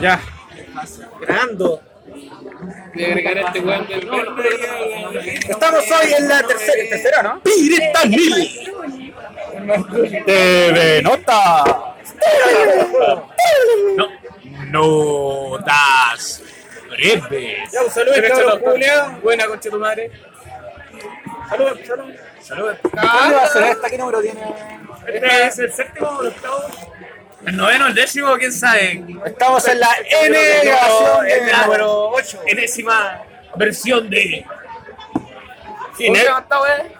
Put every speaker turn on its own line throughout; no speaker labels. Ya.
Grabando.
Voy a agregar a este weón del
Estamos hoy en la tercera. ¿en tercera, no?
Pirita
Eh,
TV Nota. No. Notas breves.
Ya, un saludo, cabrón, Julia.
Buena concha tu madre.
Saludos, saludos.
Saludos.
¿Cuándo va a ser esta? ¿Qué número tiene?
Este es el séptimo o el octavo.
El noveno, el décimo, quién sabe.
Estamos en la N grabación
Es
del
la-
número 8.
Enésima versión de.
Jinete.
eh.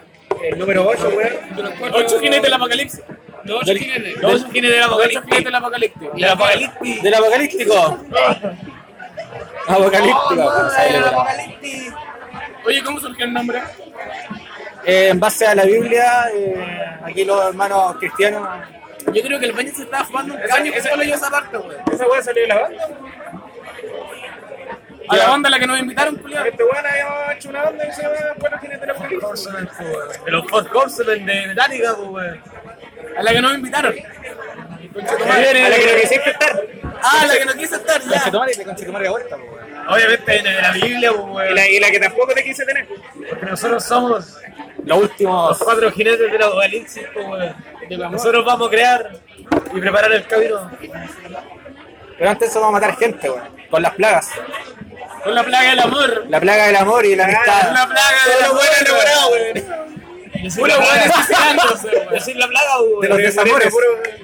El número 8, weón.
Ocho jinetes del apocalipsis.
Los ocho jinetes.
Los ocho jinetes del
Los ocho jinetes
apocalipsis.
del apocalipsis.
Del apocalipsis.
Del apocalíptico.
Oh,
Apocalíptico.
Oye, ¿cómo surgió el nombre?
Eh, en base a la Biblia, eh, aquí los hermanos cristianos.
Yo creo que el baño se estaba fumando un caño que solo yo esa parte, güey.
Esa weá salió de la banda.
A la banda a la que nos invitaron, culiao.
Este weón había hecho una banda que se llama Buenos Jinetes del Apocalipsis.
De los Four Horsemen de Metallica, pues, weón.
A la que nos invitaron.
A la que lo quisiste estar.
Ah, a la que no quiso estar, ya.
Conchetumare, te conchetumare de vuelta, po, weón.
Obviamente de la Biblia, pues,
Y
weón.
la, y la que tampoco te quise tener.
Porque nosotros somos
Los
los
últimos.
cuatro jinetes del apocalipsis, pues, weón. Nosotros vamos a crear y preparar el camino.
Pero antes de eso vamos a matar gente, weón. Con las plagas.
Con la plaga del amor.
La plaga del amor y la amistad.
Ah, La plaga del amor. Puro bueno asesinándose, güey.
Decir la plaga, weón.
De los desamores.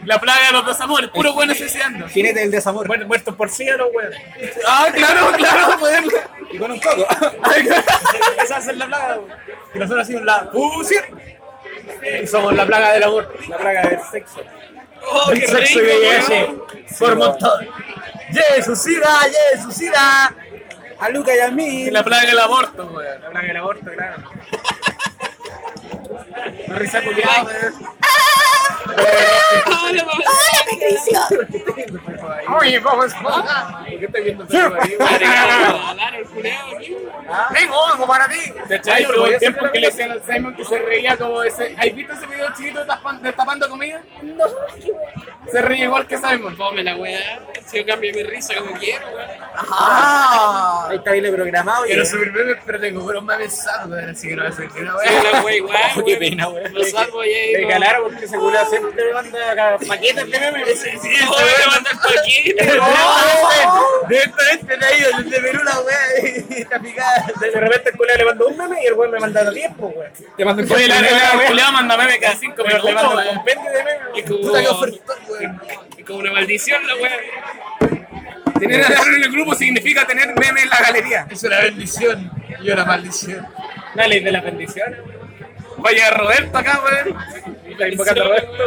La plaga de los desamores. Puro bueno asesinándose.
Jinete del desamor.
Muertos por sí a los weones.
Ah, claro, claro. Poder...
Y con un coco.
Esa es la plaga, weón. Y nosotros hacemos la
Uh,
fusión. Y somos la plaga del amor.
la plaga del sexo.
Oh,
El
qué
sexo
rico,
y belleza.
güey.
Por montón. Jesús irá, Jesús irá.
A Luca y a mí.
Y La plaga del aborto, güey.
La plaga del aborto, claro.
Una risa culiada, güey.
Oye, ¿cómo es? ¿Por qué estás viendo todo ahí, weón?
Ah.
Tengo algo para ti.
¿Cachai?
Ay, pero
Hubo
voy a
un tiempo
sacar
que
la
le decían
plaza.
al Simon que se reía como ese. ¿Has visto ese video chiquito de tapan- destapando comida? No, Se ríe igual que Simon. Fome la weá. Si yo cambio mi risa como quiero, weá.
Ah, ahí está bien programado.
Quiero subir memes, pero tengo puros memes sad, weón. Así que no voy a hacer ni una
Sí,
weá.
la weá igual.
Oh, qué
weón.
pena, weón.
Lo salvo y ahí.
Le
no.
ganaron porque se culió siempre manda acá paquetes de memes.
Sí, sí,
No, me le mandan paquete,
De esto, este te ha ido desde Perú la weá. Está picada.
De repente el culiao le pues, mandó un meme y el weón me mandaba 10, po, weón.
Te mando un
Oye, la
coco.
regla culiada manda meme cada cinco
Pero
minutos,
le mandó un
weón.
compendio de memes.
Es
weón.
como-
Puta, qué ofertón,
es como una maldición la weá. Tener a Darwin en el grupo significa tener meme en la galería.
Es una bendición y una maldición.
La ley de las bendiciones.
Vaya Roberto acá, weón.
Está invocando a Roberto.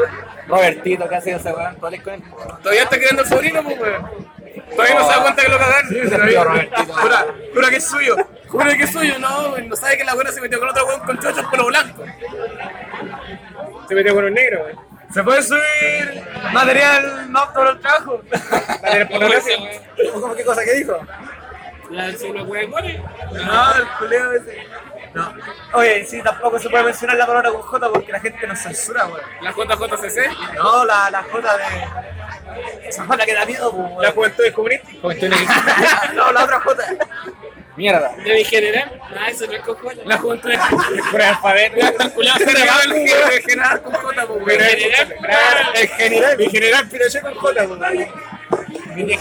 Robertito, casi ese weón. ¿Cuál es con él?
Todavía está creando el sobrino, pues, weón. Todavía no se da cuenta que lo cagaron.
tío Robertito.
jura, jura que es suyo. Jura que es suyo, no, weón. No sabe que la buena se metió con otro weón con chochos pelo blanco.
Se metió con un negro, weón.
¿Se puede subir material no apto para el trabajo?
Vale, por la gracia.
¿Cómo qué cosa que dijo?
No, el culeo ese. No. Oye, sí, tampoco se puede mencionar la palabra con J porque la gente nos censura, weón.
La JJCC.
No, la, la J de. Esa J que da miedo, pues,
La
weón.
juventud es comunista.
No, la otra J.
Mierda.
¿De mi general? Ah, eso no es cojuela. La juventud de
Por alfabeto.
culiado se regaba el general de general con J, pues, weón.
General, el general, mi general Pinochet con J, weón.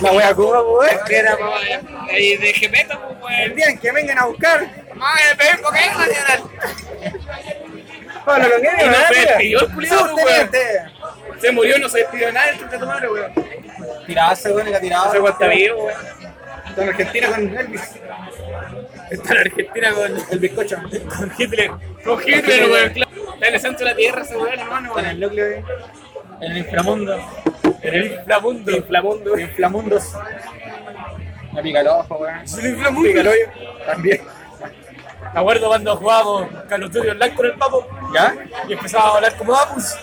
La wea Cuba, weón.
Que era, weón. Ahí de Gepeta, pues,
El
weón.
día en que vengan a buscar.
Madre, pero ¿por qué es general?
Pablo, lo que
Y no se
viene,
despidió el culiado,
pues,
weón.
Teniente.
Se murió y no se despidió de nada, el chucha tu madre, weón.
Tiraba ese weón y la tiraba.
No sé cuánto vivo, weón.
Está en Argentina con Elvis.
Está en Argentina con.
El bizcocho.
Con Hitler. Con Hitler, weón. claro. Está en el centro de la tierra, ese weón, hermano,
Con
weón.
el núcleo eh. de
En el inframundo.
En el inflamundo. Inflamundo.
de inflamundos. Me pica el ojo, weón.
Pica el hoyo.
También.
Me acuerdo cuando jugábamos Carlos Turio Online con el papo
¿Ya?
y empezábamos a hablar como papus.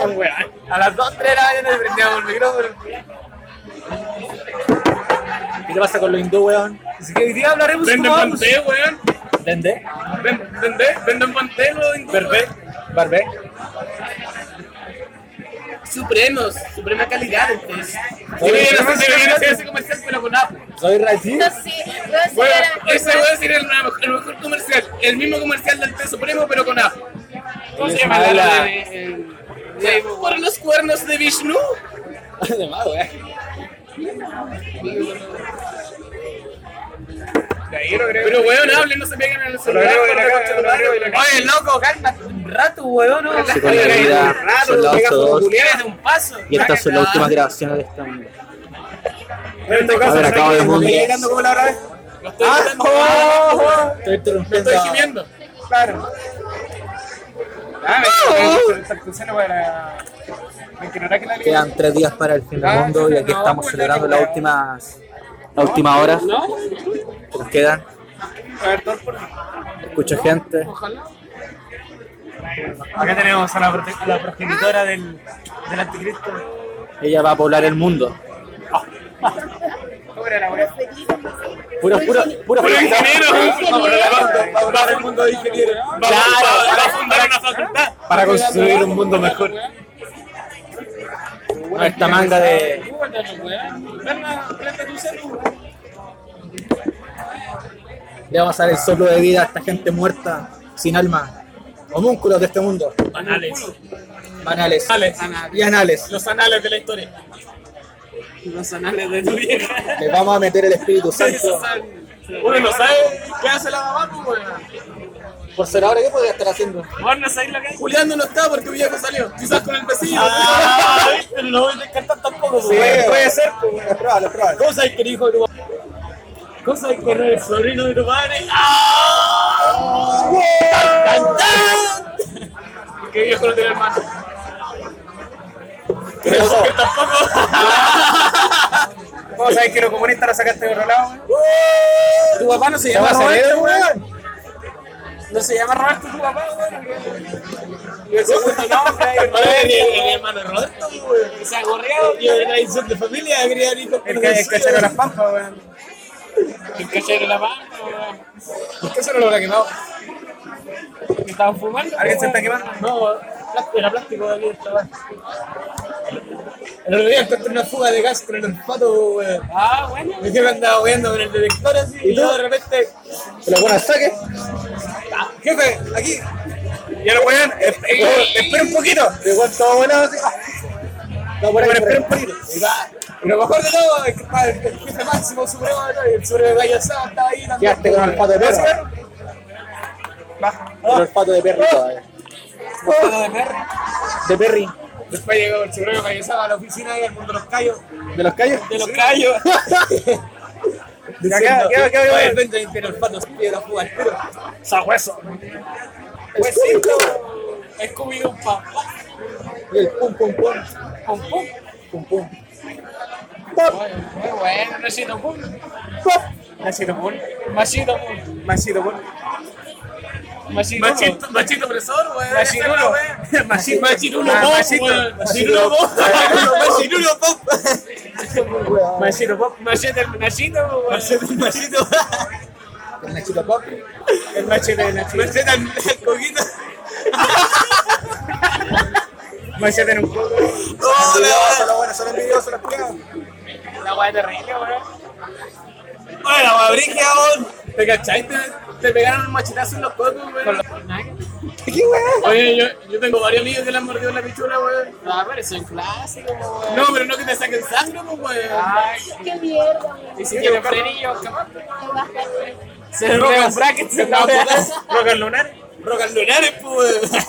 Con weón.
A las 2, 3 de la mañana y prendíamos el micrófono.
¿Qué te pasa con los hindú, weón?
Así que hoy día hablaremos
Venden
como papus.
panté, weón.
¿Dende?
Ven- Venden, venden panté, weón.
Barbé.
supremos, suprema calidad. Entonces,
Oye,
deberían
¿no
hacer- deberían hacer ese comercial, pero con Apple.
¿Soy racista?
No sé, weón, si
Bueno,
era-
ese weón sería el mejor, el mejor comercial, el mismo comercial del Té Supremo, pero con Apple. ¿Cómo se llama la- la de- eh, de- Por los cuernos de Vishnu.
Además, weón.
Pero weón, hablen, no se peguen en el celular.
agrego de la
por la
cara,
concha
lo
de tu madre.
agrego de la cara.
Oye, loco, cálmate un rato, weón. No,
Sí, con la vida, son las 8:02,
Culeras de un paso.
y estas son las últimas grabaciones de esta.
Pero en todo
A
caso,
ver,
¿sabes
acabo
qué?
de
Como que
mudar.
llegando como la otra vez.
Lo estoy gritando, ¡Ah,
Estoy
lo
interrumpiendo.
estoy gimiendo.
Claro.
Ah, me- me- me- me- me- me- para. Me ignorará que la liga-
Quedan tres días para el fin del
Ah,
mundo y aquí estamos celebrando las últimas, las últimas horas que nos quedan.
A ver, todo por-
Escucho gente.
Acá tenemos a la, prote- a la progenitora del, del anticristo.
Ella va a poblar el mundo. Puros, puros, puros
Puro ingeniero.
¿eh?
Ingeniero.
Va a hablar el mundo de ingenieros.
Va va- va a fundar una facultad.
Para construir un mundo mejor.
No, Esta manga de. Le vamos a dar el soplo de vida a esta gente muerta, sin alma. Homúnculos de este mundo.
Anales.
Banales.
Anales.
Y anales.
Los anales de la historia. Los anales de tu vieja.
Les vamos a meter el Espíritu Santo.
Uno no sabe qué hace la mamá, pues, weón.
Por ser ahora, ¿qué podría estar haciendo?
Vos no sabés lo que Julián no está porque tu viejo salió. Quizás con el vecino.
Pero Ah, no voy a descartar tampoco.
Sí,
weón.
puede ser, pues, es probable, es probable.
¿Cómo sabes que el hijo de tu madre? ¿Cómo sabes que no eres el sobrino de tu madre? ¡Ah! ¡Tan, tan,
Que viejo no tiene hermano.
tan! Tampoco.
¿Cómo sabes que los comunistas lo sacaste de otro lado? güey?
Tu papá no se
¿Te
llama
vas a leer,
Roberto, weón.
weón?
No se llama Roberto tu papá, weón. Y el segundo nombre.
El el hermano de Roberto, weón.
Se ha gorreado.
Yo de tradición de familia, criar hijos
El que- el que echaron las pampas, güey.
El cachero de la mano, weón.
¿Qué se lo habrá quemado?
Que estaban fumando.
¿Alguien se está quemando?
No, plástico- era plástico de aquí, estaba. El otro día encontré una fuga de gas con el olfato, weón.
Ah, bueno.
Me que me andaba weando con el detector así y, yo de repente.
¿Te lo pones saque?
Jefe, aquí. Ya lo weón. eh, eh, Espera un poquito.
¿De cuánto volado? así? No, por
Bueno,
ahí, por
espera un
ahí.
poquito. Y va. Y lo mejor de todo es que está el el jefe máximo supremo de todo, y el supremo de Gallo Saba estaba ahí. dando-
Quedaste con el pato de
¿No se
perro.
vieron?
Con el pato de perro todavía.
Oh. Pato de perro.
De Perry.
Después llegó el supremo Gallo Saba a la oficina y al mundo de los callos.
¿De los callos?
De los callos.
Ya, ya, ya, ya, ya.
Oye, Benjamin tiene olfato. Se pide la fuga al tiro.
¡Sabueso!
Pues
pues,
Huesito. Es comido un papá.
Y el pum pum pum.
Con pum.
Pum pum.
Oye, Muy bueno. Nachito pum.
Machito Bull.
Machito pum.
Machito Bull.
Machito.
Machito, machito opresor, weón.
Machirulo. Machito.
Machirulo
Ah,
pop,
machito.
weón.
Machirulo pop. Machirulo pop.
Machito Pop.
Machete el Nachito, weón.
Machete, machito.
El Nachito Pop.
El machete de Nachito.
Machete al al coquito.
Machete en un poco.
¡Oh, la
Solo bueno, solo envidioso, solo espiado.
La weá terrible, weón.
weón! ¡Hola, Fabrique, weón!
¿Te cachai? Te, te pegaron un machetazo en los cocos, weón.
¿Qué weón?
Oye, yo, yo tengo varios amigos que le han mordido la pichula, weón. Ah, pero eso es clásico, weón. No, pero no que te saquen sangre, pues, weón.
Qué mierda, weón.
y si tienen frenillos, capaz.
Me bajaste.
Se enreda un bracket, se enreda un bracket.
Roca lunar.
Roca lunares, pues, weón.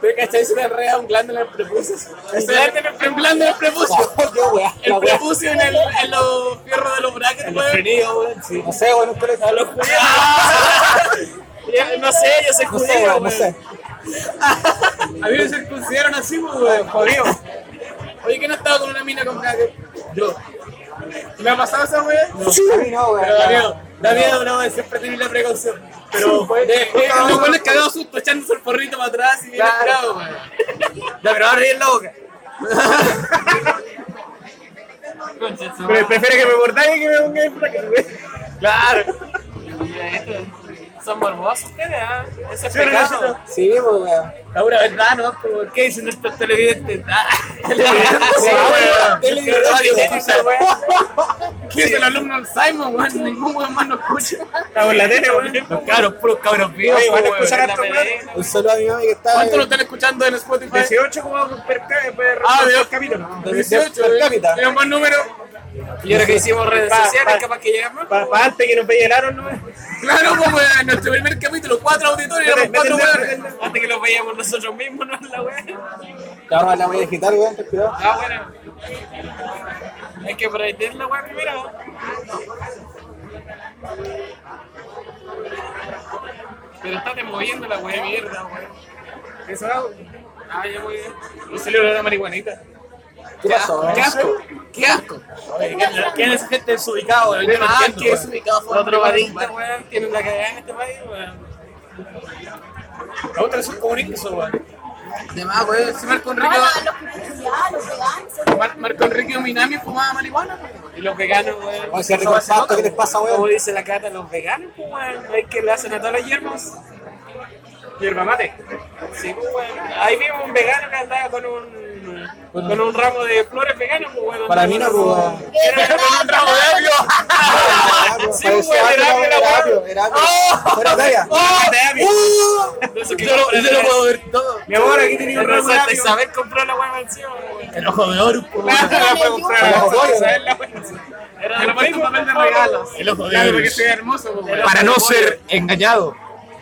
¿Te cachai? Se te enreda un glande en el prepucio. Se te enreda un glande en el prepucio.
Qué weón. La
El
weón.
prepucio en, el, en los fierros de los brackets, weón.
No sé, weón, nunca lo he
Ya, No sé,
No
yo soy
sé,
judío,
weón, no
weón.
sé.
A mí me circuncidaron así, pues, weón.
Jodido.
Oye, ¿quién ha estado con una mina con bracket? Yo. ¿Me ha pasado esa weá?
A mí no, weón.
Pero da miedo, da miedo, no, siempre tener la precaución. Pero
pues.
fue. Los buenos cagados susto echándose el porrito para atrás y bien esperado, weón.
Ya, pero ahora bien la boca.
Pre- Prefiero que me mordáis que me pongáis placa.
Claro.
Son morbosos ustedes, ¿ah? Ese es
Sí,
pecado.
necesito.
Sí, pues, weón.
La pura verdad, ¿no? ¿Por qué dicen estos televidentes? Ah,
Sí, weón.
Qué televidentes, esa weá.
¿Quién es el alumno del Simon, weón? Ningún weón más nos escucha.
Está por la tele, weón. Los cabros, puros cabros viejos.
Oye, van a
weón,
escuchar
en la
harto,
pelea.
weón. Un saludo a mi mami que está.
¿Cuánto lo están escuchando en Spotify?
18 como per, per,
Ah, de-
por capítulo. De- de-
18,
per
eh.
cápita.
Es un buen número. Y ahora que hicimos redes
Pa,
sociales,
pa.
capaz que llegamos.
Pa- pa' antes que nos peñaron, ¿no?
Claro, como en nuestro primer capítulo, cuatro auditorios, éramos
Métete,
cuatro
métete,
weones. Antes que los veíamos nosotros mismos, ¿no? La wea.
Vamos a la voy a digital, weón. ten Cuidado.
Ah, bueno. Hay que prender la wea primero. Pero está moviendo la wea de mierda, wea.
Eso, weón.
Ah, ya voy. Me salió la marihuanita.
¿Qué pasó?
Qué asco, qué asco.
¿Quién es gente desubicado?
El tema
Ah,
que
¿quién
es
es
ubicado
fuera
fuera
de drogadicto,
drogadicta, weón. Tienen la cagada en este país, weón.
La otra es un comunista, eso, weón.
De más, weón. Si Marco Enrique,
Ahora, los cristianos, los veganos.
Mar- Marco Enrique Minami fumaba marihuana, weón. Y los veganos, weón.
Oye, si rico el pasto, ¿qué les pasa,
Como
weón?
dice la cata, los veganos, pues, weón. ¿Veis que le hacen a todas las hierbas?
Hierba mate.
Sí, pues, weón. Ahí vimos un vegano que andaba con un, con un ramo de flores veganas, pues, weón.
Para mí no, pues, weón.
Era con un ramo de apio. Sí, pues, weón, era apio la
Era
weón.
apio, era apio. Fuera talla. Uh.
De eso que- de eso-
ver todo.
Mi amor, aquí tenía un
Pero
ramo de
Santa
apio.
Isabel
Isabel compró la weón encima, weón.
El ojo de oro, po,
Claro,
weón.
la fue a comprar a
Con los
la
joyos.
Isabel, la weón. Era de los bonitos papel de regalos.
El ojo de
Claro,
Horus.
porque se ve hermoso, pues, weón.
engañado.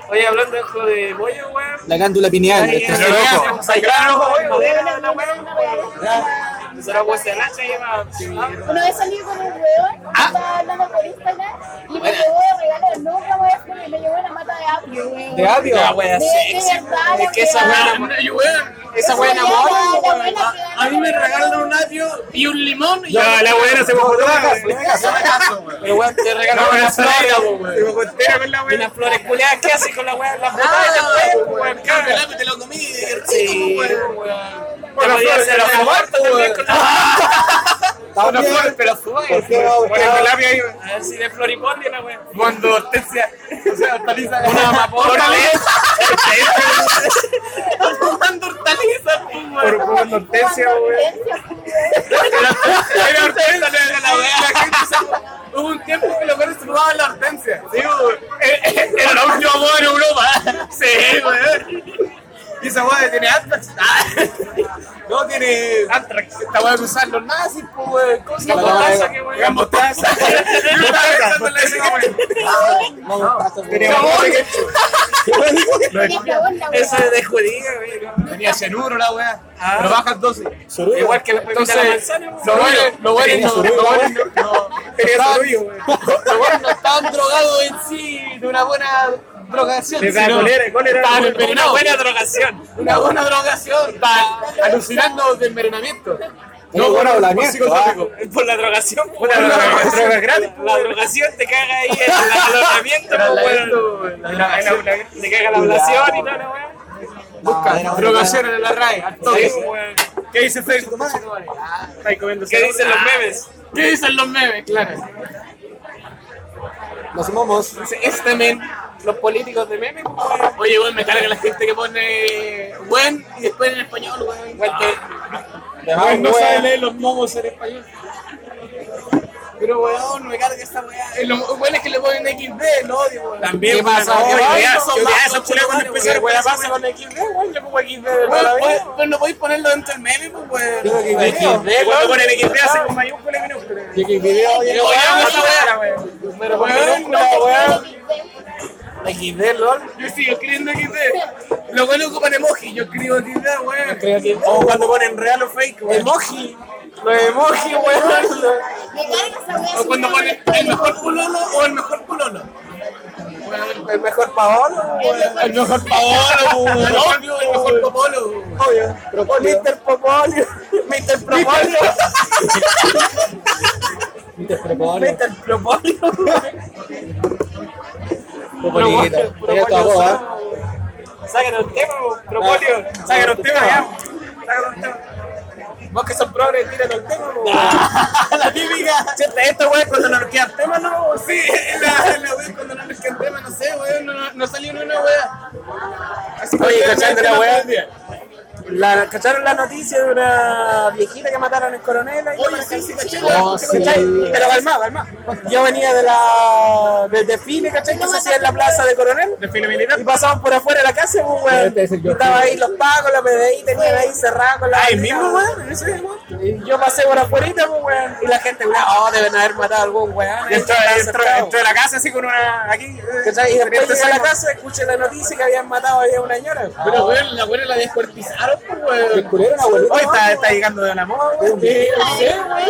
Oye, hablando de ojo de bollo, weón.
La glándula pineal.
Ahí,
este
en
es
la
el
casa,
ojo.
vamos a llegar al ojo, weón.
Una- una- una vegana.
Será hueso de lacha, lleva- ah,
Una vez salí con un weón, estaba hablando por Instagram y me llevó de regalo, nunca voy a escribir, me llevó una mata de apio, weón.
De apio.
La wea
De- de
sexy.
verdad,
Es
la
que esa
wea.
buena, esa
Esa
buena
wea,
enamora,
la
weón.
wea, la wea.
A mí me regalaron un apio y un limón. Y
Ya, la weá no se me
No,
ocurrió,
no me
weón.
caso, no me caso.
Pero weón, te
No,
regalaron
la
unas flores,
saga,
weón.
po, weón.
Unas flores culiadas. ¿Qué haces con la weá? Las botadas
Ah,
después, weón. Claro, el apio te lo comí. qué rico, weón, weón. Te
Bueno,
podías
flores
hacer
de
la
la
muerte, weón.
Una flor,
También.
pero fue.
¿Por qué va a buscar?
A ver si de floripondio la weá.
Cuando Hortensia. O sea, hortaliza.
Una amapola.
Fumando hortalizas, po, weón.
Una hortensia, weón.
Era hortaliza, no era la weá.
Hubo un tiempo que los weones se robaban la hortensia.
Sí, weón. Eh, eh, Era la última moda en Europa. Sí, weón. Ah.
Y esa weá tiene antrax.
No tiene.
Antrax.
Esta weá que usan los nazis, po, weón.
La
Bueno,
mostaza,
bueno.
que weón.
Gambotaza.
No, no, pasa,
Tenía
weón.
que
Qué jabón, la
Eso
weá.
es de judía, güey.
Tenía cianuro la weá. Pero bajas 12.
Sorullo.
Igual que la pepita de la manzana,
lo bueno, lo bueno
Tenía
no,
sorullo,
lo bueno
weón.
tenía sorullo,
Pero bueno, no estaban drogados en sí de una buena drogación.
De
sino
cólera, cólera,
estaban
bueno.
envenenados. Una buena drogación. Una buena drogación. Estaban alucinando de envenenamiento.
No, bueno, la mía.
Por la drogación. Por
Puta, la drogación. Droga gratis,
La drogación te caga ahí el alojamiento, pues, Te caga la ablación y toda la weá.
Busca.
Drogación en la RAE, al toque, weón.
¿Qué dice Facebook? Está comiendo
Ah. ¿Qué dicen los memes? ¿Qué dicen los memes? Claro.
Los momos.
Dice, Este men, los políticos de memes. Oye, weón, me carga la gente que pone buen y después en español, weón.
De
Ah,
más, weón.
los momos en español.
Pero weón, me carga esta weá. Eh, Lo bueno es que le ponen XD, lo odio, weón.
También,
¿Qué
weón,
pasa?
no,
¿Qué
weón,
weá?
no,
Son
weón,
más,
esos
son
culiados cuando
weón,
empezaron
weón,
con
pasa
esa
con XD, weón. Le pongo XD de
toda la
weón,
vida.
weón, Pero no podéis ponerlo dentro del meme, pues, weón.
Yo que video.
Y Cuando ponen XD hacen con mayúscula y minúscula.
Yo que video. ya-
Pero weón, esa weá.
Pero,
weón,
minúscula, weón.
XD, lol. Yo sigo escribiendo XD. Los weones ocupan emoji. Yo escribo XD, weón.
O cuando ponen real o fake, weón.
Emoji. Los emoji, weón.
Me carga esa weá,
O cuando
sí,
pones el mejor culolo o el mejor culolo. Weón,
El mejor Paolo. weón.
El mejor pavoro,
El
weón.
mejor, el mejor popolo. weón.
Obvio. Propolio. Mr. Propolio. Mr. Propolio. Mr. Propolio.
Vete al propóleo.
Propolio. Tenía ¿eh? toda boda.
Sácate un tema,
Ah,
weón, propóleo. Sácate un tema, ya. Sácate un tema. Vos que son progres, tírate un tema, weón.
La típica.
Chete, esto, weón, cuando no nos quedan temas, no. Sí, la, la weón, cuando no nos quedan temas, no sé, weón. No, no,
no salió ni una wea. Así
Oye,
que-
¿cachaste la wea?
La, ¿Cacharon la noticia de una viejita que mataron en coronel? ahí?
Oye, sí, sí, caché.
Oh, sí.
Pero calmá, calmá. Yo venía de la. del desfile, ¿cachai? Que se hacía en la plaza de Coronel.
De filo militar.
Y pasaban por afuera de la casa, pues, weón. Y Estaba ahí los pacos, la PDI, tenían ahí cerrado con la.
Ahí
bandera,
mismo,
weón. Y yo pasé por afuerita, pues, weón. Y la gente, weón, oh, deben haber matado a algún weón. ahí
Dentro,
estaba
dentro,
cercado.
dentro de la casa, así con una. Aquí. eh,
¿Cachai? Y después
teniente
llegué a la
Simon.
casa, escuché la noticia que habían matado ahí a una señora.
Pero weón, la weón la descuartizaron, pues weón.
culero, la abuelita,
Hoy está,
weón.
está llegando de la moda, weón.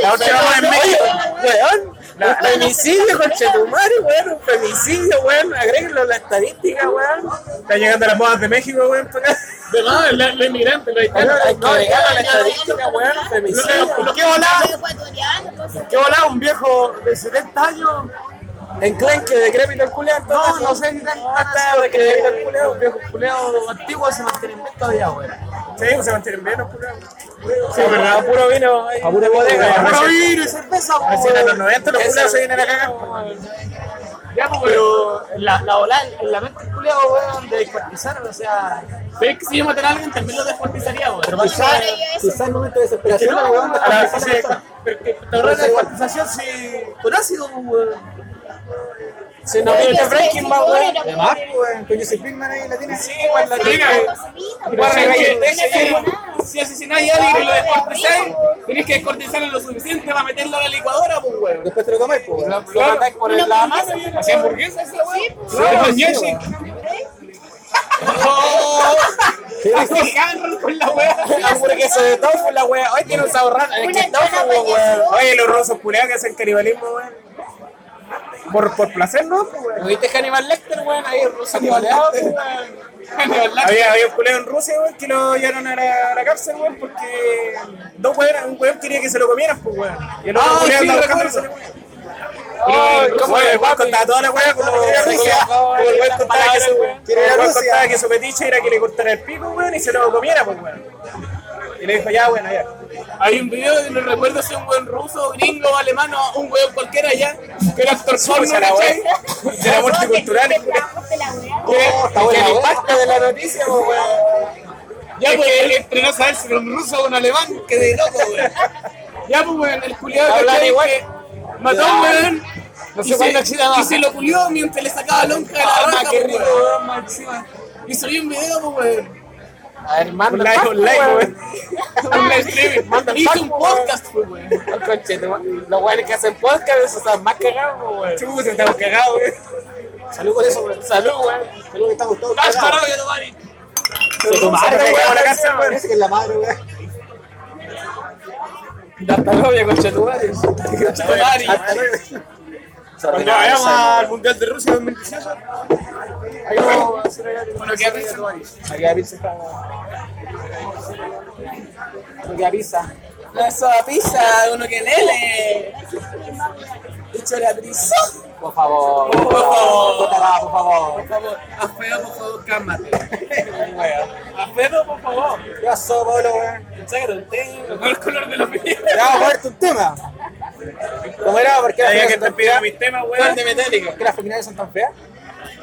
La
última vez en México.
Weón, un femicidio, conchetumare, weón, un femicidio, weón, agréguenlo a la estadística, weón.
Está llegando las modas de México, weón. para acá.
De más, la- los inmigrantes, los
Hay
haitianos.
que agregarlo a la
no,
estadística,
no, no,
weón,
no,
un
Lo
femicidio.
que- Lo que volaba,
Ecuatoriano,
que volaba un viejo de 70 años.
Enclenque, decrépito el culeado,
No,
entonces.
no sé si tan
Hasta
hasta
decrépito el
que.
culeado, viejo culeado antiguo se mantiene bien todavía, weón.
Sí, se mantienen bien los culeros.
Sí, verdad, a puro vino, a puro bodega.
A puro
vino y cerveza,
Así en los 90 los culeros se vienen a cagar.
Ya, pues, pero la, la ola, la mente del culeado, weón, de descuartizaron, o sea.
¿Ves que si yo matara a alguien también lo descuartizaría, weón?
Quizás
en momento de desesperación,
No, weón, a
ah,
la sí, pero que- pero la descuartización-
sí. Con ácido, weón. Se nos
nos Oye,
viene
viene Breaking
Breaking
sí, Bad,
Bad, weón.
weón. sí, Además,
weón. Con Jesse Pinkman ahí la tiene. Sí, weón, la tiene.
Pero
Pero
Guarda,
si-
galleta,
si-
sí.
Si asesináis a alguien y lo descuartizáis, tenéis que descuartizarlo lo suficiente para meterlo a la licuadora, pues, weón.
Después te lo tomáis, pues. Lo
Claro.
matáis por
Una
el- la
hamburguesa.
mano. y-
Así hamburguesa esa, weón.
pues.
Claro,
Sí,
con
sí,
Jesse. Así agarran con la weá.
Hamburguesa de tofu, la weón. Hoy tiene un sabor raro. Es que es tofu, weón.
Oye, los rusos culeados que hacen canibalismo, weón. Por, por placer, ¿no? pues, weón?
¿No viste Hannibal Lecter, weón? Ahí, ruso. culeado, weón.
Había, había un culeo en Rusia, weón, que lo llevaron a la, a la cárcel, weón, porque dos weón, un weón quería que se lo comieran, pues, weón. Y el otro
Ah,
culeo
sí,
andaba
recuerdo.
buscando ese weón.
Ay,
Y el
cómo
ruso,
le
el weón contaba toda la weá, como
Quiere ir a Rusia.
como el weón contaba que su-
Quiere ir a
el weón
Rusia.
contaba que su petiche era que le cortara el pico, weón, y se lo comiera, pues, weón. Y le dijo, ya, bueno, ya. Hay un video que no recuerdo si un buen ruso, gringo, alemano, un weón cualquiera ya, que era actor
pues,
porno, ¿cachai? Era multicultural, el culeo.
Oh, está buena, weón. impacto de la noticia, weón.
Ya, pues, él entrenó a saber si era un ruso o un alemán, que de loco, weón. Ya, pues, weón, el culiado
Hablan igual.
mató a un weón.
No sé
y,
cuál
se,
no existe más.
y se lo culió mientras le sacaba lonja de la
Ah,
raja,
qué
pues,
rico,
weón.
weón, máxima.
Y salió un video, pues, weón.
A ver, manda
Un live,
pack,
un live,
weón.
weón. Un live streaming.
Manda el
Hizo
pack,
un
weón.
podcast, pues, weón.
Oh, conche, tu madre. Los weones que hacen podcast, esos están más cagados, po, weón.
Chuta, estamos cagados, weón.
Salud con eso, weón. Salud, weón. Salud que estamos todos
Estás
cagados.
parado, Ah, ya, Tomari.
Se tomaron,
Se
weón,
cagó la
la
casa,
casa,
weón.
Parece que es la madre, weón. Hasta novia, conche, tu madre.
Conche tu madre.
Hasta novia.
Cuando vayamos al Mundial de Rusia 2018.
Ahí vamos a hacer allá.
Bueno, ¿qué haces, Tomari?
Aquí la pizza está. Aquí la pizza. La soda pizza, uno que lele. Dicho la pizza. Por favor, por favor, por favor. Por favor.
Afeo, por favor, cálmate.
Afedo, por favor. Ya soy Pablo, weón. Sácate un tema.
Con el color de la piel.
Ya vamos a ponerte un tema. ¿Cómo era? ¿Por qué las
Sabía que
finales
te
son tan
pidieron
feas?
mis temas,
¿Por
weón.
qué las finales son tan feas?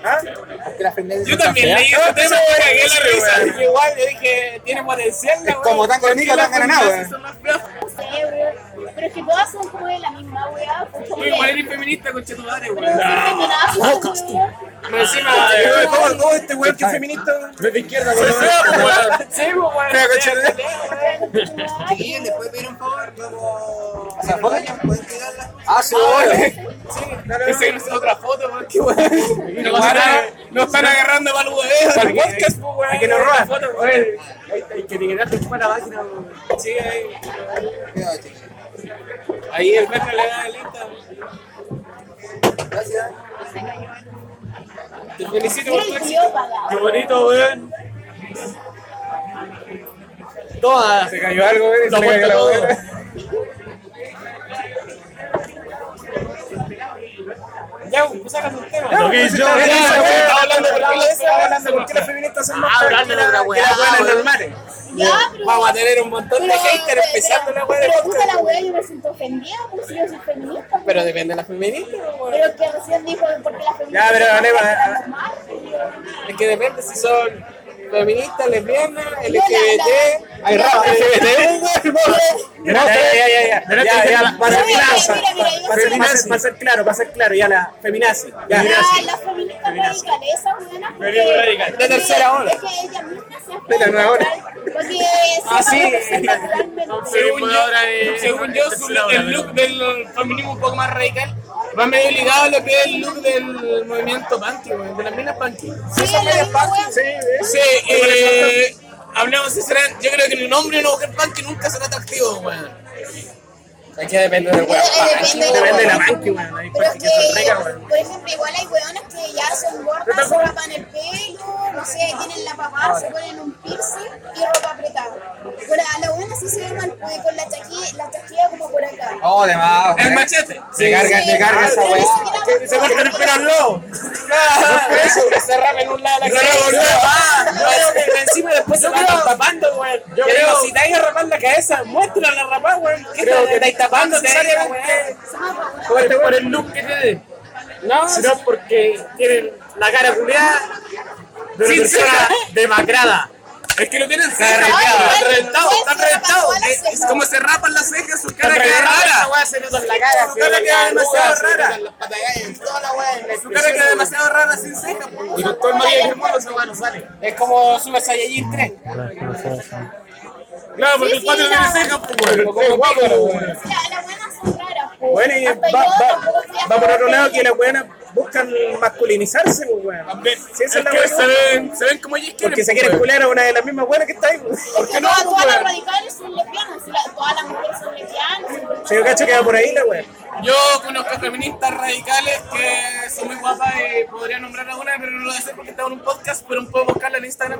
¿Ah?
¿Por qué las finales
Yo
son tan
también
feas?
leí ese este tema, me cagué la risa.
Igual, yo dije, tiene potencial. Es como tan
Porque
cornito,
las
tan ganado, weón.
feministas son más feas.
Pero es que todas son como de la misma weá. pues, como
Uy, igual
que-
eres feminista, concha tu madre,
Pero
weón.
siempre me da asco, weón.
Más encima,
Yo
eh,
de todo, todo este weón que es feminista. weón.
Desde izquierda,
soy
weón.
fea, pues, weón.
Fea, concha de-
Ay,
Ah, sí, weón.
Ese que no es otra foto, weón. Qué weón. No
weón.
pasa nada. No están agarrando para el hueveo.
Para el
Hay que-
podcast, pues, weón.
Hay que nos roban.
Sí, ahí. Ahí el metro le da lista. Gracias. Te felicito por tu
Qué
éxito.
idiota,
Qué bonito, weón.
Todas.
Se cayó algo, weón. y
Lo
se le cayó
muerto
la
todo.
weá.
Ya, pues sacas un tema.
Lo que hizo,
Ya, ya,
weón. Estaba
weón.
hablando por la
Estaba
mesa,
hablando por qué las feministas son más
Ah,
feas
hablando
que
de
las-
otra
que
weá,
las buenas
weón.
normales.
Ya, pero.
Vamos a tener un montón de
pero-
haters empezando la weá de
Pero puta
podcast.
la weá, yo me siento ofendida porque si yo soy feminista.
Pero depende de las feministas, weón.
Pero que recién dijo porque las feministas.
pero
son
hablemos,
más
ah,
normales, y yo,
Es que depende si son feministas, lesbianas,
Yo la-
LGBT. Hay ramas LGBT,
Ya, ya, ya, ya, ya.
Ya,
Ya, ya,
ya, para
la-
Mira, mira,
feminazi,
mira, mira, yo
para feminazi,
soy
feminazi.
para ser claro, para ser claro, ya la feminazi, ya.
Ya, las feministas radicales, esas buenas.
Venimos radicales.
porque-
La tercera ola.
Es que ellas mismas se han
De la nueva ola.
Porque se
Ah, sí.
representan realmente.
Según yo,
pues, es-
según yo, su- el look del feminismo un poco más radical va medio ligado a lo que es el look del movimiento punky, güey, de las minas punky.
Sí, es la misma hueá.
Sí, eh, hablemos sinceramente, yo creo que el nombre de una mujer punky nunca será atractivo, güey.
Es que depende del
Depende de la
hueón, depende de
Ah,
la
hueá.
manqui, weón. Hay
Pero es
partes que son ricas,
que,
weón.
por ejemplo, igual hay hueonas que ya son gordas, se rapan el pelo, no sé, tienen la papada, se ponen un piercing y ropa apretada. Pero a la buena sí se ve mal, porque con la taquilla, la taquilla como por acá.
Oh, de más.
El
weón.
machete.
Se carga, se carga esa
Pero ni
weá.
siquiera
Que se corta el pelo al lobo.
Ah, Se rapa en un lado de la
Se
cabeza.
rapa en un lado.
Ah, weón, que Encima después se
Yo
van
creo-
tapando, weón. Yo
creo-
digo, si te vas a rapar la cabeza, muéstrala la rapá, weón. ¿Qué
Creo
te-
que
te estáis tapando? Te
necesariamente-
Ajá.
Por, este por el look que tiene,
No,
sino porque tienen la cara culiada de una
Sí,
persona
sí.
demacrada. Es que lo tienen cerrado,
Ay,
están
ay,
reventados,
ay,
están
se le
reventados.
apagó la
Es- Es
ceja.
como se rapan las cejas, su cara
Cara
queda
Esa
rara.
weá se nota en la cara.
Su
se
cara
nota
queda
en la arruga,
demasiado
se nota
rara.
en las patagallas, toda la weá, en la
Su cara
expresión,
queda
weón.
demasiado rara sin cejas. po.
Y con todo el maquillaje del mundo, esa weá no sale. Es como Super Saiyajin 3.
Claro, porque
Sí,
el cuatro
sí,
tiene
la-
cejas, pues,
Como Piccolo, weón.
Sí, a las buenas son raras. po.
Bueno, y
Hasta
va-
yo
va-
tampoco estoy a
va por otro
favor
lado
de
que la
ellas.
buenas buscan masculinizarse, pues, weón.
También,
Sí,
es
esa es la
que
weá.
se ven, se ven como ellos quieren.
Porque se
pues,
quieren
weón.
culiar a una de las mismas buenas que está ahí, pues. weón.
Es que
no,
todas,
po,
todas las
weón?
radicales son lesbianas, y la- todas las mujeres son lesbianas.
Si yo cacho que va por ahí la weá.
Yo conozco feministas radicales que son muy guapas y podría nombrar a una, pero no lo voy a hacer porque estaba en un podcast, pero puedo buscarla en Instagram.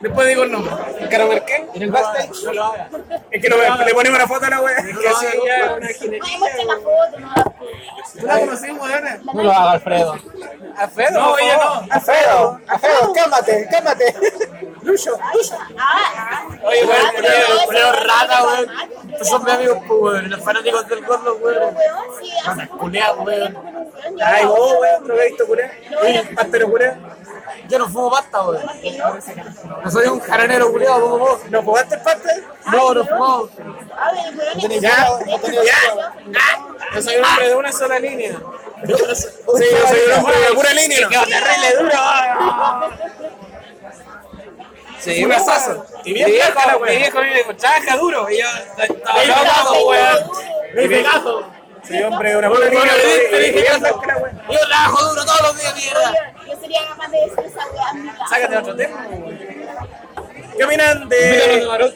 Después digo el nombre.
¿Caro Merkel? ¿En el backstage? No lo haga. Es que no me- le ponemos una foto a la weá. Que así ya, una
No, muestra la foto, no la foto.
¿Tú la conocí, weona?
No lo haga, Alfredo.
Alfredo,
No,
por
ella
favor.
no.
Alfredo, Alfredo, cámate, cámate. Lucho.
Ah, ah.
Oye, weón,
Ah, pero
culeo-
no, eso
culeo
no
rata,
es
weón.
dramático,
Estos son mis amigos, pues, weón, los fanáticos del gordo, weón.
Weón, sí, hace
Anda,
poco
culea,
estaba
weón.
peleando con un weón y
Ay,
ahora
oh,
vos,
otro
weón,
weón.
drogadicto curé. Oye, pastero curé.
Yo no fumo pasta, weón.
Porque no.
No soy un jaranero culiado como vos.
¿No jugaste el pastel?
No, no fumo.
A ver, weón, es
Ya,
que-
no tenía
ya.
Yo soy un hombre de una sola línea.
Yo no soy- Sí, yo soy un hombre de pura línea.
Qué terrible duro.
Sí,
Un asazo. Mi
bien flaca la
viejo,
weá.
mi viejo vive con trabaja duro. Y yo estaba
Ahí
loco,
está,
po,
weón.
Ah, weón.
Mi pegazo.
Soy hombre de una
Bueno,
sola
bueno,
línea.
te
weón, y-
dije
y bien
que no.
flaca la weá.
Yo trabajo duro todos los días, mierda.
Oye, Yo sería capaz de decir esa weá en mi casa.
Sácate otro tema. weón. ¿Qué opinan de...?
Mira los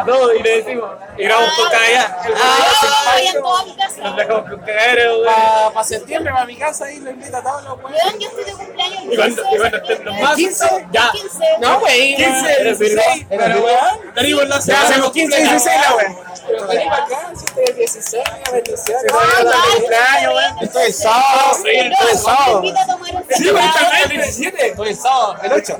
a todos y le decimos, y grabamos con cagadera.
Ah, voy a toda mi casa.
Nos dejamos con cagadera, güey.
Para septiembre, para mi casa, y lo invito a todos los weones.
Weón, yo estoy de cumpleaños. el
Y cuando-
15
y cuando
de
estén
septiembre.
nomás,
15,
ya.
15.
No, güey.
15,
weón.
16,
Era
pero,
weón.
güey, tenemos la
Ya
semana
hacemos 15 y
completa.
16 la weón.
Pero vení pa' acá,
Ah,
Ah,
vale.
cumpleaños, weón.
Esto es sábado,
Sí,
esto es sábado.
Te invito a tomar un
Sí, güey,
café.
está bien.
El 17, pues, sábado, el 8.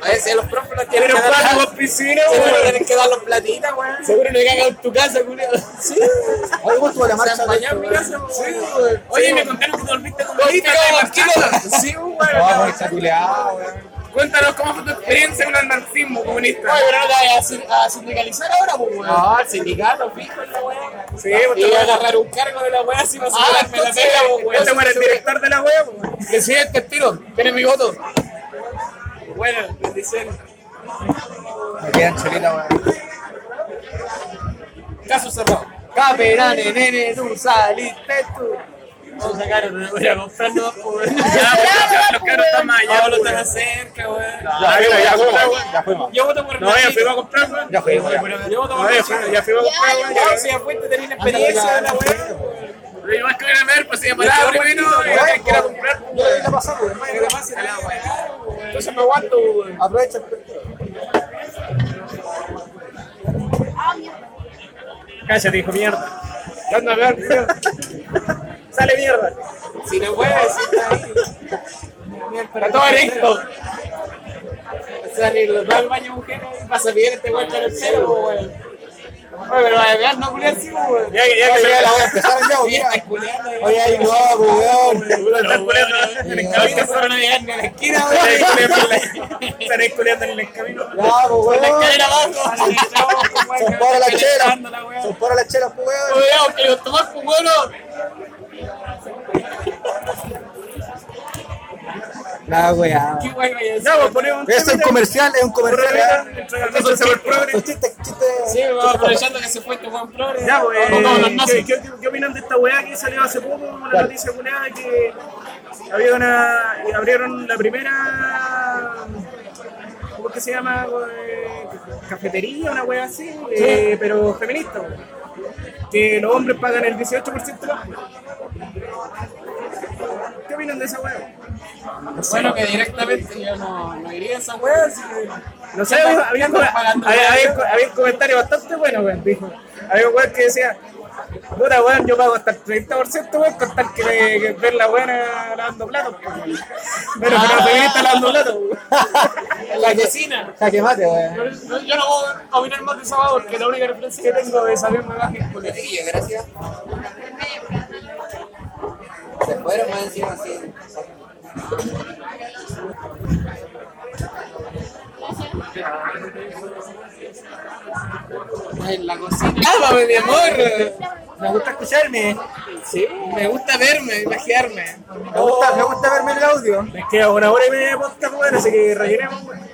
A ver, si a los profes los tienen
Pero
que dar,
cuatro con piscina,
seguro
weón.
tienen que dar los platitas, weón.
Seguro no cagan en tu casa, culiao.
Hoy vos tuvo la marcha de
Allá en mi casa, weón.
Oye, me contaron que dormiste con Marquita
pero,
de Marquita.
Sí, weón.
No, con esa culeada, weón.
Cuéntanos cómo fue tu experiencia con el anarquismo comunista.
a sindicalizar ahora, pues, weón. No, el sindicato, fijo, la weá.
Sí, pues,
Y
te
a
weón.
agarrar un cargo de la weá si no se
Ah,
me la
entonces,
pega, pues,
Yo te
weón.
muero el director de la wea, pues, weón.
Presidente, tiro. Tienes mi voto.
Bueno, bendiciones.
Me quedan cholitas, weón.
Caso cerrado. Caperán, nene, tú saliste tú.
Vamos a sacar, voy a comprar nomás, po, weón.
Ya, pues,
Los cabros están más allá.
Ya,
po,
lo
weón.
estás cerca, weón.
Ya fuimos, ya fuimos. Ya fuimos.
Yo voto por
No, ya fuimos a comprar, weón. Ya fuimos. ya.
Yo voto por
No, ya fuimos, ya fuimos a comprar, weón. Ya-
Si ya fuiste, tenés la experiencia de la weón.
Lo más que van a ver, pues se llama
Ya,
la
bueno,
primero,
bueno,
y
bueno,
hay que ir a comprar.
Que la pasen a la weón.
Entonces me aguanto, weón.
Aprovecha.
Ah, mierda.
Cállate, dijo mierda.
Ya anda a ver, weón. Sale mierda.
Si no puedes, está ahí.
Está todo listo.
Sale los dos al baño, mujer, y pasa bien este weón con el cero,
pues,
weón. Oye, pero va a llegar, no culiar, sí, weón.
Ya que ya que
Ya
llega
la
la
voy a
hora.
empezar ya,
Sí,
weón.
está culiando, weón.
Oye, ahí no, weón.
Puta, están culeando en el
Ahorita
camino.
solo no llegan ni a la esquina,
Se
weón.
están culeando en la- se están culeando en el camino.
Ya, po,
Con la
weón.
escalera abajo.
Son para la
Dejándola,
chela.
weón.
Son para la chela, po, weón.
Cuidado, que los tomás pues, con bueno.
La weá.
Qué bueno, ya
Ya, pues ponemos un
Es un
tema,
comercial, es un comercial. ¿eh? weón.
weón. Entrega el beso al sabor progre.
Los chistes, chistes.
Sí, weón, aprovechando que se fue este buen programa.
Ya, pues,
No, no, no, no,
¿qué,
sí.
qué, qué opinan de esta weá que salió hace poco? Una noticia culeada de que había una, eh, abrieron la primera. ¿Cómo es que se llama? Eh, cafetería, una weá así, eh, pero feminista. weón. Que los hombres pagan el 18% más. ¿Qué opinan de esa weá?
Bueno, que directamente yo no, no iría a esa weá. así que-
No sé, había, había, había, había- había un comentario bastante bueno, weón, dijo. Había un weón que decía, puta weón, yo pago hasta el 30%, weón, con tal que, que ver la buena lavando platos, pues, weón. Pero que
Ah.
no te viste lavando platos, weón.
En la cocina.
Jaque mate, weón.
No, yo no puedo opinar más de esa weá porque la única referencia que tengo de saber me baja es política, gracias.
Se fueron más encima así.
En la cocina. Llámame, mi amor.
Me gusta escucharme.
Sí, me gusta verme, imaginarme.
Me gusta, me gusta verme el audio.
Me queda una hora y media de podcast, weón, así que rellenemos, weón.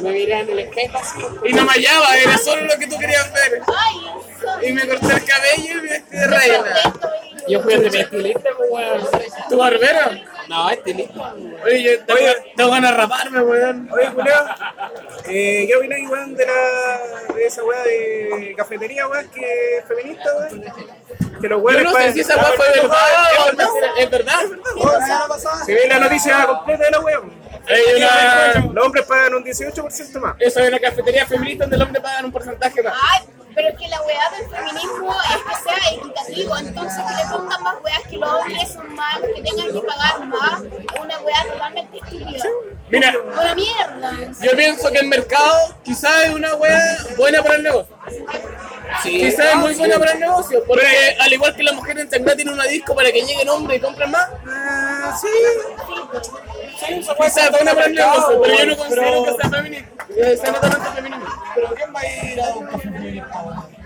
Me miré en el espejo así.
Y no me hallaba, era solo lo que tú querías ver.
Ay, soy
Y me corté el cabello y me vestí de reina.
perfecto, y-
Yo fui a mi estilista, pues, weón.
¿Tu barbero?
No, estilista.
Oye, yo-
Oye.
tengo ganas de raparme, weón.
Oye, Julio, eh, ¿qué opináis, weón, de, la, de esa weá de cafetería, weón, que es feminista, weón? Que los
Yo
weones
no sé
pagan-
si esa weá fue verdad. es verdad, Es verdad.
Si veis la noticia completa de la weón.
Hay una-
Los hombres pagan un 18% más.
Eso es una cafetería feminista donde el hombre pagan un porcentaje más.
Ay, pero es que la weá del feminismo es que sea equitativo, entonces que le pongan más weas que los hombres son más, que tengan que pagar más, es una weá totalmente estúpida.
Mira,
Una mierda.
yo pienso que el mercado quizás es una weá buena para el negocio. Quizás es muy buena para el negocio, porque al igual que la mujer en Sangrá tiene una disco para que lleguen hombres y compren más, Ah, quizás es buena para el negocio, pero yo no considero que sea feminista. eh, sea netamente feminista.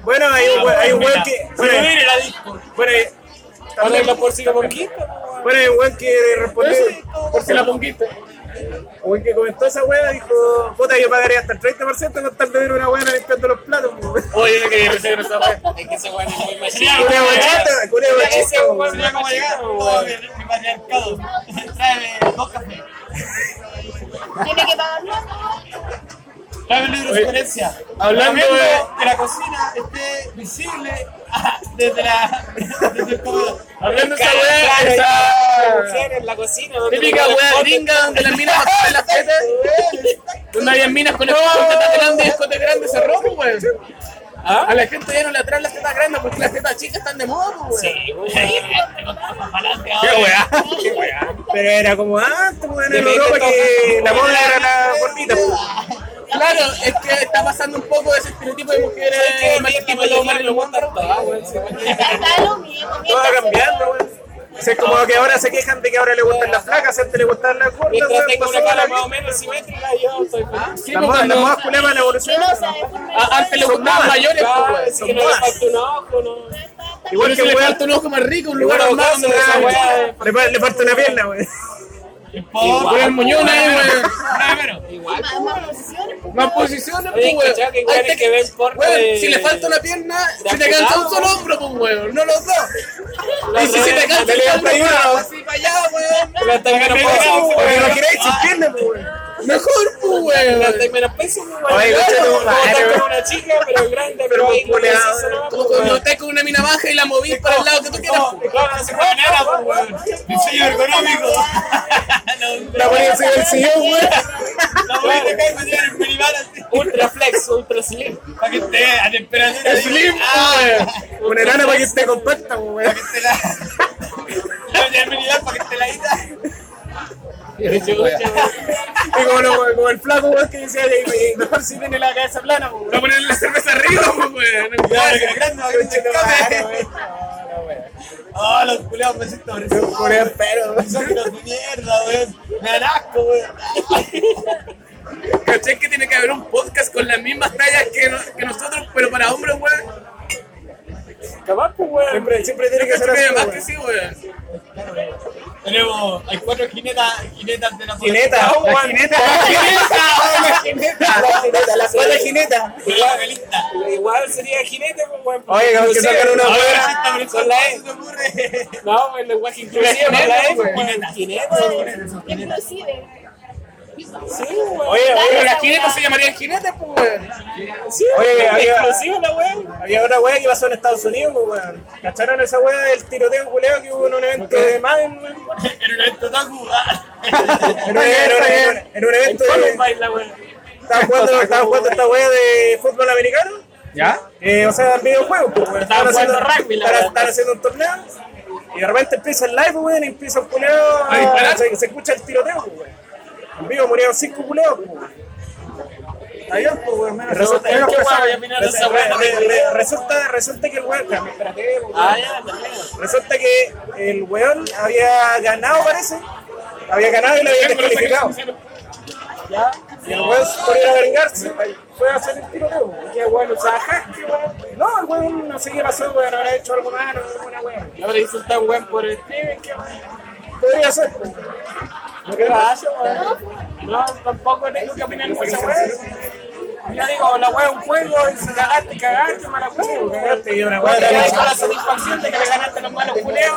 Bueno, hay un we- hay un weón que.
Pero
Bueno,
Ah, mira, la
bueno, hay-
Habla la porcita porquita.
bueno, hay un weón que respondió.
Por si la ponquiste.
Un weón que comentó esa weá dijo: Puta, yo pagaría hasta el 30% con tal de ver una weá limpiando los platos. weón".
Oye, yo quería recibir esa weá.
Es que ese weón es muy
Ya,
machista.
weón.
Una machista, una
Ah,
machista.
Ese
weón.
weón mira cómo llegaron, weón. Mi patriarcado. Tráeme dos cafés.
Tiene que pagar más.
Tráeme el libro de sugerencia.
Hablando
Hablando
de... este,
que la cocina esté visible ah, desde la desde el comedor.
Hablando de esa
Claro,
weá,
claro,
esa-
la mujer en la cocina donde
Típica
te
weá
cortan-
gringa donde las minas pasaban las tetas. Donde había minas con con tetas grandes, escotes grandes, se rompen, weón.
¿Ah?
A la gente ya no le traen las tetas grandes porque las tetas chicas están de moda, pues, weón.
Sí, weón.
Qué weá.
Pero era como antes, weón, en
Depende
Europa
todo.
que la moda era la gordita. weón.
Claro, es que está pasando un poco ese estereotipo de mujeres
que
más
bien,
que
la
los
mayoría
hombres
no
lo montan.
aguanta, weón, sí,
Está lo mismo.
Todo
mientras
va
se
cambiando,
vea.
weón. O sea, es como que ahora se quejan de que ahora le gustan las flacas, antes le gustaban las gordas.
Mientras
weón,
tenga
pasó
una cara
la-
más o menos simétrica, yo soy feliz.
Sí,
Las modas
pues,
las
cuando-
modas culeras van evolucionando.
Pero, o sea, es por medio
a- Ah, Antes le
de-
gustaban mayores, pues,
Claro,
weón.
así que no le falta un ojo, no.
Está- está-
Igual
Pero
que
si le
weón-
falta un ojo más rico, un
Igual
lugar
a
más
Ocaso,
donde
esa
esa weá.
weá, Le, pa- le parte una pierna, weón.
Poner muñones, weón.
más- más posiciones, pues,
Más
Oye,
posiciones, pues, weón.
cachado que
Hay
igual es
tec-
que ven porno
weón,
de-
Si le falta una pierna,
de
se te cansa un
amputado.
solo hombro, pues, weón. No los
Ah,
dos.
La
Y si
otra
se
vez me
te cansa el
peleé
hombro,
por ahí,
weón,
weón.
así para allá, weón.
La estáis menos
Me
peso,
pegaba,
weón.
weón.
No queréis sin piernas,
Mejor, pues,
La
weón.
estáis menos peso, weón.
Oye,
Claro,
coche, tu
como
madre,
estar
weón.
con una chica, pero grande,
Pero
pero ahí no
culeado,
preciso, ¿no?
Como cuando estás con una mina baja y la movís para el lado que tú quieras.
No, claro, no se puede nada, pues, weón. Diseño ergonómico.
La ponía así en el sillón, güey.
La weá te cae metida en el minibar así. Ultra flex, ultra slim. Para que esté a temperatura. Ah,
Slim, güey. Una enana para que esté compacta, güey.
La metida en el minibar para que esté ladita.
Y como, lo- como el flaco, güey, que decía, "Eh, mejor si tiene la cabeza plana, güey.
Voy a poner la cerveza arriba, pues, weón.
Y ahora que es grande, va a que te escape. Oh, los culeados me siento presos. Son los de mierda, weón. Me dan asco, weón.
¿Cachai que tiene que haber un podcast con las mismas tallas que, no- que nosotros, pero para hombres, weón?
Capaz, pues, güey. Siempre, siempre tiene que ser
Creo que
así,
más
güey.
que sí, weón.
Tenemos, hay cuatro jinetas, jinetas de la
Jineta,
política.
la jineta, la jineta, la jineta, la cuarta jineta.
De la galista.
Igual sería jinete, pues, güey. Oye, cabrón, que sacan una
Ahora
güey.
sí está brutal, se te ocurre.
No, el lenguaje inclusivo.
Jineta,
¿verdad?
güey.
Jineta.
Inclusive.
Oye, oye,
Pero las jinetas se llamarían jinetes, pues, weón.
oye, había,
Inclusivo la weón.
había una wea que pasó en Estados Unidos, pues, weón. ¿Cacharon esa wea del tiroteo culeado que hubo en un evento de Madden, weón?
Era un evento otaku.
En, un- en un- en un- en un evento de.
Baila, weón.
Estaban jugando, estaban jugando esta wea de fútbol americano. ¿Ya? Eh, o sea, videojuegos, pues, weón.
Estaban jugando rugby, la
estaban-
wea.
estaban haciendo un torneo. Y de repente empieza el live, weón, y empieza un culeo.
¿A disparar?
Se, se escucha el tiroteo, pues, weón. En vivo murieron cinco culeos, pues, weón. Adiós, pues, weón. menos-
Resulta-
menos
¿qué
pesado.
weón voy a opinar de esa
Re-
weá?
re- re- Resulta, resulta que el weón. espérame, espérate, pues, weón.
Ah, ya, también.
Resulta que el weón había ganado, parece. Había ganado y lo había descalificado. ¿Ya? Y el weón, por ir a vengarse, fue a hacer el tiroteo. Y el weón usaba jaque, weón. No, el weón no sé qué pasó, weón. Habrá hecho algo malo, alguna weón.
Ahora insultan weón por el streaming. que-
Podría ser, pues, weón. ¿No qué pasa, weón?
No, tampoco tengo que opinar de esa weón. Yo digo, la weón es un juego, y si cagaste, cagaste, mala weón.
Cagaste, y una
Te
weón.
quedaste con la satisfacción de que le ganaste los malos culeos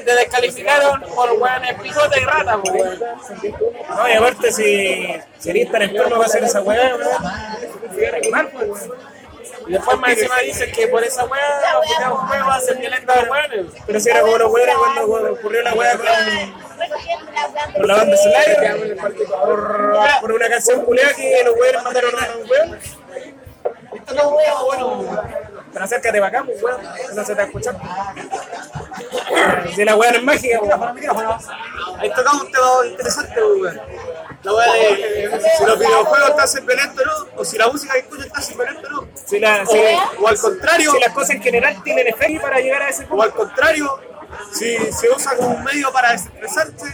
y te descalificaron por weones pijota y rata, po, weón.
No, y aparte, si, si eres tan enfermo va a hacer esa weón, weón. Te voy a reclamar, pues, weón.
Y después más encima dicen que por esa weá los videos juegos hacen violenta a los weones.
Pero si era como los weones cuando cuando ocurrió la weón con.
Recogiendo las plantas.
por la banda Celaya, por, por una canción culea que los weones mandaron a un weón.
Esto no es bueno.
Pero acércate para acá, pues, weón, no se te va a escuchar. Si la weón es mágica, pues.
Ahí tocamos un tema interesante, weón.
La weón
si los videojuegos están
hacen violento no, o si la música que escuchas está hacen violento no. Si la, si,
O
al contrario. Si las cosas en general tienen efecto para llegar a ese punto. O al contrario, si se usa como un medio para desestresarte.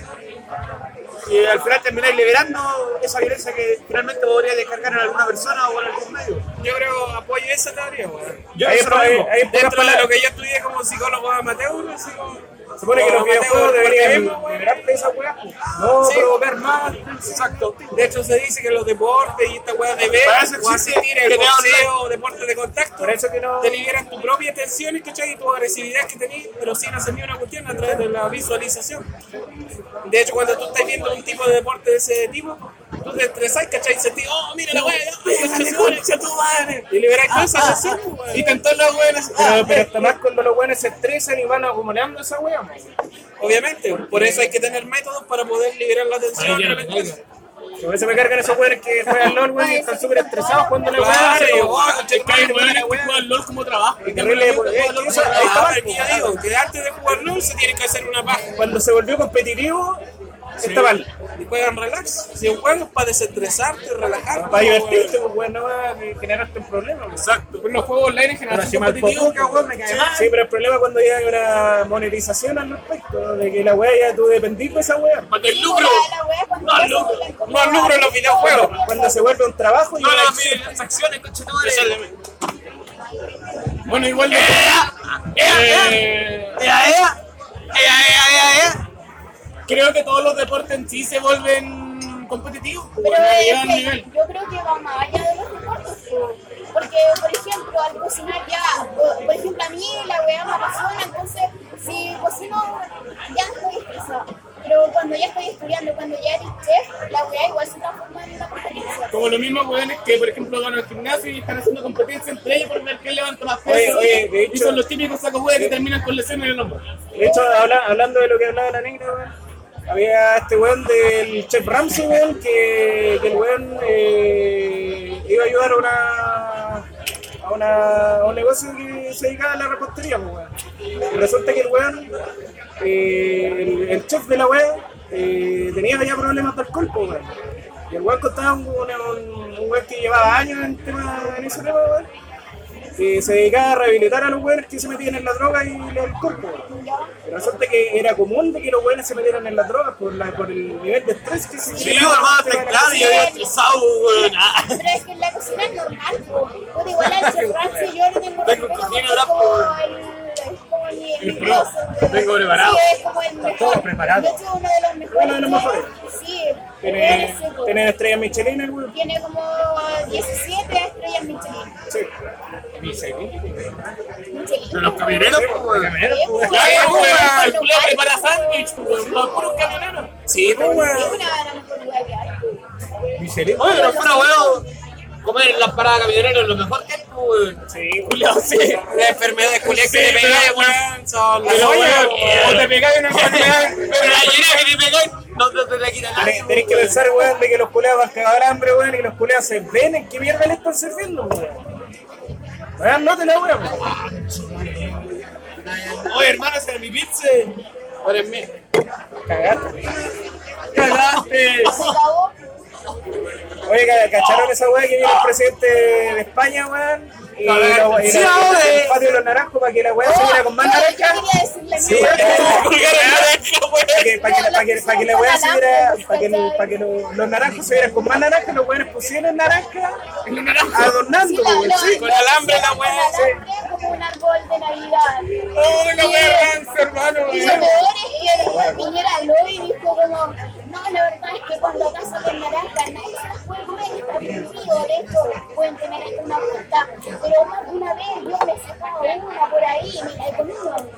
Y al final termináis liberando esa violencia que finalmente podría descargar en alguna persona o en algún medio.
Yo creo apoyo esa teoría, weón.
Yo
Ahí
eso
por-
lo
ahí-
digo.
ahí
Dentro
por-
de lo
que yo estudié como psicólogo amateur, así como.
supone que los videojuegos deberían liberarte de esa weá. pues. No
Sí.
provocar más.
Exacto. De hecho, se dice que los deportes y esta weá de ver,
Para eso
o
existe
asistir
el
el
boxeo.
boxeo, deportes de contacto,
Por eso que no.
te liberas tus propias tensiones, ¿cachai? Y tu agresividad que tenés, pero sin hacer ni una cuestión a través de la visualización. De hecho, cuando tú estás viendo un tipo de deporte de ese tipo, tú te estresás, ¿cachai? Y sentís, oh, mira la weá, ya, tu madre. Y liberás toda esa tensión, weón.
Y tentó las weones.
Pero, pero hasta más cuando los weones se estresan y van acumulando esa weá.
pues.
man.
Obviamente, por eso hay que tener métodos para poder liberar la tensión. la estrés.
Por eso me cargan esos weones que juegan LOL, weón, y están súper estresados cuando la weá.
Claro,
pero-
weón,
Te caen weones
la
que
weá.
juegan LOL como trabajo.
y terrible, weón. Eh, incluso ahí está,
Ah,
man,
pero yo digo que antes de jugar LOL se tiene que hacer una paja.
Cuando se volvió competitivo, está mal.
Y juegan relax. Si un juego es para desestresarte, y relajarte.
Para divertirte, pues, weón, no va a generarte un problema. weón.
Exacto. Los juegos online en
Pero
general
si
son
mal
competitivos,
pues, poco, weón, me cae mal. Sí, pero el problema es cuando ya hay una monetización al respecto, ¿no? de que la weá ya tú dependís de esa weá.
Cuando el lucro.
No lucro.
No lucro en los
Ah,
videojuegos.
Cuando se vuelve un trabajo y
No
una
las
acción.
microtransacciones, cochetumare.
Bueno, igual.
eh,
Eh,
¡Ea,
eh,
ea! ¡Ea, ea, ea, ea!
creo que todos los deportes en sí se vuelven competitivos. pues,
Pero
weón, a
es
llegar al
que
nivel.
yo creo que va más allá de los deportes, po. porque por ejemplo al cocinar ya, po- por ejemplo a mí la weá me apasiona, entonces si cocino ya estoy estresada, pero cuando ya estoy estudiando, cuando ya eres chef, la weá igual se transforma en una competencia.
Como los mismos weones que, por ejemplo, van al gimnasio y están haciendo competencia entre ellos por ver quién levanta más peso.
Oye, oye, de
y
hecho-
son los típicos sacos weas que terminan con lesiones en el hombro.
De hecho, habla- hablando de lo que hablaba la negra, weón, había este weón del Chef Ramsey, weón, que, que el weón eh, iba a ayudar a una, a una a un negocio que se dedicaba a la repostería, pues, weón. Y resulta que el weón, eh, el, el chef de la weón, tenía ya problemas de alcohol, pues, weón. Y el weón contaba un, un, un weón que llevaba años en, tema, en ese tema, weón. que se dedicaba a rehabilitar a los weones que se metían en la droga y el alcohol, pues, weón. Pero resulta que era común de que los buenos se metieran en las drogas por, la, por el nivel de estrés que se
Sí, hermano, está claro, yo había estresado, weón. Ah,
Pero es que en la cocina es normal, po. o de igual al chef Ramsey, yo le tengo respeto porque
cocina,
es
¿verdad,
como
po?
el- es como mi- mi grosso, weón.
vengo preparado.
Sí, es como el mejor.
todo preparado.
De hecho, uno de los mejores.
Uno de los mejores.
Sí, él
Tiene,
es seco.
tiene estrella Michelin, el weón.
Tiene como 17 estrellas Michelin.
Sí.
Michelin.
Los camioneros, pues, weón.
Camionero,
Sí,
pues,
pues,
Ya, ya,
weón,
weón, el
local,
culo prepara
sí,
sándwich, pues, weón, los puros camioneros.
Sí, pues,
es
weón.
una de las mejores weas que hay, pues.
Michelin.
Oye, pero fuera, weón. Comer en las paradas camioneros es lo mejor que hay, pues, weón.
Sí,
Culeado, sí.
La enfermedad de culia que
Sí,
le pegáis,
pero-
weón, son las
Pero,
oye,
weón, o te pegáis una enfermedad.
Pero la llena que te pegáis, no te, te la quita nadie.
Tenéis tenéis que pensar, weón, de que los culeados van cagados de hambre, weón, y que los culeados se ven en qué mierda le están sirviendo, weón. Weón, no te la weón.
Oye, hermano, esa es mi pizza. Órenme.
Cagaste.
Cagaste.
Se acabó.
Oye, ca- ¿cacharon esa weá que viene el presidente de España, weón? Y, la, y la-
Sí,
y la-
ahora,
el
eh.
patio de los naranjos para que la weá se viera con más
Yo- yo
naranja.
quería decirle a mi
Sí,
mamá.
weón.
Colgaron naranja,
para
weón.
que, para que, para que, para que la weá se viera, para que, el- para que lo- los naranjos se vieran con más naranja, los weones pusieron naranja
Sí,
adornando,
la-
weón,
la-
sí.
Con alambre la
con
weá,
alambre como un árbol de Navidad.
Oh, una wea ranza, hermano.
Y
weón.
lo peor es que después Piñera habló y dijo como, no, la verdad es que cuando acaso con naranja nadie se las puede comer, está bien frío, de hecho pueden tener hasta una vuelta, pero más de una vez yo me he sacado una por ahí y me la he comido.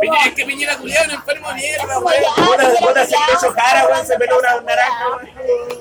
Piñera- Es que Piñera culiado, un enfermo de mierda, weón.
Puta- puta, se pecho jara, weón, se peló una naranja,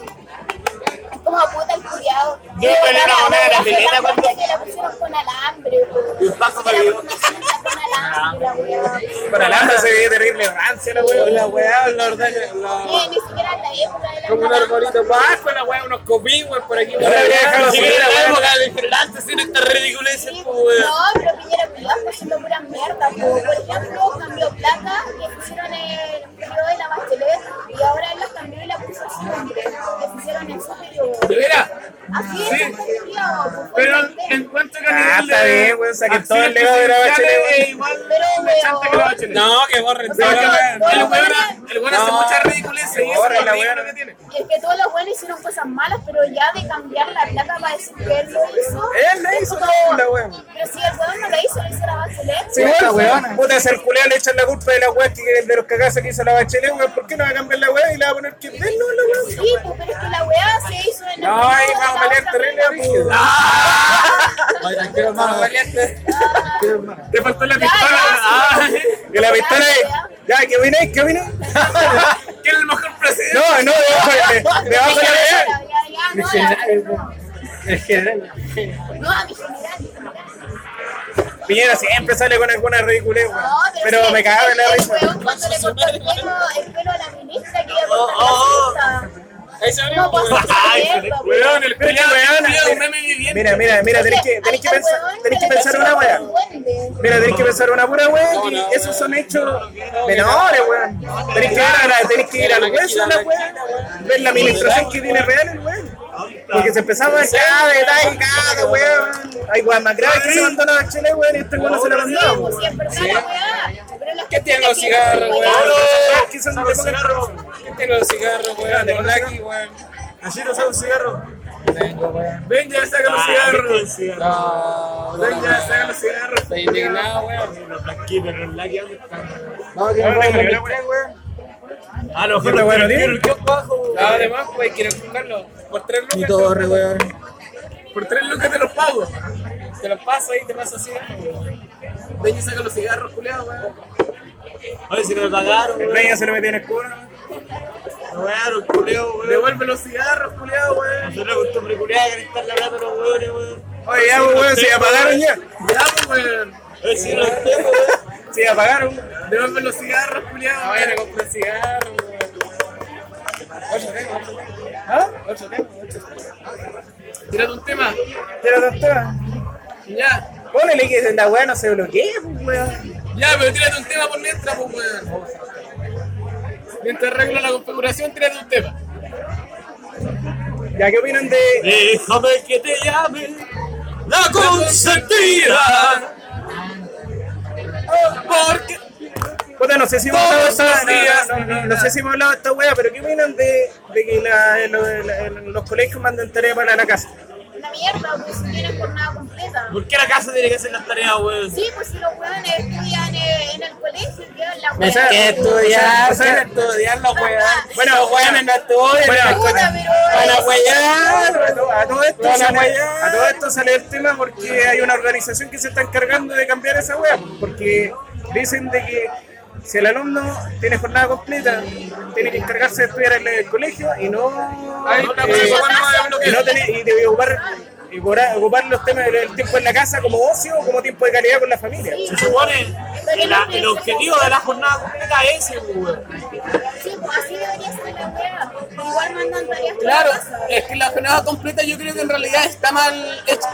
Es Como puta el culiao.
Yo pelé una moneda en la pileta cuando-
Que la pusieron con alambre, weón.
Y un paso para
La
el-
pusieron Con alambre, la weá.
Con alambre se veía terrible rancia la weá.
La weá, la verdad que la-
Eh, ni siquiera en la época de la
Como un
naranja.
arbolito bajo, la weá, unos copigües por aquí.
Ahora habría que dejarlo
Ni siquiera
subir,
en la
weón.
época de vigilante, si no está ridiculez,
Sí,
pues, weón.
No, pero Piñera Cuidado está haciendo pues, pura mierda. po. Por ejemplo, cambió plata que pusieron el periodo de la Bachelet y ahora él las cambió y la puso a su nombre. Le pusieron en su periodo.
De veras.
Así es, está culiao, po. Fue
Pero
un
en
pendejo.
cuanto que
Ah, está bien, weón, saquen todo el legado de la Bachelet,
Es
weón.
igual
Pero,
de chanta que la Bachelet.
No, que borren todo,
Porque
weón.
El weón el weón hace
No.
muchas ridiculeces y eso
Ahora
es
la
lo ridículo
weona.
que tiene.
Es que todos los buenos hicieron cosas malas, pero ya de cambiar la plata para decir que él lo hizo.
Él la
es
hizo,
como-
la weón.
Pero si el weón no la hizo, lo hizo la Bachelet.
Sí,
Esta
weón,
weona.
Puta, si al culeado le echan la culpa de la weá que de los cagazos que hizo la bachelet, weón, ¿por qué no va a cambiar la weá y la va a poner que él no la weá?
Sí, po, pero es que la weá se hizo en el.
No, ahí vamos a pelear terrible, pues.
Ay, tranquilo, hermano, valiente.
Te faltó la
Ya,
pistola.
ya, sí.
Ah,
Que la pistola es. Ya, ¿qué opináis? ¿Qué opináis?
¿Quién es el mejor presidente?
No, no, debajo de debajo de la weá.
Ya, ya, no, la verdad no. No, a mi general, mi general.
Piñera siempre sale con alguna ridiculez, weón.
No,
Pero
sí,
me cagaba en la
el
risa.
weón Cuando le cortó el pelo, el pelo a la ministra que iba a cortar
Oh,
la fiesta.
Ahí se ve,
No, pues,
weón.
esa mierda,
Weón, el
Pero es que,
culiao,
weona,
el culiao, un
mira.
meme viviente.
Mira, mira, mira, tenés que, tenés que pensar, tenés que pensar una weá. Mira, tenés que pensar una pura weá y esos son hechos menores, weón. Tenés que ir, a la- tenés que ir al hueso de la weá, ver la administración que tiene real el weón. Porque se empezaba a cada detalle, cada weón. Hay weón más graves que se abandonaba a Chile, weón, y este weón no se lo abandonaba,
pues,
weón.
¿Qué
tienen los cigarros, weón?
Pero, ¿qué son los cigarros?
Tengo los cigarros, weón. Los Lucky, weón.
Así no sabe un cigarro.
Tengo, weón.
Ven ya, saca los cigarros.
No,
Ven
weón.
ya, saca los cigarros.
Estoy indignado, weón.
Ahora, déjame ver, weón.
A lo mejor bueno, tiene el kiosco bajo.
Nada de más, güey, quieres buscarlo. Por tres
Ni
lucas.
todo re weón.
Por tres lucas te los pago. Te los paso ahí, te paso así. Ven y saca los cigarros, culiados, güey.
A ver si me pagaron.
El rey ya se lo metió en el culo.
Claro, culeo, weón.
Devuelve los cigarros, culiados, güey.
Yo la costumbre culeada que estar la plata a los huevones, weón.
Oye, ya, pues, weón, se apagaron ya.
Ya, pues, güey.
A ver si los tengo, weón.
Se apagaron.
Devuelve los cigarros,
Ah,
culiados. Vayan a comprar cigarros, güey. ¿Ah? Tírate un tema.
Pero doctora,
Ya.
ponele que la weá no se bloquee, pues, weón.
Ya, pero tírate un tema por mientras, pues, güey. Mientras arreglo la configuración, tírate un tema.
Ya, ¿qué opinan de
Déjame que te llame la consentida.
Porque
Puta, no sé si hemos hablado de esta- no, no, no, no, no sé si hemos hablado de esta wea, pero ¿qué opinan de, de que la- lo- la- los colegios manden tarea para la casa?
Una mierda, pues si tienen jornada completa.
¿Por qué la casa tiene que hacer las tareas, weón?
Sí, pues si los hueones estudian eh, en el colegio, y quedan la
Me
hueá.
saqué estudiar,
O sea,
estudiar los weón.
Bueno, weón, a todo
Puta,
esto.
pero eh,
Ah, A todo esto
Van a
sale-
huellar.
a todo esto sale el tema porque hay una organización que se está encargando de cambiar esa wea, porque dicen de que si el alumno tiene jornada completa, tiene que encargarse de estudiar en el colegio y no...
Ahí está,
eh,
por eso cuando me
y
bloqueo.
no tener, y debe ocupar, y cobrar- ocupar los temas del tiempo en la casa como ocio o como tiempo de calidad con la familia.
sí,
Se supone que la- el objetivo de la jornada completa es ese, pues, weón.
sí, pues así debería ser la hueá. Igual mandan tareas
Claro,
para la casa.
es que la jornada completa yo creo que en realidad está mal hecha. A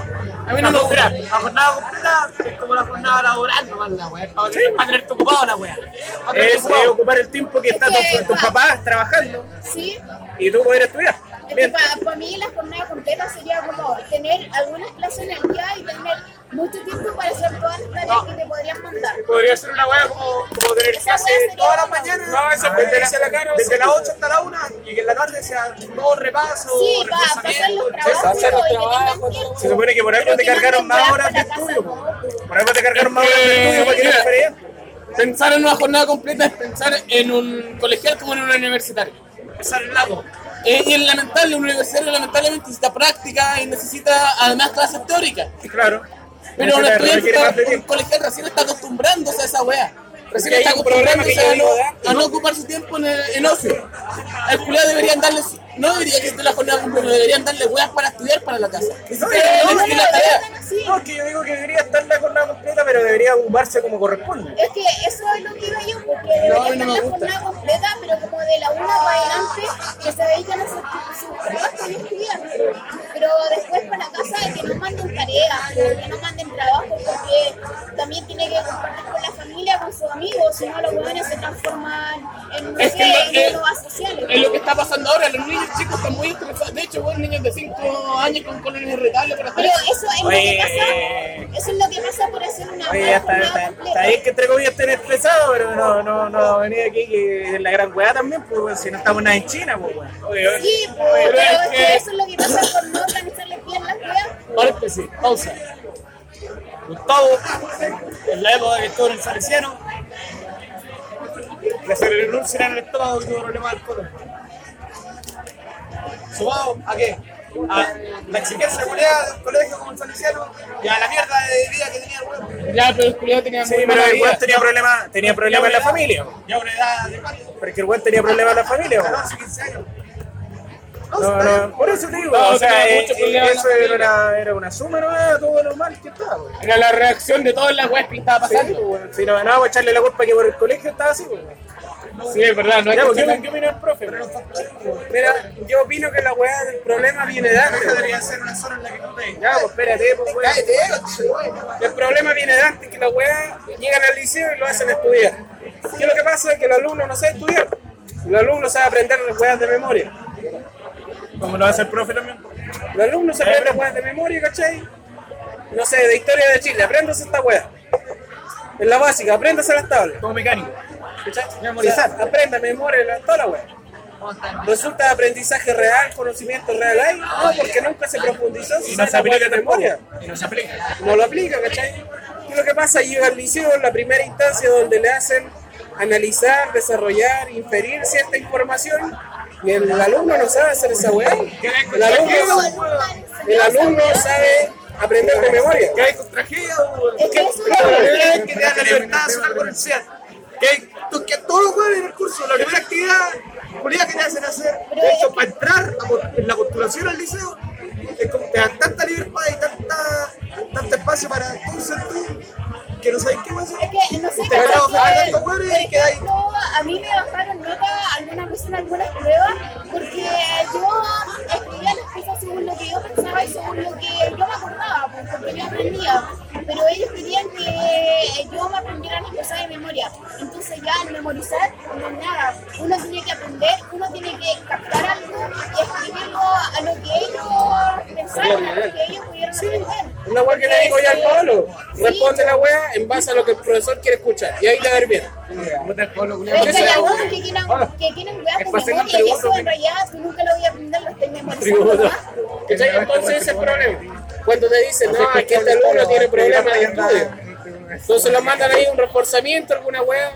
mí no me
Mira,
gusta.
la jornada completa es como la jornada laboral, nomás la weá. Para tenerte ocupado la weá. Para tenerte
Es eh,
ocupado.
ocupar el tiempo que está tu- tus papás trabajando
Sí.
y tú poder estudiar.
Es que
Bien.
para, mí la jornada completa sería como tener algunas clases en el día y tener mucho tiempo para hacer todas las tareas que te podrían mandar.
Podría ser una weá como, como tener
Esa clase weá sería todas las bacán. mañanas.
No, esa
weá que
desde,
se
la,
la cara,
desde
sí.
las 8 hasta la 1 y que en la tarde sea todo repaso.
Sí, para hacer los trabajos y que tengan tiempo.
Se supone que por algo
Pero
te
que manden
cargaron más
weas
horas de
para la casa,
estudio.
¿no?
po. Por algo te cargaron más horas de estudio para que no
mira.
fuera
Pensar en una jornada completa es pensar en un colegial como en un universitario. Pensar en lago. y es lamentable, un universitario lamentablemente necesita práctica y necesita además clases teóricas.
Claro.
Pero un
Eso te
estudiante,
requiere
está-
más de
un
tiempo.
colegial recién está acostumbrándose a esa wea. Recién
Porque
está
hay un programa que
acostumbrándose a
yo digo de
no,
antes,
a no ocupar su tiempo en, el- en ocio. Al culiado deberían darle, su- no debería que esté la jornada completa, deberían darle weas para estudiar para la casa. Ni siquiera
No,
le
no,
den
no,
la tarea.
no, sí.
No, es que yo digo que debería estar la jornada completa, pero debería ocuparse como corresponde.
Es que eso es lo que iba yo, porque debería estar la jornada completa, pero como de la una para adelante, que se dedican a hacer sus sus trabajos y estudiar. Pero después para la casa, que no manden tareas, que no manden trabajo, porque también tiene que compartir con la familia, con sus amigos, si no los jóvenes se transforman en, no
Es que
sé,
lo-
en
es-
unos asociales.
Es lo que está pasando ahora, los niños chicos están muy estresados. De hecho, bueno, niños de 5 años con colores irritables para hacer
Pero eso es lo que
Oye.
pasa, eso es lo que pasa por hacer una
Oye,
mala
ya está,
jornada
está,
completa.
está bien que entre comillas estén expresados, pero no, no, no, venir aquí que es la gran weá también, pues weón, si no estamos nada en China, pues weón.
Sí, pues, pero es que eso es lo que pasa por no organizarles bien las tareas.
Paréntesis, pausa.
Gustavo, en la época que estuvo en el salesiano, le salió el úlcera en el estómago y tuvo problemas del colon. ¿Sumado a qué? A la exigencia culiada de un colegio como el salesiano y a la mierda de vida que tenía el huevo.
Ya, pero el culiado tenía
Sí,
muy
pero
mala
el weón
vida.
tenía problemas, tenía problemas en la familia, weón.
Ya una edad de cuánto,
porque el weón tenía problemas en la familia, weón.
14, 15 años.
No, no, por eso te digo,
No,
o sea,
tenía
eh,
muchos
eh,
problemas en la
eso era una, era una suma, ¿no? A todo lo mal que estaba, weón.
Era la reacción de todas las weas que estaba
Sí, pues,
pasando.
weón. Si no, no, vamos a echarle la culpa que por el colegio estaba así, pues, weón.
Sí, es verdad, no hay
Ya, pues,
que
¿qué, ¿Qué opina el profe? Mira, yo opino que la weá del problema viene de antes. debería ser una zona en la que no te... Ya, pues espérate, pues weá. El problema viene de antes, que la weá llegan al liceo y lo hacen estudiar. ¿Qué es lo que pasa? Es que el alumno no sabe estudiar. El alumno sabe aprender las weas de memoria. Como lo hace el profe también. El alumno se aprende las weas de memoria, ¿cachai? No sé, de historia de Chile, apréndase esta weá. Es la básica, apréndase las tablas.
Como mecánico.
Memorizar. aprenda, memoria, la- toda la wea. Resulta de aprendizaje real, conocimiento real ahí. No, porque nunca se profundizó. si
no
sabe
se
la
aplica
wea de
tampoco.
memoria.
Y no se aplica.
No lo aplica, ¿cachai? ¿Qué es lo que pasa? Llega al liceo, la primera instancia donde le hacen
analizar, desarrollar, inferir cierta información y el alumno no sabe hacer esa weá. El alumno, el alumno sabe aprender de memoria.
¿Qué hay con tragedia?
Es que es
La primera
una.
vez que te dan la libertad de sonar con el SEAT. Que hay tú- que a todos los jueves en el curso, la primera actividad política que te hacen hacer, de hecho, para entrar a post- en la postulación al liceo, es como te dan tanta libertad y tanta, tanto espacio para tú ser tú, que no sabes qué más hacer.
Es que no sé
Te agarraba
por qué,
jalando,
por
güey, y quedáis.
ejemplo, a mí me bajaron nota alguna vez en algunas pruebas porque yo escribía las piezas según lo que yo pensaba y según lo que yo me acordaba, pues, porque yo aprendía. Pero ellos querían que yo me aprendiera las cosas de memoria. Entonces ya al memorizar no es nada. Uno tiene que aprender, uno tiene que captar algo y escribirlo a lo que ellos pensaron, a lo que ellos pudieron aprender.
Una weá que le digo yo al Pablo. Responde la weá en base a lo que el profesor quiere escuchar. Y ahí te va a ir bien. pues,
Pero es que hay algunos que quieren, que quieren weas con memoria y eso en realidad tú pues, nunca lo voy a aprender, lo estoy memorizando.
Tributo.
nomás.
¿Cachai? Entonces ese es el problema. Cuando te dicen, no, es que este alumno tiene problemas de estudio. Entonces lo mandan ahí un reforzamiento, alguna weá,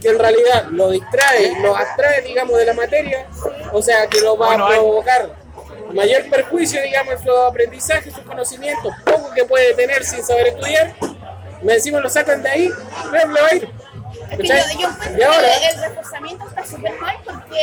que en realidad lo distrae, lo abstrae, digamos, de la materia. O sea, que lo va a provocar mayor perjuicio, digamos, en su aprendizaje, sus conocimientos, poco que puede tener sin saber estudiar. Me decimos, lo sacan de ahí, no lo va a ir.
Es que
¿Cachai?
yo, yo encuentro
Y ahora,
que el reforzamiento está súper mal porque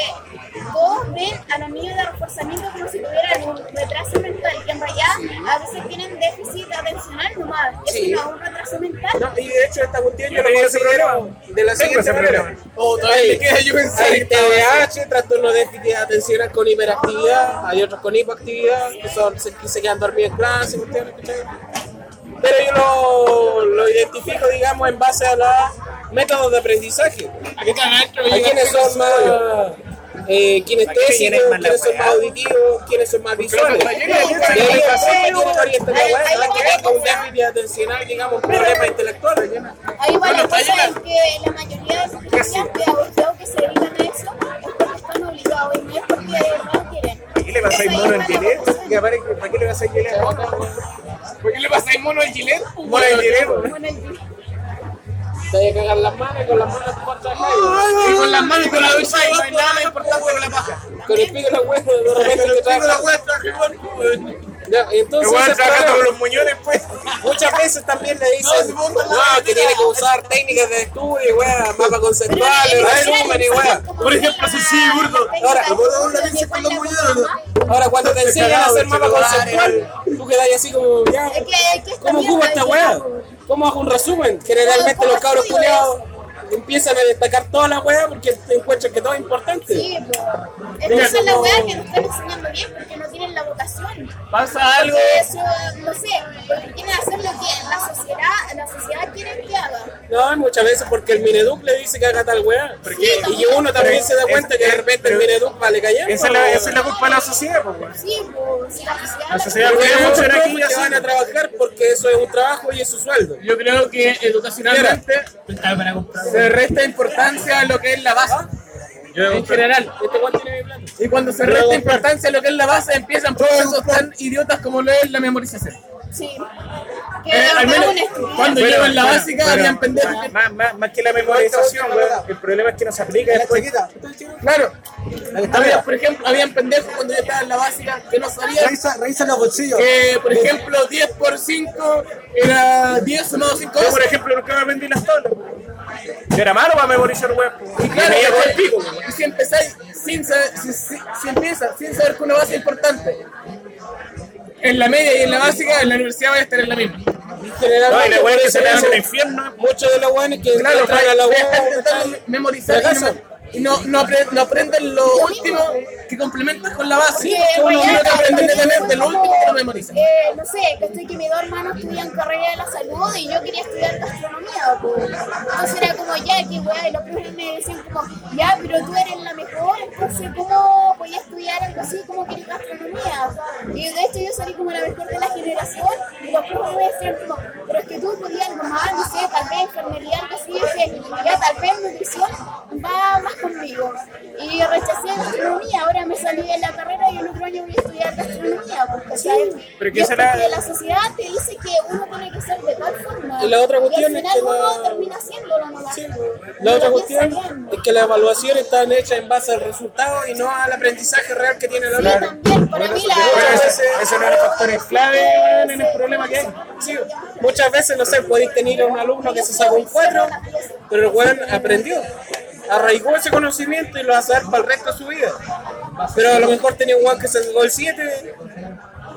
todos ven a los niños de reforzamiento como si tuvieran un retraso mental, que en realidad a veces tienen déficit atencional nomás. Eso
Sí.
no es un retraso mental.
No, y de hecho esta cuestión yo,
Yo
lo
tenía ese
considero
problema.
de la
Tengo
siguiente
ese
manera.
problema. Oh,
O todavía me queda yo en Hay TDAH, trastorno de déficit atencional con hiperactividad, hay otros con hipoactividad, que son se, que se quedan dormidos en clase, cuestiones, ¿cachai? Pero yo lo, lo identifico, digamos, en base a los métodos de aprendizaje.
Aquí está maestro,
Hay quienes son más eh, kinestésicos, quienes son más auditivos, quienes son más visuales.
la
Y
mayoría
ahí
piensa que
hay
la
personas que tienen
hay-
orientación,
hay
la que
gente
tenga un
que-
déficit atencional, digamos, un problema intelectual.
Hay varias
Bueno,
cosas
Payela.
en que la mayoría de los estudiantes pedagógicos que se dedican a eso es porque están obligados y no es porque no quieren.
¿Qué le pasa a
Eso ahí
mono en
está la
Gilet?
confusión.
¿Qué apare- ¿Para qué le vas a Gilet?
¿Por qué le pasáis mono pues, al gilet?
Mono pues. en Gilet, weón.
Bueno, el-
Te hay que cagar las manos y con las manos te cortas el medio.
Y con las manos y con la ducha y no hay nada más importante que la paja.
Con el pico en la hueá, de repente te
Tengo la
trabaja.
hueá, traje igual. eh.
Ya, Entonces,
Igual
ese
trabajando
problema-
con los muñones, pues.
muchas veces también le
No,
dicen
si vos con la
no, que
bandera.
tiene que usar técnicas de estudio, weá, mapa
Pero
conceptual,
en el
resumen y
social,
weá.
como
Por ejemplo,
que
sí,
la-
burdo.
la técnica
Ahora,
de
el burdo
burdo
dice
de
con los
cuál la
muñedos.
usa más.
Ahora, cuando te enseñan a hacer mapa conceptual, tú quedas así como, ya,
Es que- que esta
¿cómo ocupo
mierda
esta
que
weá?
hago.
¿Cómo hago un resumen? Generalmente
¿Cómo-
los
cómo
cabros
estudio
culiados empiezan a destacar toda la weá porque encuentran que todo es importante.
Sí, po. Entonces
Mira,
la
como-
weá que no están enseñando bien porque no tienen la vocación.
Pasa algo.
Porque Eso, no sé, porque quieren hacer lo que la sociedad, la sociedad quiere que haga.
No, y muchas veces porque el Mineduc le dice que haga tal weá.
qué?
Y uno también se da
Pero-
cuenta que de repente el
pero-
Mineduc vale callar.
Esa es la- esa es la culpa de la sociedad, pues, weón.
Sí, po, si la sociedad...
La sociedad
Porque
Pero
hay muchos
pero aquí
profes
ya
que
sí.
van a trabajar porque eso es un trabajo y es su sueldo.
Yo creo que educacionalmente se resta importancia a lo que es la base. En general.
Este weón tiene mi plan.
Y cuando se resta importancia a lo que es la base, empiezan procesos tan idiotas como lo es la memorización.
Sí. Que
Eh, al
haga
menos
un estudio.
cuando
Pero-
llevan la
pero-
básica,
pero-
habían pendejos. que-
Más, más, más que la memorización, weón. El problema es que no se aplica después.
Claro. Había,
arriba.
por ejemplo, habían pendejos cuando yo estaba en la básica que no sabían
Revisa, revisa los bolsillos.
que, por ejemplo, 10 por 5 era 10 sumado 5
Yo, por ejemplo, nunca me vendí las tablas. Yo era malo para memorizar weón.
Y claro, y si- y si empezáis sin saber, si, si- si empiezas sin saber que una base es importante, en la media y en la básica, en la universidad vais a estar en la misma.
Y
No, y
generalmente
la weá que se le
por
hace
eso
un infierno.
muchos de los weones que
Claro,
entran a la
vais
weá,
a intentar memorizar y
Fracasan.
no- y no, no, apre- no aprenden lo último que complementas con la base,
Sí,
sino
porque
que
ya-
aprenden de tener del
como,
último que lo memorizas.
eh, no sé, que estoy que mis dos hermanos estudian carrera de la salud y yo quería estudiar gastronomía. pues. Entonces era como ya, que weá, y los profes me decían como, ya, pero tú eres la mejor, entonces ¿cómo voy a estudiar algo así? ¿Cómo quieres gastronomía? Y de hecho yo salí como la mejor de la generación y los profes me decían como, pero es que tú estudias algo más, no sé, tal vez enfermería, algo así, yo dije, ya, tal vez nutrición va más conmigo. Y rechacé gastronomía, ahora me salí de la carrera y el otro año voy a estudiar gastronomía, porque ¿sabes?
pero que
Y es
esa era-
porque la sociedad te dice que uno tiene que ser de tal forma.
Y la otra cuestión
y al
es
final
que
uno
la-
termina haciéndolo nomás.
Sí,
No
La otra
lo
cuestión
piensa bien.
es que las evaluaciones están hechas en base al resultado y no al aprendizaje real que tiene la
Sí,
alumno.
también, para mí la...
Ese, ese no era factores clave weón, en el problema que hay.
Sí, muchas veces, no sé, podéis tener a un alumno que se sacó un 4, pero el weón aprendió, arraigó ese conocimiento y lo va a saber para el resto de su vida. Pero a lo mejor tenía un weón que se sacó el 7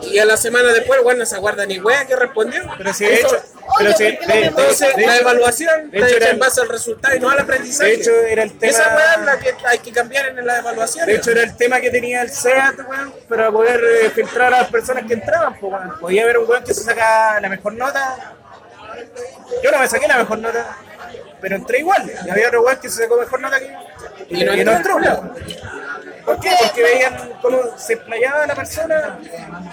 y a la semana después el weón no se aguarda ni weá que respondió.
Pero si de
Eso-
hecho, pero si, de, de-
Entonces,
de-
la evaluación
de
está
hecho,
hecha
era-
en base al resultado y no al aprendizaje.
de hecho, era el tema-
Esa weá es la que hay que cambiar en la evaluación.
de hecho era el tema que tenía el SEAT, weón, para poder eh, filtrar a las personas que entraban, pues, weón. Podía haber un weón que se saca la mejor nota. Yo no me saqué la mejor nota, pero entré igual. Y había otro weón que se sacó mejor nota que yo. Y, no, entró, weón. ¿Por qué? Porque veían cómo se explayaba la persona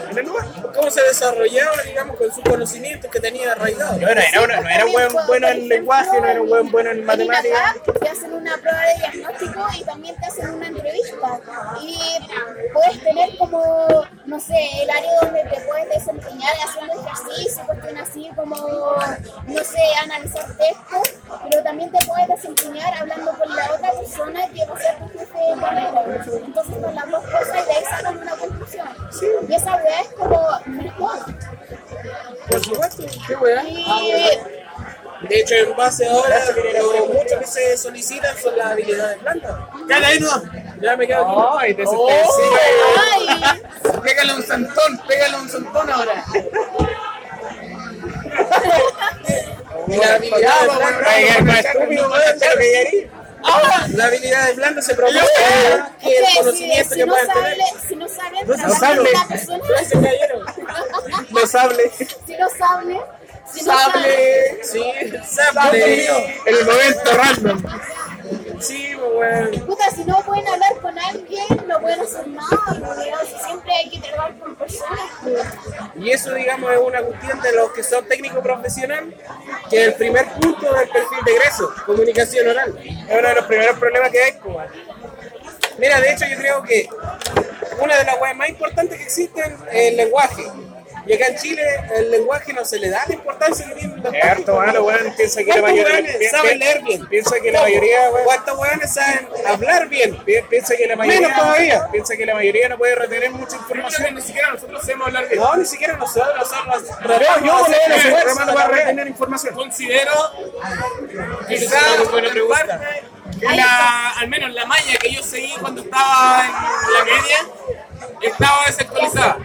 en el lugar.
cómo se desarrollaba, digamos, con su conocimiento que tenía arraigado.
No era, era una- no era un weón bueno en lenguaje, no era un weón bueno en matemáticas.
Acá, te hacen una prueba de diagnóstico y también te hacen una entrevista. Y puedes tener como, no sé, el área donde te puedes desempeñar haciendo ejercicio, cuestión así como, no sé, analizar textos, pero también te puedes desempeñar hablando con la otra persona que va a ser tu jefe de carrera. Entonces con las dos cosas y de ahí sacan una conclusión. Y esa weá es como mejor.
¿Qué weá?
Y
De hecho, en base ahora, lo mucho que se solicitan son las habilidades blandas. Cala ahí, no. Ya me quedo aquí.
Ay, te
ay,
Pégale un santón, pégale un santón ahora.
Y las habilidades blandas,
Pero
las habilidades blandas se proporcionan
Es
que el
que si,
conocimiento
si
que
no
puedan
sabe,
tener.
si no sabe
No
trabajar
sabe.
con una persona,
Se cayeron.
Los hable.
si no sabe, si no sabe,
Sí, sable.
En el momento random.
Sí, pues, weón.
puta, si no pueden hablar con alguien, no pueden hacer nada, no, no, si siempre hay que trabajar con personas.
Y eso, digamos, es una cuestión de los que son técnicos profesionales, que es el primer punto del perfil de egreso, comunicación oral.
Es uno de los primeros problemas que hay, pues, weón.
Mira, de hecho yo creo que una de las weas más importantes que existen es el lenguaje. Y acá en Chile el lenguaje no se le da la importancia que tiene los
Es harto malo, weón. Piensa que la
¿Cuántos
mayoría.
weones saben leer bien?
Piensa que la mayoría, weón.
¿Cuántos weones saben hablar bien?
pi- Piensa que la mayoría.
Menos todavía.
Piensa que la mayoría no puede retener mucha información.
Ni siquiera nosotros sabemos hablar bien.
No, ni siquiera nosotros somos
Yo, yo,
tratamos de
weón,
hacer
esfuerzo
programas
para
para retener.
retener información.
Considero
Quizá
Quizás buena pregunta. que
Ahí
la, al menos la malla que yo seguí cuando estaba en la media estaba desactualizada.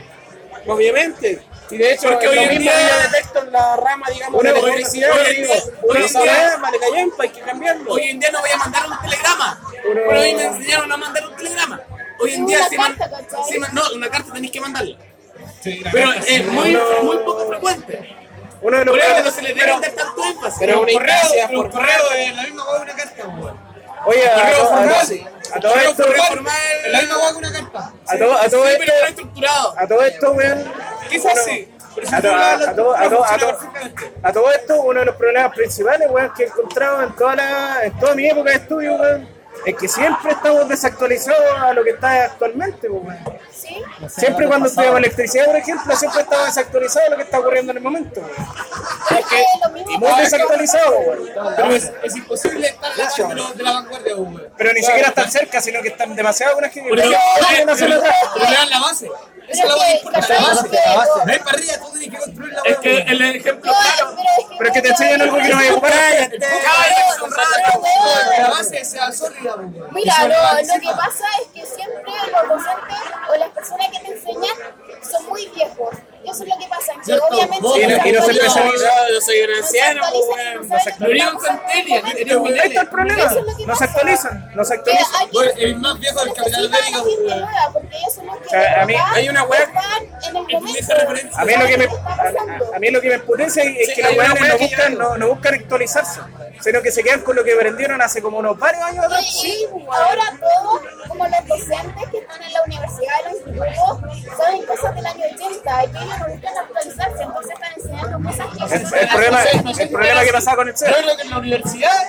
Obviamente. Y de hecho,
Porque
lo
hoy en
mismo
día-
yo detecto en la rama, digamos,
Una-
de
hoy-
electricidad,
hoy en
digo,
día- hoy
uno
en
sabe,
día-
vale, callampa, hay que cambiarlo.
Hoy en día no voy a mandar un telegrama. Pero hoy me enseñaron a mandar un telegrama. Hoy en
Una
día, si man-
carta, ¿cachai?
si man- no, una carta tenéis que mandarla. Pero es muy, muy poco frecuente.
Uno de los
Por eso no
problemas.
se le debe dar tanto énfasis.
Pero una instancia
un
formal.
correo es la misma hueá que una carta, weón.
Oye, a,
Correo
a-
formal.
a todo
Correo
esto,
formal,
weón,
es la misma hueá que una carta.
a todo- a todo
Sí,
esto,
pero no estructurado.
a todo esto, weón.
Quizás sí. Pero si
A,
tú
to-
lo
a-
hablas,
a to- a to- a to-
funciona perfectamente.
a todo esto, uno de los problemas principales weón, que he encontrado en toda, la- en toda mi época de estudio weón, es que siempre estamos desactualizados a lo que está actualmente. weón.
¿sí?
Siempre cuando estudiamos electricidad, por ejemplo, siempre estamos desactualizados a lo que está ocurriendo en el momento. weón.
Ah, Es que lo mismo
Muy
pasa-
desactualizados, weón.
Pero es, es imposible estar a la par de lo- de la vanguardia, weón.
pero ni siquiera están cerca, sino que están demasiado con las que
Por eso,
Están una sola atrás.
pero le dan la base.
Pero
Eso es lo que importa,
¿cachai?
la base.
Que yo-
No hay parrilla, tú tienes que construir la
Es
base.
que
el ejemplo
yo-
Pero es que te enseñan algo que no hay ocupar.
la base sea sólida, weón.
Mira, lo, lo que pasa es que siempre los docentes o las personas que te enseñan son muy viejos. Y Eso es lo que pasa, que
Cierto.
obviamente...
Y no-
y no se
actualizan.
especializan.
Yo soy un anciano, pues,
actualizan,
Lo
no saben lo
weón.
que
único
pasa.
con Telia, que tenía un
Ahí está el problema.
Eso es lo que
No se
pasa.
actualizan. No se
Que
actualizan.
hay que-
Bueno, el más viejo del capital
necesitan
bélico,
gente
weón.
nueva, porque ellos son los que
sea, a mí-
están-
hay una web-
están en el
que me hace
momento.
referencia.
A mí lo que me,
¿Qué está
a,
pasando?
a- a mí lo que me empobrece es
Sí,
que los
hay una
weones
wea
no
que
buscan,
yo-
no, no buscan actualizarse, sino que se quedan con lo que aprendieron hace como unos varios años atrás.
Sí, ahora todos, como los docentes que están en la universidad y los institutos, saben cosas del año 80 y que ellos no buscan actualizarse, entonces están enseñando cosas que
El, el problema, el problema que pasaba con el
Yo
CERN.
creo que en la universidad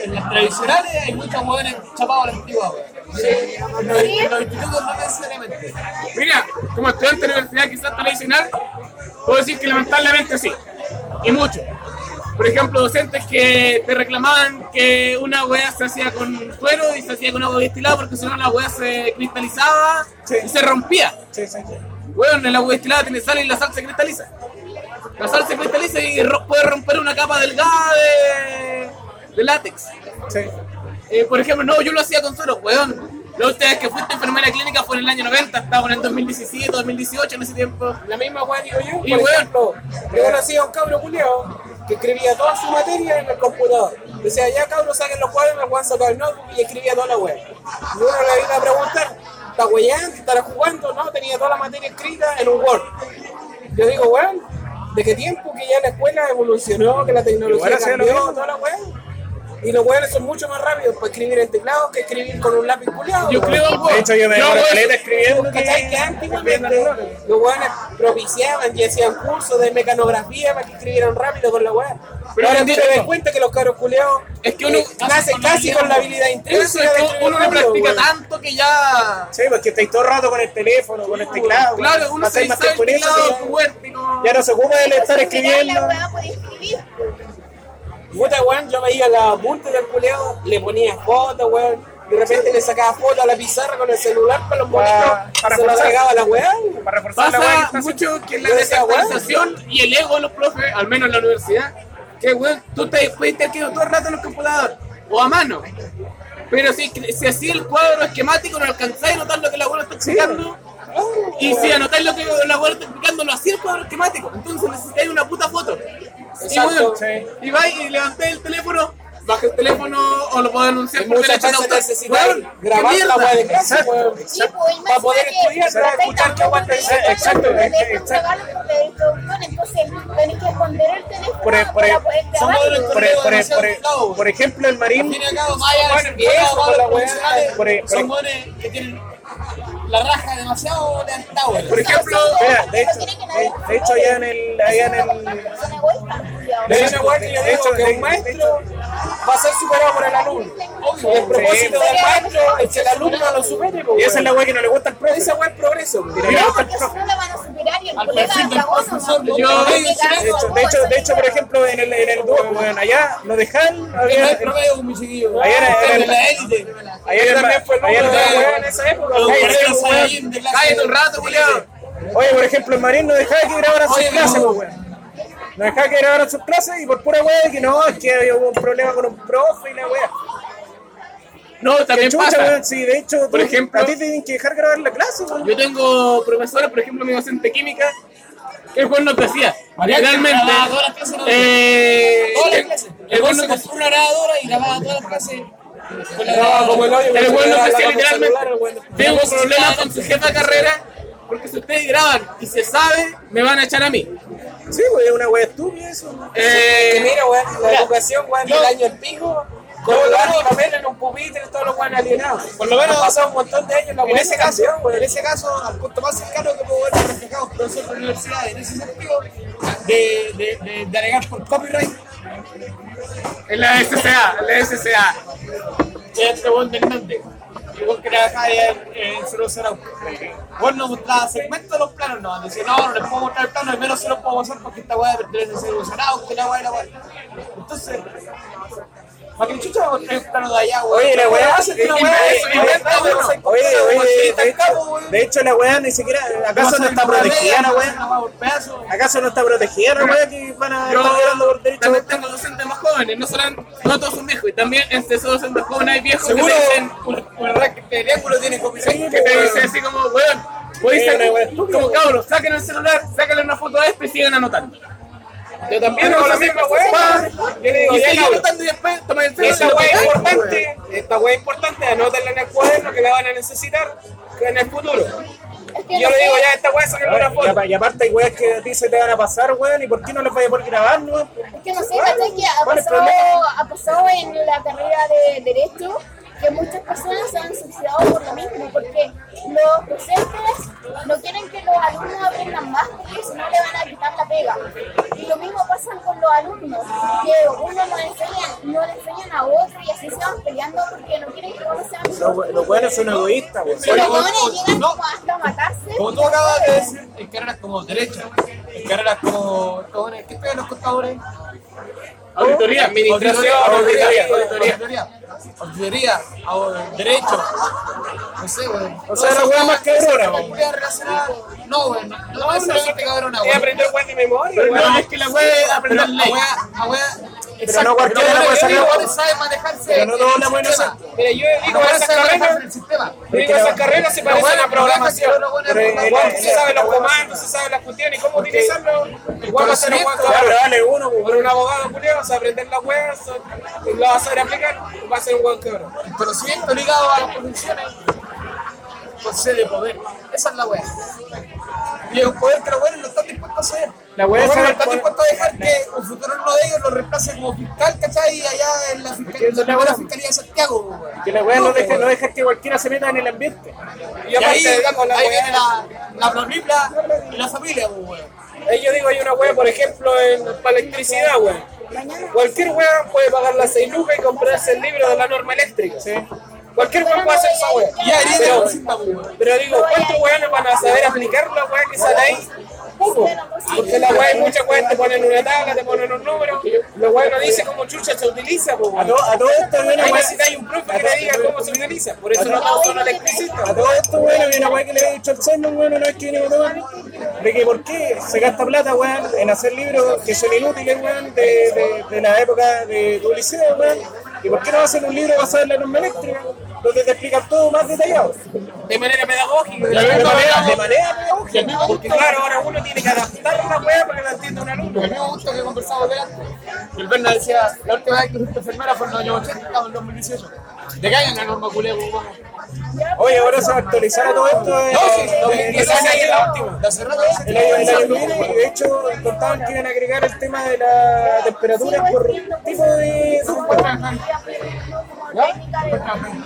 en las tradicionales hay muchos hueones chapados a la antigua, weón. En los- en los institutos no necesariamente.
Mira, como estudiante de universidad quizás tradicional, puedo decir que lamentablemente sí, y mucho. Por ejemplo, docentes que te reclamaban que una hueá se hacía con suero y se hacía con agua destilada porque si no la hueá se cristalizaba y se rompía. Bueno, el agua destilada tiene sal y la sal se cristaliza. La sal se cristaliza y ro- puede romper una capa delgada de, de látex. Eh, por ejemplo, no, yo lo hacía con suero, weón. La última vez que fuiste enfermera clínica fue en el año 90, estaba en el 2017, 2018, en ese tiempo.
La misma weá digo yo.
Y
Por
weón.
ejemplo, yo conocí a un cabro culiao que escribía toda su materia en el computador. Decía, ya cabros, saquen los cuadernos, el weón sacaba el notebook y escribía toda la weá. Y uno le iba a preguntar, ¿está weyando? ¿Estará jugando? No, tenía toda la materia escrita en un Word. Yo digo, weón, ¿de qué tiempo que ya la escuela evolucionó, que la tecnología cambió, toda la weá? Y los weones son mucho más rápidos para escribir en teclado que escribir con un lápiz culiado.
Yo creo algo.
De hecho, yo me demoro
hago
caleta
eso.
escribiendo que-
¿Cachai? Que antiguamente los hueones propiciaban y hacían cursos de mecanografía para que escribieran rápido con la hueá.
Pero
Pero ahora tú te
entiendo.
das cuenta que los caros culeados
Es que uno
Eh,
nace
con
casi
habilidad.
con la habilidad
Eso
intrínseca.
es
de
que
escribir
uno le
rápido,
practica
weón.
tanto que ya.
Sí, porque estáis todo el rato con el teléfono, con el teclado.
Claro, uno se
Pasáis más
dice
tiempo
el
en eso
teclado
que
fuerte, no.
ya, ya no se ocupa de estar
La
escribiendo.
weá puede escribir.
Puta weón, yo veía la apuntes del culeado, le ponía fotos, weón. De repente le sacaba fotos a la pizarra con el celular para los
Para-
bonitos.
para
se lo
forzar.
sacaba a la weá.
Para reforzar la weá que
Pasa
está haciendo.
mucho que la
Yo decía, weón.
desactualización y el ego de los profes, al menos en la universidad, que weón, tú te puedes estar quedando todo el rato en el computador o a mano. Pero si, si así el cuadro esquemático no alcanzáis a notar lo que la abuela está explicando, y si anotáis lo que la abuela está explicando, no así el cuadro esquemático. Entonces necesitáis una puta foto. Y,
Exacto.
weón, y vais y levantáis el teléfono, baja el teléfono o lo puedo anunciar
Y muchas
derecho de
veces
autor.
necesitáis
Weón, qué
grabar la
mierda.
weá de clase, weón.
Sí, pues,
Para poder estudiar, para escuchar qué aguanta el
Exacto,
exacto, exacto.
Entonces, tenés que esconder el teléfono
Por, e- por e-
para poder
son
grabar.
modelos
por e- por e- por e-
Demasiado
por ejemplo, el
Al
marín.
fin y al cabo, Maya es
Bueno, eso,
viejo,
por la
los
weá,
profesionales
por e- por e-
son buenos que tienen la raja demasiado levantada, weón.
Por ejemplo, mira, de hecho, de, de hecho allá en el, allá en el,
Son egoístas, pues, ya,
De hecho, igual que yo
de
digo
hecho,
que
de-
un maestro va a ser superado por el alumno. Y el propósito
Sí.
del maestro es que el alumno lo supere, po,
y esa es la
weón.
weá que no le gusta al profe.
Esa weá es progreso, po.
Mira,
No, porque si no la van a superar y el colega
perfil del
cagó,
profesor,
no,
yo-
no,
de
De hecho, de hecho, de hecho, por ejemplo, en el, en el dúo, bueno, allá no dejan.
Que no
Allá,
hay promedio, mi chiquillo.
Ayer era-
Usted
era-
es la élite.
ayer el
También fue el
ma- ayer
número
el
de
ma-
weón en esa época.
Oye,
Cállate,
pero,
weón.
weón, Cállate un rato, culiao.
Oye, por ejemplo, el Marín no dejaba que grabaran sus
Oye,
clases,
no.
pues, weón. No dejaba que grabaran sus clases y por pura weá de que no, es que había un problema con un profe y la weá.
No, también
Chucha,
pasa.
weón, sí, de hecho,
Por
tú-
ejemplo-
a ti te tienen que dejar grabar la clase, weón.
Yo tengo profesores, por ejemplo, mi docente de química, que el juez nos decía, realmente, eh, el juez nos decía,
una grabadora y grababa todas las clases. con la
no,
grabadora.
como el hoyo,
El
el
weón
juez
no
nos
decía
decía
literalmente,
literalmente, tengo un problema con su jefa de carrera, porque si ustedes graban y se sabe, me van a echar a mí.
Sí, weón, es una weá estúpida eso. weón.
Que
Eh,
mira, weón, la educación, weón, del año del pico, con los lados de papel en un pupitre, todos los weones alienados. Por lo menos ha pasado un montón de años la
En
weá
ese
no
caso,
cambió, weón.
en ese caso, al punto más cercano que puedo ver reflejados profesores de universidad, en ese sentido, de, de, de, de alegar por copyright,
en la SCA, en la SCA.
este buen del norte, que vos que trabajás en, en Cero Cero, vos no mostrabas segmentos de los planos, no, decía, no, no les puedo mostrar el plano, al menos se los puedo mostrar porque esta weá pertenece a Cero Cero, que la weá, la weá. Entonces, ¿para qué chucha vos traes un plano de allá, weón?
Oye, la weá.
Hacen una
eh,
weá,
eh,
eso,
eh,
inventa,
oye,
weón.
Oye, oye,
Bolsita,
de hecho, de hecho, la weá ni siquiera. ¿Acaso no está protegida la weá? ¿Acaso no está protegida la weá que van a
Yo
estar violando por derecho?
también tengo docentes más jóvenes, no, solamente, no todos son viejos, y también entre esos docentes jóvenes hay viejos
Seguro.
que te dicen, este que te dicen así como, weón, podéis
Sí,
sacar-
una weá estúpida,
como
weón.
cabros, saquen el celular, sáquenle una foto a este y sigan anotando.
Yo también
Pero
hago la
sí,
misma
sí,
weá.
sí,
Yo le digo,
Y
ya,
siguen
cabrón.
anotando y después toman el celular. y
Esta
lo
weá es
pegan.
importante, esta weá es importante, anótala en el cuaderno que la van a necesitar en el futuro. Yo le digo, ya, esta weá saquenle una
Y
foto.
apa- Y aparte hay weas que a ti se te van a pasar, weón, y por qué no las vayas a poder grabar, weón.
Es que no sé, ¿cachai? Que ha
¿Cuál es el
pasado,
problema?
ha pasado en la carrera de Derecho que muchas personas se han suicidado por lo mismo, porque los docentes no quieren que los alumnos aprendan más, porque si no le van a quitar la pega. Y lo mismo pasa con los alumnos, que uno no enseñan, no le enseñan a otro y así se van peleando porque no quieren que uno sea mejor.
Los buenos son egoístas, weón.
Pero los
Oye,
jóvenes
vos-
llegan
no.
como hasta matarse.
Como tú acabas de decir, en carreras como derecha, en carreras como. cojones, ¿Qué pegan los contadores?
Auditoría, administración,
auditoría,
auditoría.
auditoría, auditoría, auditoría, au- derecho. No sé, güey. O
sea, la weá más cabrona, güey.
No, güey, no, no va a ser gente cabrona, güey.
Es aprender weón de memoria,
Pero
weón.
no, es que la weá es aprender
Pero
ley. La weá, la weá, exacto,
no cualquiera
pero
la puede sacar,
weá
güey.
sabe manejarse.
Pero no todos la pueden
sistema.
hacer.
Mira, yo
La
digo
weá
esas
sabe manejarse
carreras,
el sistema.
digo esas carreras se
La
parecen
weá-
a programación.
la weá- la
Pero
weá-
el-
Guau,
el-
se sabe los comandos, se sabe las cuestiones, cómo utilizarlo. Igual va a ser un guau,
Ya, pero dale uno, weón.
Por un abogado, Julio, vas a aprender las weas, lo vas a saber aplicar, va a ser un buen cabrón.
El conocimiento ligado a las condiciones concede poder. Esa es la weá. Y es un poder que los weones no están dispuestos a hacer.
La weá
Los weones
es
no
el
están
poder-
dispuestos a dejar que un futuro uno de ellos lo reemplace como fiscal, ¿cachai? Y allá en la fiscalía, en la buena fiscalía de Santiago, weón.
Que la weá no deja, no deja que cualquiera se meta en el ambiente.
Y
Y
aparte,
ahí,
digamos, la
ahí
wea-
viene la, la prolibla y la familia, weón.
Eh, yo digo, hay una wea, por ejemplo, en, para electricidad, wea. Cualquier wea puede pagar las 6 lucas y comprarse el libro de la norma eléctrica. Cualquier wea puede hacer esa wea.
Y ahí viene la
Pero,
cosita, weón.
pero digo, ¿cuántos weones van a saber aplicar la wea que sale ahí? Poco. Porque la wea hay muchas weas, te ponen una tabla, te ponen un número. La wea no dice cómo chucha se utiliza, po,
A
wea.
todo, a todo esto viene una
Ahí
weá.
necesitáis un profe que te diga cómo se utiliza. Por eso no todos son electricistas.
A todo esto, weón, había una weá que le había dicho al Simon, weón, una vez que viene a de que por qué se gasta plata, weón, en hacer libros que son inútiles, weón, de, de, de la época de tu liceo, weón, y por qué no hacen un libro basado en la norma eléctrica, donde te explican todo más detallado.
De manera pedagógica.
Ya,
De
pero-
manera, de manera pedagógica.
Porque claro, ahora uno tiene que adaptar la wea para que la entienda un alumno.
El mismo gusto que conversamos delante. Y el Berna decía, la última vez que fuiste enfermera fue en los años 80 o en 2018. De que hagan la norma culé, weón.
Oye, ahora se va a actualizar a todo esto. eh,
No, sí,
eh,
2016 es la última. De hace rato ya se
El año, el año que viene, y de hecho contaban que iban a agregar el tema de la temperatura por tipo de grupo.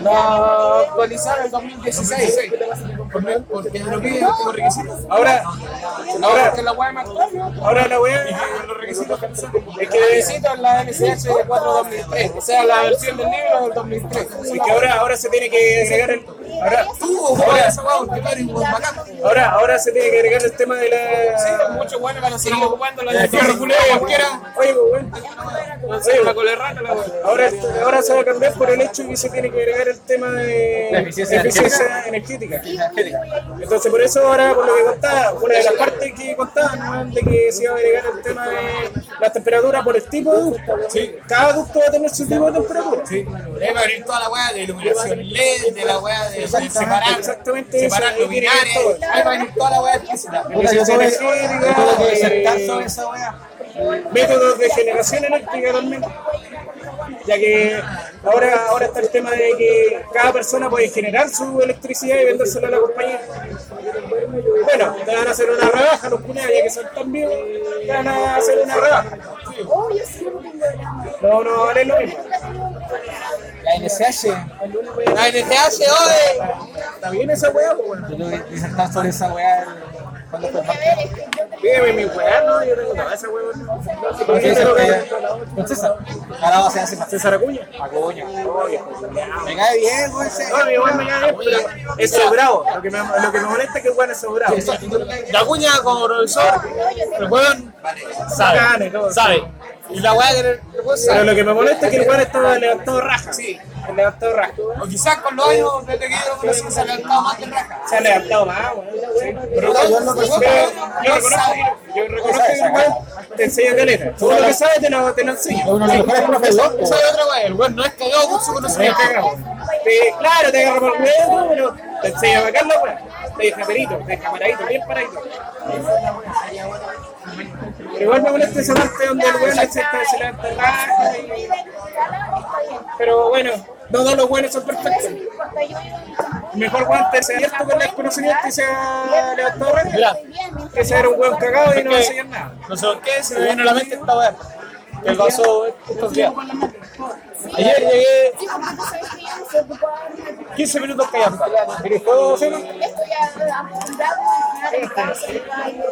La actualizaron en 2016. Porque- Porque lo piden como requisito.
Ahora,
Ahora
ahora,
que la weá más
ahora la weá es que, es
Necesito la NCH de 4-2003, o sea, la versión del libro del 2003.
que ahora, ahora se tiene que agregar el ahora,
tú, weón, esa weá, porque tú eres un weón bacán.
ahora, ahora se tiene que agregar el tema de la
Muchos buenos van a seguir ocupando la del
Fierro culé, cualquiera.
oye pues, weón. Oye,
la colerrata, la wea.
ahora, ahora se va a cambiar por el hecho que se tiene que agregar el tema de
eficiencia
eficiencia energética. Entonces por eso ahora, por lo que contaba, una de las partes que contaban, ¿no? de que se iba a agregar el tema de las temperaturas por el tipo de ducto. ¿no? Cada ducto va a tener su tipo de temperatura.
Debe abrir toda la weá de iluminación LED, de la weá de de separar.
Exactamente eso.
Separar
ahí tiene que
luminarias.
ir todo.
Ahí va a venir toda la weá explícita.
Puta, yo
Eficiencia
tuve-
energética,
yo tuve que disertar
eh,
sobre esa wea.
métodos de generación eléctrica también. Ya que ahora, ahora está el tema de que cada persona puede generar su electricidad y vendérsela a la compañía. Bueno, te van a hacer una rebaja los culiados, ya que son tan vivos, te van a hacer una rebaja.
Obvio, si no tengo drama.
No, no, vale lo mismo.
La NSH.
La NTH, oye.
Está bien esa weá, pues bueno.
Yo tuve que disertar sobre esa wea. ¿Cuándo fue?
Porque, a ver, es que yo creo
Dígame mi weá, no, yo tengo toda esa weá. weón.
Porque diserté con César. Ah, Ahora va a ser así.
César Acuña. pues,
Acuña. Me cae bien, güey. ese.
No, mi weá me cae bien, pero es sobrado. Lo que me, lo que me molesta es que el weón es sobrado.
La cuña como profesor, el weón
Cane,
sabe.
todo.
Sabe. Y la weá que el weón
Pero
sabe.
lo que me molesta es que el weón estaba levantado raja. Sí, levantado raja.
O quizás con los años desde que yo lo conocí se ha levantado más de raja.
Se ha levantado más, weón.
Pero yo no conozco.
Yo reconozco que- yo reconozco que el weón te enseña caleta. Tú lo que sabes te lo, te lo enseña.
Uno de los mejores profes de Octo.
Esa es otra weá. El weón no es cagado con su
Te
conocimiento.
caga, weón. Te- Claro, te agarra por el huevo, pero te enseña a bacán la weá. Te deja perito, te deja paradito, bien paradito. Pero igual me molesta esa parte donde el weón se, está- se levanta raja.
que mi vida en Cala está bien.
Pero bueno, no todos los buenos son
Pero eso
perfectos.
no importa, yo vivo en Champú.
Mejor guante sea abierto con el conocimiento y sea levantado raja.
Estoy bien, mientras
Que sea un weón cagado y no va a enseñar nada.
No sé por qué se me vino a la mente esta weá. Que pasó estos días.
Sí,
Ayer llegué
sí, porque tú sabes que yo no se ocupaba de una-
15 minutos callando. ¿Querés juego, Ceno?
Estoy acostumbrado a ganar en casa, en el baile.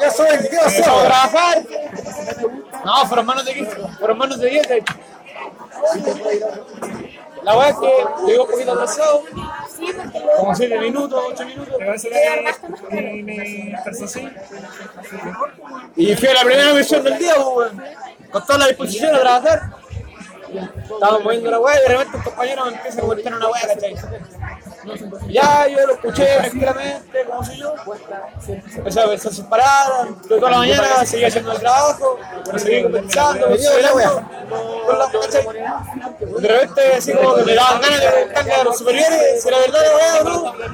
Ya soy el tío Seba. trabajar. No, fueron manos de 15, fueron manos de 10. de hecho. La verdad es que llegó un poquito atrasado,
Sí, porque luego
como 7 minutos, 8 minutos.
Mi, mi calzoncillo.
Y fue la primera misión del día, pues, weón. con toda la disposición a trabajar. Estábamos moviendo la weá y de repente un compañero me empieza a comentar una weá, ¿cachai? Ya yo lo escuché tranquilamente, como sé yo. Empecé a pensar sin parar, pero toda la mañana seguí haciendo el trabajo, seguí conversando, me dio la weá. Con la- ¿cachai? De repente así como que me daban ganas de preguntarle a los superiores si era verdad la weá o no.
yo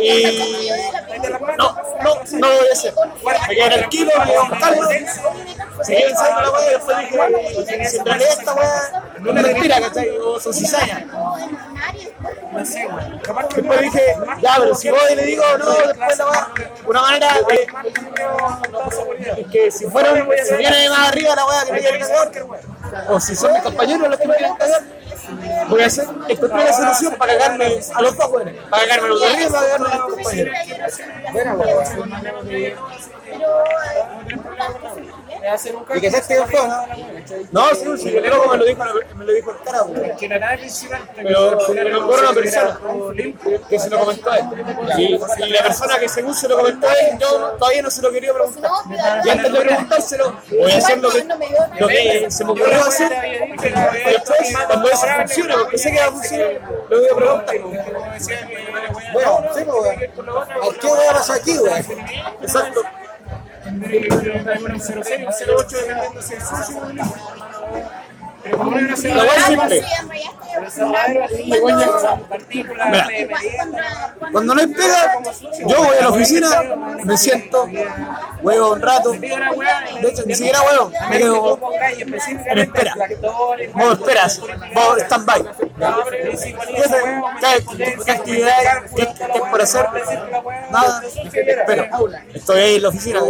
Y
de la primera
no, no, no lo voy a hacer. Me quedé tranquilo, me quedé buscando.
pues,
Seguí pensando la weá y después dije, si en realidad esta weá no es mentira, ¿cachai? O son cizañas.
en área,
Después dije, ya, pero si voy y le digo, no, después la weá. Una manera de. es que si fueron, si viene más arriba la weá que me quieren cagar, o si son mis compañeros los que me quieren cagar, voy a hacer, encontré la solución para cagarme a los dos weones. Para cagarme a los de arriba y para cagarme a los compañeros.
yo no soy una Pero eh, importante es el nivel.
Y que se esté ¿no? No, sí, sí, el loco me lo dijo, me lo dijo el cara, güey.
Que la nave principal.
Pero, pero por una persona que se lo comentó a él. Y, y la persona que según se lo comentó a él, yo todavía no se lo quería preguntar.
No, pero
Y antes de preguntárselo, voy a hacer lo que, lo que se me ocurrió hacer. Y después, cuando eso funcione, porque sé que va a funcionar, lo voy a preguntar. Bueno, sí, pues, güey. ¿A qué hora pasó aquí, güey? Exacto. La voy a
Ah, no sé,
simple.
en realidad estoy acostumbrado. Cuando- cuando-
Cuando no hay pega, yo voy a la oficina, me siento, huevo un rato. De hecho, ni siquiera huevo, me quedo en espera. Modo esperas, modo stand-by. ¿Qué, qué- qué actividad, qué, qué es por hacer? Nada, espero. Estoy ahí en la oficina.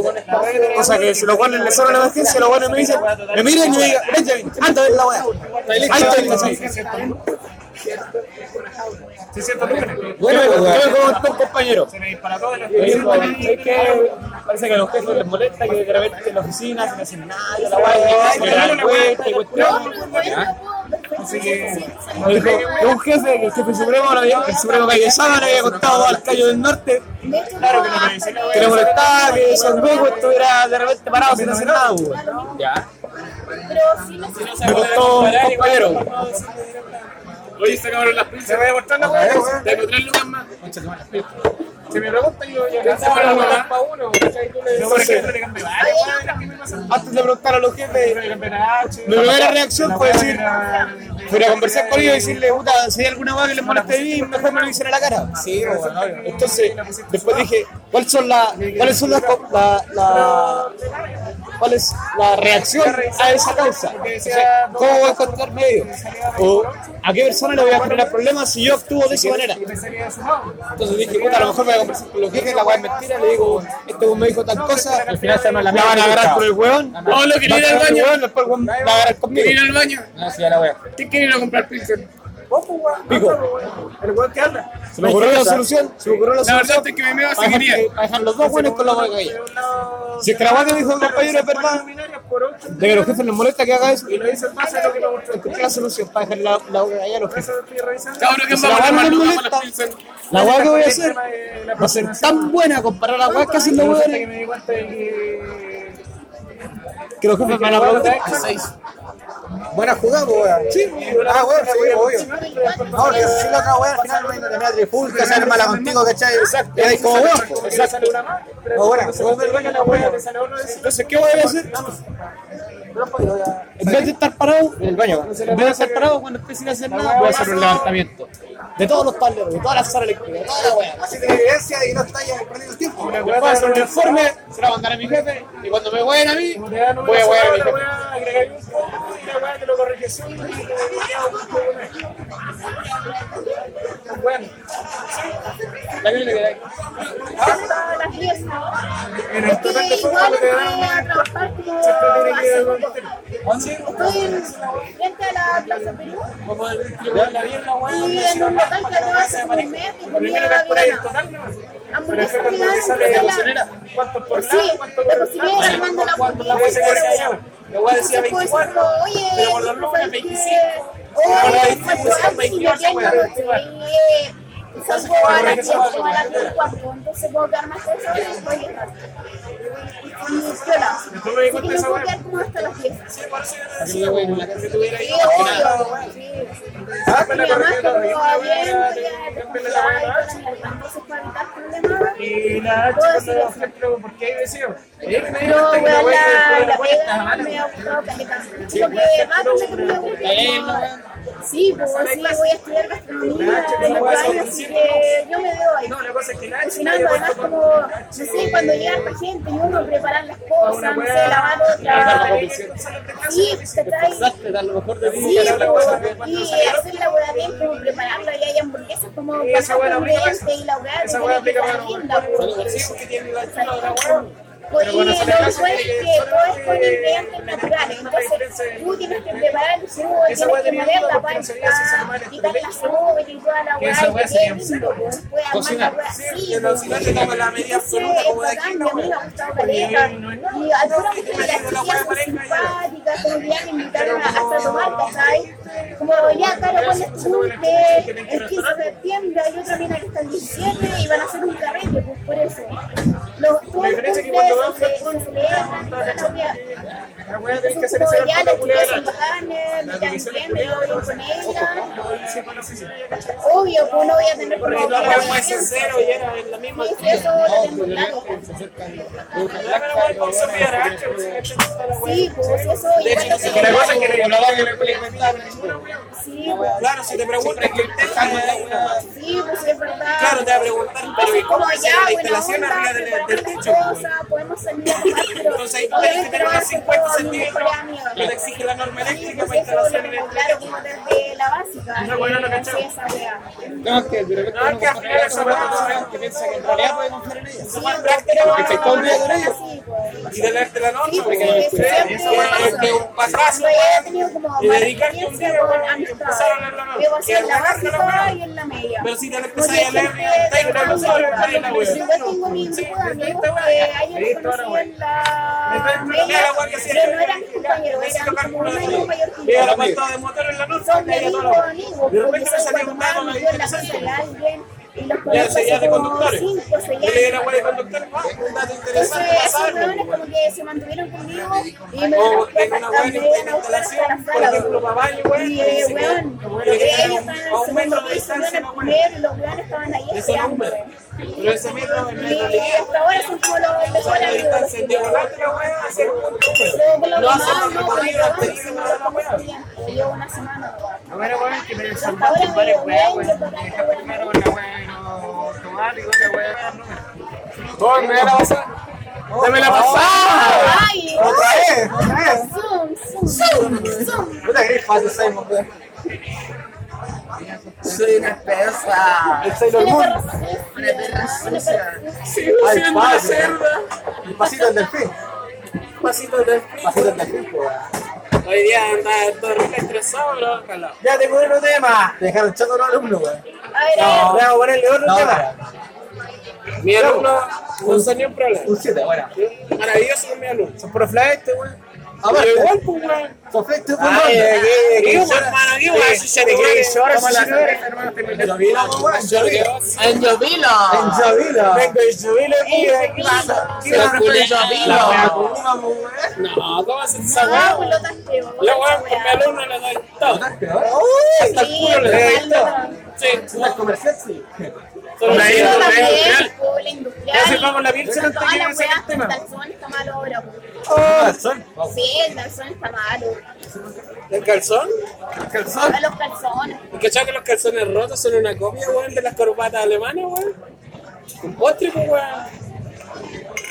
Cosa que si los guanes le son la emergencia, los guanes me dicen, me miran y me digan, Benjamin, anda a ver la weá. Ahí estoy, ¿cachai? Bueno, yo me como un compañero. Parece que a los jefes les molesta que de repente en la oficina se le hacen nada, la guay, se le dan cuenta y
No,
cuestiones.
pero bueno,
Me dijo que un jefe, que el jefe supremo, no había, que el supremo Calle Sama le había contado al Cayo del Norte
Claro que no me dicen
que le molestaba que San Goku estuviera de repente parado sin hacer nada, güey.
Ya.
Pero sí me
Me contó un compañero.
Oye, se acabaron las pinzas. voy a cortar la weá. Tengo tres lucas más. Si me preguntan, yo ya ¿Qué la weá?
Antes de preguntar a los jefes, mi primera reacción fue decir, fui a conversar con ellos y decirle, puta, si hay alguna cosa que les moleste de mí, mejor me lo dicen a la cara. Sí, Entonces, después dije, ¿cuáles son las, cuáles son las, la- la- cuál es la reacción a esa causa? O sea, ¿Cómo voy a encontrar medios? ¿O a qué persona le voy a generar problemas si yo actúo de esa manera? Entonces dije, puta, a lo mejor voy a conversar con los jefes, la weá es mentira, le digo, este weón me dijo tal cosa, al final se la van a agarrar por el weón.
No, lo quería ir al baño.
Weón, después el weón va a agarrar conmigo.
Quería ir al baño.
No, sí, ya la voy a.
¿Qué quiere ir a comprar pinzas?
Pico. Se me ocurrió la solución. Se me ocurrió la
La
solución.
verdad es que me meo
Para
así quería.
dejar, que- para dejar los dos buenos con la boca ahí. Si es que la guata dijo el compañero es verdad, de que a los jefes les molesta que haga eso, y lo dice en base a lo que nos mostró. Encontré la solución para dejar la, la boca ahí a los jefes.
Cabrón, ¿quién
Si
va
la
a
guata
comprar
les
lucas para
molesta,
las pinzas?
la guata que voy a hacer va a ser tan buena comparada a la guata que hacen los hueones que los jefes me van a preguntar. Buena jugada, weón. Sí, ah, weón, sí, obvio. Ahora, si lo acabo, weón, al final weón, te mete trifulca, se arma la contigo, ¿cachai? Exacto. Y ahí como weón, po. exacto. No, bueno, se vuelve el dueño de la weá. Entonces, ¿qué voy a hacer? En vez de estar parado, en el baño, en vez de estar parado cuando esté sin hacer nada, voy a hacer un levantamiento. De todos los tableros, de todas las salas eléctricas, de toda la weá. Así tiene evidencia y no está ya perdiendo el tiempo. Voy a hacer un informe, se lo voy a mandar a mi jefe, y cuando me hueven a mí, voy a huear a mi jefe.
gustaba la fiesta. Es que igual entré a trabajar como hace poco. Estoy en- frente a la Plaza Perú
Como el tribunal de la vieja, weón.
y en un local que abrió hace como un mes que comía vegana. Hamburguesas veganas, hamburguesas. Sí, la posibilidad de mando la hamburguesa.
La weá decía
Entonces puedo decir
24.
como, oye,
pero por los
¿sabes
lunes
qué?
25.
Oye,
Ahora
¿sabes
dicen
cuál?
28,
Si me
weón.
quedo, eh, Salgo a las 10 o a las 10 y cuarto, entonces puedo quedar más tres horas y puedo llegar. Y piola. Así que me puedo quedar como hasta las 10. Sí, obvio, sí. Y mi mamá está como bien, ya te confiaba y toda la mierda. Entonces, para evitar problemas,
Y la
puedo
chica
decir
no
eso.
ejemplo, ¿por qué hay vecinos?
Pero, weón, la, la pega me ha gustado caleta. Un chico que va con la que me gusta, como- Sí, pues sí, voy a estudiar gastronomía en la playa, así que yo me veo ahí. Cocinando, además, como, no sé, cuando llega harta gente y uno preparar las cosas, no sé, lavar otras. Sí, ¿cachai? Sí, po, y hacer la hueá bien, como prepararla y hay hamburguesas como pasar con gente y la hueá de tener que estar linda, po. Pues, y lo mejor es que todo es con ingredientes naturales, entonces tú tienes que preparar el jugo, tienes que moler la palta, quitar la cebolla y toda la hueá y que quede lindo, pues. Puedes armar la hueá así, pues. Entonces, es bacán, y a mí me ha gustado caleta. Y algunas veces las chicas son simpáticas, como que ya me invitaron a- hasta tomar, ¿cachai? Como, ya, claro, ¿cuál es tu dulce? El 15 de septiembre hay otra mina que está el 17 y van a hacer un carrete, pues por eso. Los cumples se se celebran, toda la wea. Entonces, como ya las chicas son bacanes, me caen bien, me llevo bien con ellas. Obvio, pues no voy a tener como... Sí, eso lo tengo claro, pues. Sí, pues eso ya lo sé. Sí, pues,
Claro, si te preguntan que usted está en la una,
sí, pues es verdad.
Claro, te va a preguntar, pero ¿y cómo
Como
hicieron la
ya, buena
instalación
onda,
arriba del, del
preparamos las
techo?
cosas, podemos salir a tomar, pero
Entonces ahí puedes
obviamente
tener
no va a
unos
ser
50
todo mi mejor
centímetros
amiga.
que te exige la norma
Sí,
eléctrica para
pues eso lo
instalación en
tengo
el
claro como desde la básica.
Esa weá no la
que
cachaba.
sí, esa weá.
No, que al final esa weá no
Sí, porque todo el día así, pues.
y de leerte la norma.
Sí, pues,
porque
porque siempre
eso es de
pasa.
un pasazo.
Pero ya he tenido como
Y
mala
dedicarte un día,
experiencia con
weón, y
amistades.
empezar a hablar la norma.
Debo hacer
Y
la
agarrarte la
básica
weá.
y en la media.
Pero si te la
Porque
empezáis a leer,
siempre
ya estáis
tengo
con la
amigos,
sola, estáis en la
yo
wea.
tengo mi grupo de amigos que ayer conocí en la media, pero no eran compañeros, eran como un amigo mayor que
Y a la
yo.
puerta de motor en la
Son
norma,
mi
y a
amigo,
toda la weá.
amigo, porque soy guatemala, yo en la casa de alguien, y los conozco
sería de
hace como
conductores.
cinco,
Y le di la weá de
seis años.
conductor, ah, un dato
Entonces,
interesante para
esos
saberlo.
hueones como que se mantuvieron conmigo y me
O
dieron
Oh, tengo una weá que está en instalación, por ejemplo, pues, papá y weá,
y
que
eh,
dice,
weón, ellos estaban en el segundo piso, yo en el primero, y los weones estaban ahí
Eso no es
esperando.
número. Pero ese metro en la
Y
realidad.
hasta ahora son como los mejores amigos.
distancia de volante la weá a ser un punto pues. número.
Luego con los
No
demás,
hacemos
no,
recorrido,
weón,
pedimos
si no,
nada,
no,
weón.
no, no, Llevo una semana, weón.
Ahora, weón, que me
Hasta ahora
desarmaste
me
varias
dio
weas, weón.
bien, yo para acá,
Dejaste
weón.
primero una wea y no tomar y otra wea no.
Dame la pasada.
Ay,
vez,
ay, zoom, zoom, zoom, zoom.
Puta que pasa, Simon, weón.
Soy una espesa.
El Sailor
Una
Moon.
perra sucia, una perra sucia.
Ay, padre. El pasito del delfín.
Pasito de
Pasito del delfín, po, weón.
Hoy día anda todo re estresado, bro. Calado.
Ya tengo otro tema. Te dejaron chato los alumnos, weón.
A ver, a ver.
Voy a ponerle otro
No,
tema.
Mi alumno no son ni un problema.
Un 7, bueno.
Maravilloso con mi alumno.
Son puro flaite, weón.
Aparte,
Igual, pues, weón.
Perfecto,
Ah,
weón.
eh,
Digo, hermano, digo, así se le cree.
Ahora sí, hermano. En Yovila.
en
En
Yovila.
Yovila.
Vengo y subile aquí, aquí pasa.
Se culé
La
Yovila.
wea comuna, po, weón.
No, ¿cómo se esa
Ah,
weá?
pues lo taste, weón,
La weá
esa
con
weá.
mi alumno le doy todo.
Uy,
Hasta el
Sí,
culo le doy
total,
todo.
weón.
Sí,
una comercial, sí.
solo
Sí,
que-
yo también,
real.
po, la industrial.
Ya se fue con la Pilsen
Pero
antes
todas
que
las
saque el
weas con
tema.
Dalsón está malo ahora, po.
Ah, son-
Sí, el calzón está malo.
¿El calzón?
A los calzones.
¿Y cachai que los calzones rotos son una copia, weón, de las corbatas alemanas, weón? Un postre, pues, weón.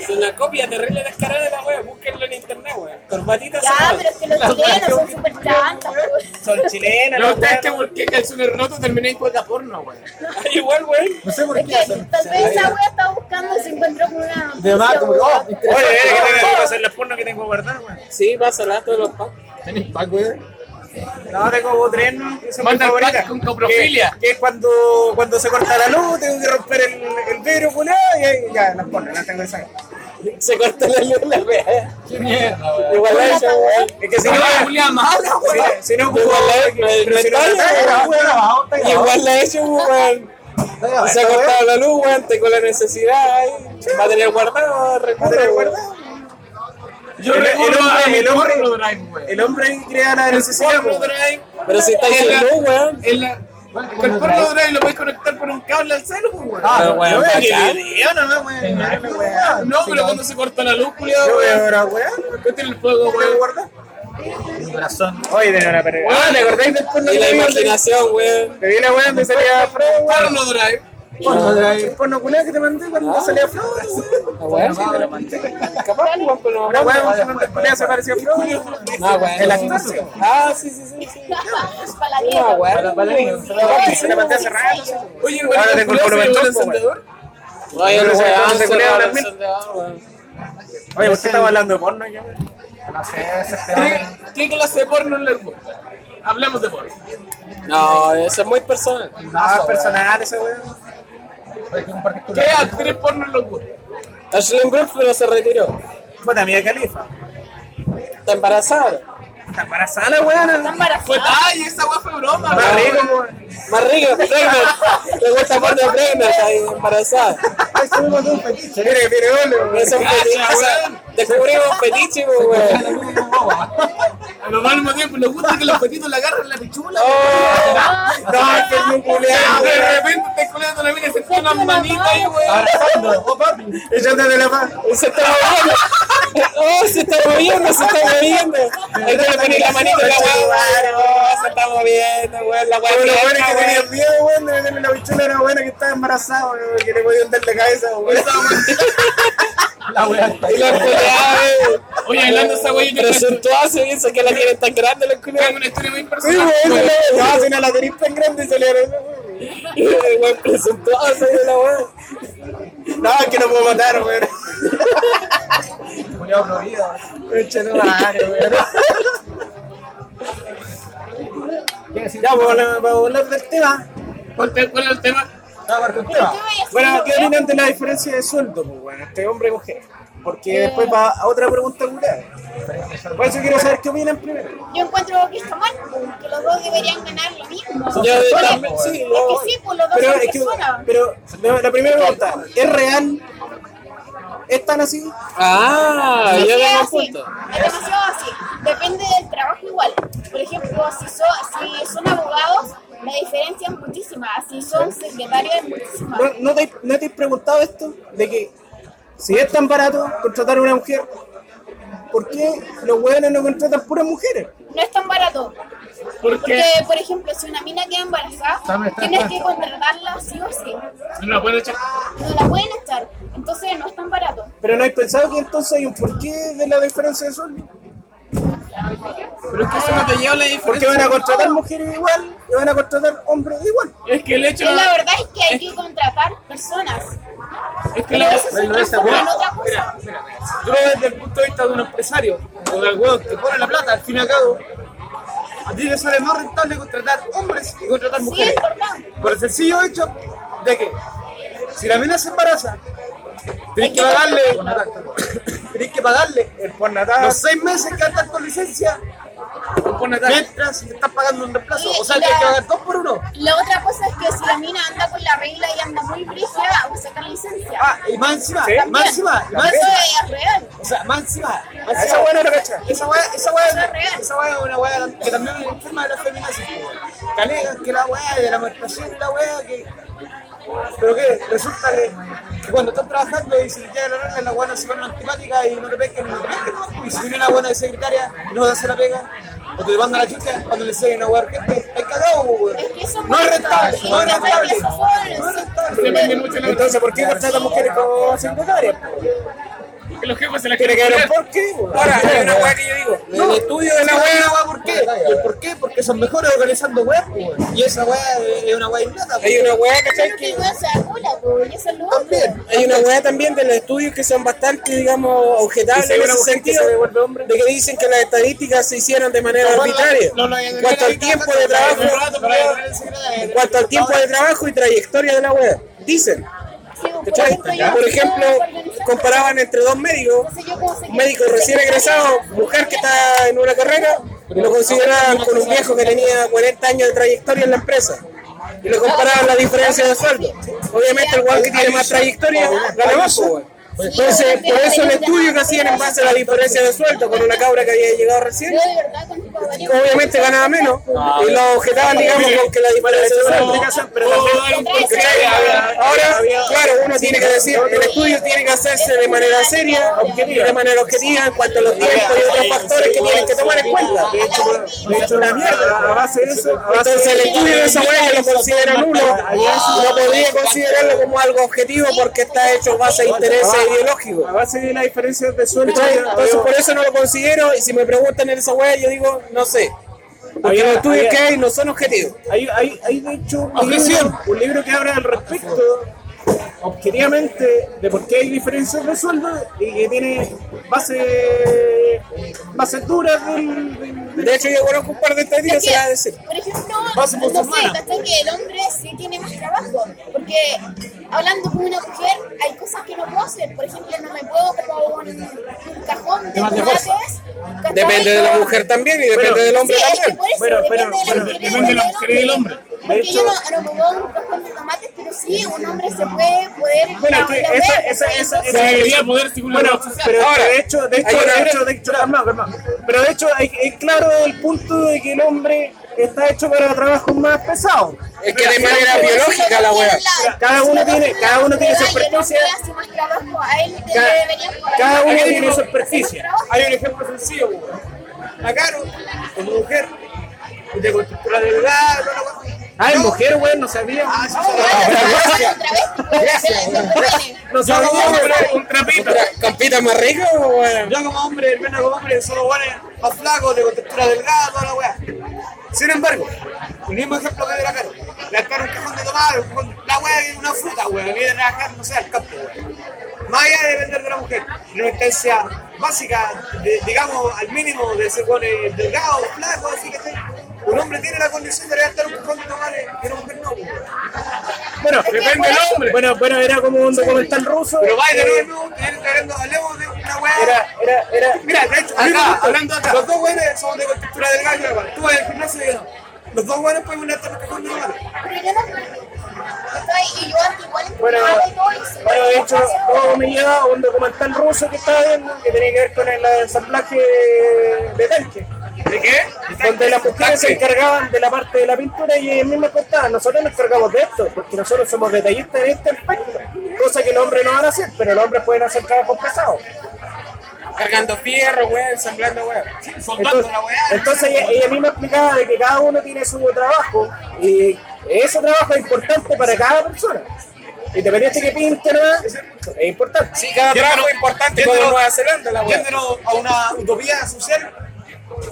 Es una copia terrible descarada de la weón. Búsquenlo en internet, weón. Corbatitas
Ya,
son-
pero es que los chilenos son pues. súper chantas, po.
Son chilenas,
No,
las
ustedes
weas.
que por qué calzones rotos terminé en cueca porno, weón.
Ay, Igual, weón.
No sé por
Es
qué.
que tal vez esa wea estaba buscando y se encontró con una.
De
noticia,
más, como que,
weón.
oh,
Oye,
eh,
interesante.
que tengo que pasar las porno que tengo guardadas, weón.
Sí, pásala a todos los packs.
¿Tenés pack, weón?
No, tengo como tres, ¿no? Que son mis
Manda el pack
favoritas.
con coprofilia.
Que, que es cuando, cuando se corta la luz, tengo que romper el, el vidrio, culá, y ahí ya, las pongo, las tengo esas.
Se cortó la luz la wea.
¡Qué mierda, weón!
Igual a ella, weón.
Es que si no,
¡Señora Julián Maura,
si no-
weón!
si no,
eh, Igual
como-
la he
pero si no
retallo,
la
weón.
saco, weón, la saco.
Igual la he hecho, weón. Se ha cortado la luz, weón. Tengo la necesidad ahí. Material guardado, recurso.
¿Te
weón.
acuerdas?
Yo
El- el
recuerdo
hombre-
a mi
el hombre-
porno drive, weón.
El hombre ahí crea la necesidad.
Porno
po.
drive.
Pero si está
Es
sin
la-
luz, weón.
es la- El porno drive lo puedes conectar por un cable al celu, weón.
Pero,
Yo
weón,
veo que
bacán.
video, no, no, weón, no, no, weón.
No, pero cuando se corta la luz,
Yo
culiado,
veo,
weón.
pero, weón,
¿Qué tiene el fuego,
¿te
weón?
acuerdas?
Mi corazón.
Oye, tenía una perra.
Weón, ¿te acordáis del
Y la imaginación, weón.
Te vi una weón donde salía Frodo, weón.
porno drive?
El porno culá que te mandé cuando salía Frodo, Ah, weón.
Capaz, weón, pero
Una weón que mandé culá se parecía a Frodo. Ah, weón.
No, weón.
El actor, sí, weón.
Ah, sí, sí, sí. sí.
Para la dieta.
Ah, weón.
Se la mandé hace rato, sí.
Oye, el
Ahora
weón
tengo el
culiao se
volumen
llevó el
dos, weón.
encendedor.
Oye, el
Pero se-
weón
se
se
culeaba
roba el
también.
encendedor, weón.
Oye, ¿por qué estaba hablando de porno ya? weón?
¿Qué- ¿Qué clase de porno les gusta? Hablemos de porno.
No, eso es muy personal.
Ah, personal ese weón.
¿Qué actriz porno les gusta?
Ashley Brooks, pero se retiró.
Puta, mía califa.
Está embarazada.
Está embarazada la weón.
Fue, ay, esa weá fue broma,
Más
weón.
rico, weón.
Más rica, pregnant. Le gusta más de pregnant, ahí, embarazada.
Mire, mire, weón.
Eso es un
Cacha,
fetiche, o sea, descubrimos un fetiche, pues, weón.
Pero al mismo tiempo, les pues, gusta que los petitos le agarren la pichula.
No, es que es un culeado,
De
weón.
repente te culeando la mina y se pone una manita ahí, weón.
Echate de la paz.
Se está moviendo. Oh, se está moviendo, se está moviendo. Hay que le poner la manita en la weón. Oh, se está moviendo, weón. La
Pero lo
weón
bueno es que tenía
que
miedo, weón, de meterle la bichula era buena que estaba embarazada, weón, que le podía hundir la cabeza, weón.
Y la culiada, weón.
Oye, hablando de esa weá, yo tengo una-
Presuntuoso, y eso que la tiene tan grande, la
tengo
culiada.
una historia muy
Sí,
Ah,
personal.
weón, se
weón.
le- no, si no la tenís tan grande, se le era.
El weón
ah,
presuntuoso, y la weón.
No, es que no puedo matar, weón. Echa tu madre, weón. Ya, pues, para para hablar del tema.
¿Cuál te- cuál es el tema?
Bueno, ¿qué opinan de la diferencia de sueldo, pues, bueno, entre hombre y mujer? Porque
Eh.
después va a otra pregunta curada. Por eso quiero saber qué opinan primero.
Yo encuentro que está mal, pues, que los dos deberían ganar lo mismo.
Yo
Porque-
también,
es
sí,
que sí, pues los dos
Pero,
son
es que,
personas.
pero la, la primera pregunta, ¿es real? ¿Es tan así?
Ah,
Sí,
yo
es
gano
así,
punto.
Es demasiado así. Depende del trabajo igual. Por ejemplo, si son, si son abogados, la diferencia es muchísima. Si son secretarios, es muchísima.
¿No, no te, ¿No te has preguntado esto? De que si es tan barato contratar a una mujer, ¿por qué los hueones no contratan puras mujeres?
No es tan barato.
¿Por
Porque,
qué?
por ejemplo, si una mina queda embarazada, tienes que contratarla sí o sí.
No la pueden echar.
No la pueden echar. Entonces, no es tan barato.
Pero no has pensado que entonces hay un porqué de la diferencia de sueldo.
Pero es que eso no te lleva a la
Porque
diferencia.
van a contratar mujeres igual y van a contratar hombres igual.
Es que el hecho.
Y la verdad es que hay que contratar personas.
Es que
Pero
la
eso se transforma en otra cosa.
Yo desde el punto de vista de un empresario o del weón que pone la plata, al fin y al cabo, a ti te sale más rentable contratar hombres que contratar
Sí, es
mujeres.
verdad.
Por el sencillo hecho de que si la mina se embaraza, tenés que pagarle, tenés que pagarle
El postnatal.
los seis meses que andas con licencia mientras estás pagando un reemplazo. O sea, tienes que pagar dos por uno.
La otra cosa es que si la mina anda con la regla y anda muy brígida, va a sacar licencia.
Ah, y más encima, más encima, y más
Eso
encima.
es real.
O sea, más encima. más
Ah,
encima.
Esa hueá no la cacha.
Esa weá, esa weá,
real.
esa weá es una weá que también me enferma de las feminazis. po, weón. Que alegan que la weá de la menstruación, la weá que. Pero que resulta que, que cuando están trabajando y se les llega la regla, la weá no se ponen antipática y no te pescan, no te pescan. no, Y si viene una weá de secretaria y no te hace la pega, o te manda la chucha cuando le siguen una weá urgente, hay cagado, po, weón.
Es que eso
No es rentable,
Y
no es
esas
rentable.
reglas son-
No es rentable.
Entonces, ¿por qué contratan mujeres como secretarias?
los jefes se la
Tiene que haber un porqué.
Ahora, hay una weá que yo digo.
el estudio de la wea.
weá, ¿por
Ah,
qué? ¿Por qué? Porque son mejores organizando weá, Y esa weá es una weá innata, po.
Hay una wea, ¿cachai?
Pero
Que,
que igual se acula, pues, y eso es lo
También.
otro.
hay una wea también de los estudios que son bastante, digamos, objetables en ese sentido. De que dicen que las estadísticas se hicieron de manera arbitraria.
No, no,
En cuanto al tiempo de trabajo, en cuanto al tiempo de trabajo y trayectoria de la wea. Dicen.
Sí, pues, por
¿Cachai?
ejemplo, yo-
Por ejemplo,
yo organizaba-
comparaban entre dos médicos,
Entonces yo como secretaria-
un médico recién egresado, mujer que está en una carrera, y lo consideraban con un viejo que tenía 40 años de trayectoria en la empresa. Y le comparaban la diferencia de sueldo. Obviamente el weón que tiene más trayectoria gana más, po, weón. Entonces, Pues, por eso el estudio que hacían en base a la diferencia de sueldo con una cabra que había llegado recién,
Yo de verdad con mi papá, digo,
obviamente ganaba menos. Y lo objetaban, digamos, con que la diferencia de sueldo.
pero también
¿Cachai?
Ah,
Ahora, claro, uno tiene que decir, el estudio tiene que hacerse de manera seria, de manera objetiva en cuanto a los tiempos y otros factores que tienen que tomar en cuenta.
de hecho una mierda. A base de eso, a base
Entonces el estudio de esa huella lo considera nulo, no podría considerarlo como algo objetivo porque está hecho en base a intereses ideológicos.
a base de las diferencias de sueldo.
¿Cachai? Entonces por eso no lo considero y si me preguntan en esa huella yo digo, no sé. Porque los estudios que hay no son objetivos.
Hay, hay, hay de hecho un
Objeción.
libro, un libro que habla al respecto, objetivamente, de por qué hay diferencias de sueldo y que tiene base, bases duras del, del- del-
De hecho yo conozco un par de estadísticas, se las voy a decir.
Por ejemplo, no sé, ¿cachai? Que el hombre sí tiene más trabajo. Porque hablando con una mujer, hay cosas que no puedo hacer. Por ejemplo, no me puedo como un, un cajón de tomates. ¿cachai?
Depende de la mujer también y depende del hombre
Sí, es que
también.
por eso
Bueno,
depende,
pero-
de
pero
la mujer y
depende de la
del
mujer y del hombre.
Porque
De hecho-
yo no, no me puedo un cajón de tomates, pero sí, un hombre se puede poder.
Bueno,
la-
que
la
esa-
ver,
esa-
¿cachai?
esa-
Entonces,
esa-
poder
Bueno, pero
Ahora,
de hecho, de hecho,
hay una-
de hecho, de hecho, calma, calma. Pero de hecho, hay- es claro el punto de que el hombre está hecho para trabajos más pesados.
Es que de manera biológica la wea.
Cada uno tiene- cada uno tiene su
experiencia.
experticia.
Cada,
Cada- cada uno tiene su
experticia.
experticia.
Hay un ejemplo sencillo, weón. La Caro, como mujer, de cultura delgada, no la weá.
Ah, es mujer, güey, no sabía.
Ah,
No
Yo
sabía,
como hombre,
güey.
un trapito.
Tra- ¿Campita más rica o bueno?
Yo como hombre, el menos como hombre, solo weones más flacos, de contextura delgada, toda la weá. Sin embargo, el mismo ejemplo que de la cara. La cara un cajón de tomate, un cajón- la weá es una fruta, weón, viene a trabajar, no sé, al campo, weón. Más allá de depender de la mujer, de una instancia básica, de- digamos, al mínimo de ser weón eh, delgado, flaco, así que esté. Un hombre tiene la condición de levantar un cajón de tomate y una mujer no, weón.
Bueno,
Depende del hombre.
bueno, bueno, era como un documental ruso.
Pero vaya,
eh,
no, no, tiene que hablando, hablemos de una weá.
Era, era, era.
Mira, de hecho, acá, hablando acá, los dos güeyes somos de cultura del gallo, hermano. Tú vas al gimnasio y yo no. Los dos güeyes pueden unirte a con mi hermano.
Bueno, bueno, de hecho, todo me lleva a un documental ruso que estaba viendo que tenía que ver con el ensamblaje de tanques.
¿De qué?
Donde las mujeres se encargaban de la parte de la pintura y ellas mismas contaban, nosotros nos encargamos de esto, porque nosotros somos detallistas en este aspecto, cosa que los hombres no van a hacer, pero los hombres pueden hacer trabajos pesados.
Cargando fierro, weón, ensamblando, weón.
Entonces, entonces ella, ella misma explicaba de que cada uno tiene su trabajo y ese trabajo es importante para cada persona. Independiente que pinte nada, es importante.
Sí, cada trabajo es importante como Nueva Zelanda, la weón.
Yéndonos a una utopía social,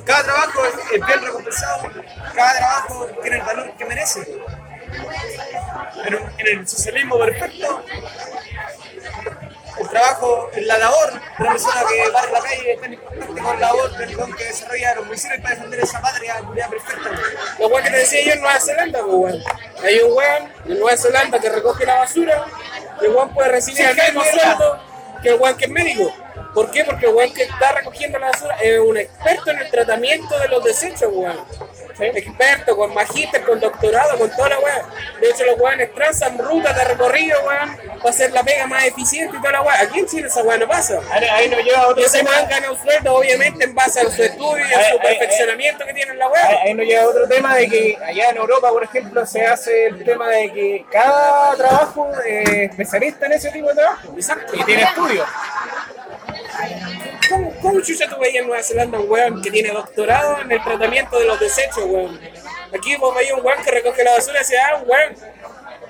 cada trabajo es es bien recompensado, cada trabajo tiene el valor que merece. En, un- en el socialismo perfecto, el trabajo, la labor de una persona que va en la calle es tan importante con la labor del don que desarrollaron, muy sirve para defender esa patria, la comunidad perfecta.
Lo weón que te decía yo en Nueva Zelanda, pues, weón. Hay un weón en Nueva Zelanda que recoge la basura y el weón puede recibir el mismo sueldo que el weón que es médico. ¿Por qué? Porque el weón que está recogiendo la basura es un experto en el tratamiento de los desechos, weón. Experto, con magíster, con doctorado, con toda la weón. De hecho, los weones trazan rutas de recorrido, weón, para hacer la pega más eficiente y toda la weón. Aquí en Chile esa weón no pasa.
Ahí nos lleva a otro
Y ese
tema,
man gana un sueldo, obviamente, en base a su estudio y a su
Ay, ay,
perfeccionamiento que tiene en la
ahí-
web.
ahí nos lleva a otro tema de que allá en Europa, por ejemplo, se hace el tema de que cada trabajo es especialista en ese tipo de trabajo.
Exacto.
Y tiene estudios.
¿Cómo, cómo chucha tú veías en Nueva Zelanda un weón que tiene doctorado en el tratamiento de los desechos, weón? Aquí vos veías un weón que recoge la basura y decía, ah, un weón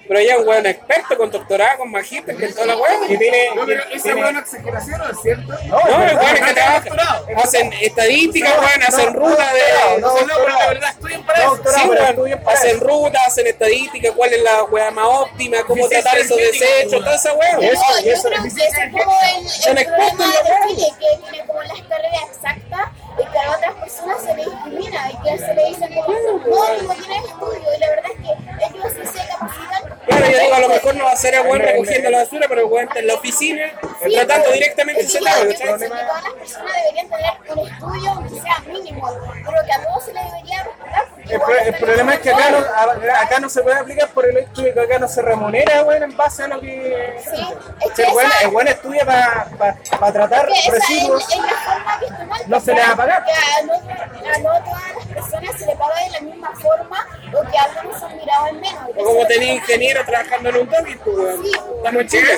Pero ella es un weón experto con doctorado, con magíster, con toda la weón.
Y tiene.
No, pero esa
tiene-
weón exageración, ¿no es cierto?
No, el weón es que
no,
trabaja.
doctorado.
Hacen estadísticas, weón, hacen ruta de.
No, no, pero la verdad estoy en para eso.
Sí, weón, hacen ruta, hacen estadística, cuál es la weá más óptima, cómo
Eficiencia
tratar esos
energética,
desechos,
weón.
toda esa weá.
Yo,
weón.
yo creo que ese es como el, el
Son expertos
problema
en la
de Chile, que tiene como las carreras exactas y que a otras personas se les discrimina y que se le dicen como, no, tú no tienes estudio y la verdad es que ellos sí se capacitan.
Claro, yo digo, a lo mejor no va a ser el weón recogiendo la basura, pero el weón está en la oficina,
Sí,
tratando
pero-
directamente el
es que
celular,
Yo
¿cachai?
pienso que todas las personas deberían tener un estudio, aunque sea mínimo, pero que a todos se les debería respetar. porque
El,
igual
pro- el
están
problema es que acá
trabajando.
no, a- acá no se puede aplicar por el hecho de que acá no se remunera, bueno, en base a lo que...
Sí, es que
El buen,
esa-
el buen estudia para tratar
Porque esa
residuos.
es, es la forma que está mal.
No se le va a pagar.
Que a no, a no todas las personas se le paga de la misma forma o que algunos son mirados en menos.
O como tenía ingenieros trabajando en un doggy, pues, weón.
Sí.
Estamos en Chile.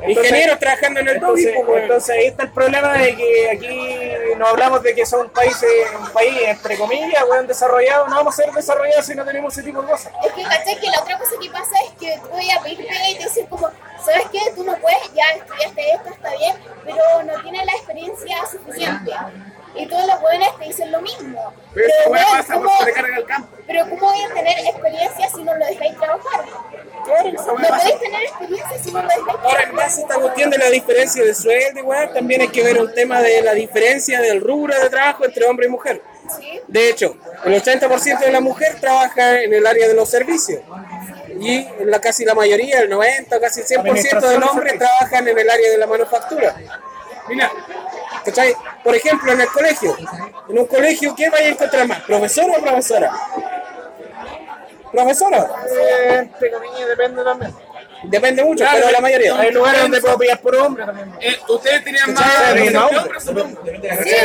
Entonces-
Ingenieros trabajando en el doggy,
Entonces,
pues, weón.
entonces ahí está el problema de que aquí nos hablamos de que son países, un país entre comillas, weón, desarrollado, no vamos a ser desarrollados si no tenemos ese tipo de cosas.
Es que, ¿cachai? Que la otra cosa que pasa es que tú voy a pedir pega y te dicen como, ¿sabes qué? Tú no puedes, ya estudiaste esto, está bien, pero no tienes la experiencia suficiente. Y todos los jóvenes te dicen lo mismo.
Pero esa weá
weón,
pasa
¿cómo-
por sobrecarga del campo.
Pero ¿cómo voy a tener experiencia si no lo dejáis trabajar? No podéis tener experiencia si no lo dejáis
Ahora,
trabajar.
en base a esta cuestión de la diferencia de sueldo, weón, también hay que ver un tema de la diferencia del rubro de trabajo entre hombre y mujer.
Sí.
De hecho, el 80% de la mujer trabaja en el área de los servicios. Y la, casi la mayoría, el 90, casi el 100% de los hombres trabajan en el área de la manufactura. Mira, ¿cachai? Por ejemplo, en el colegio. En un colegio, ¿qué vaya a encontrar más? ¿Profesor o profesora? ¿Profesora?
Eh, Entre comillas, depende también.
Depende mucho, pero la mayoría.
Hay lugares donde puedo pillar por hombre también.
Eh, ustedes tenían más
Cachai,
de
no,
hombres, supongo.
Sí, porque era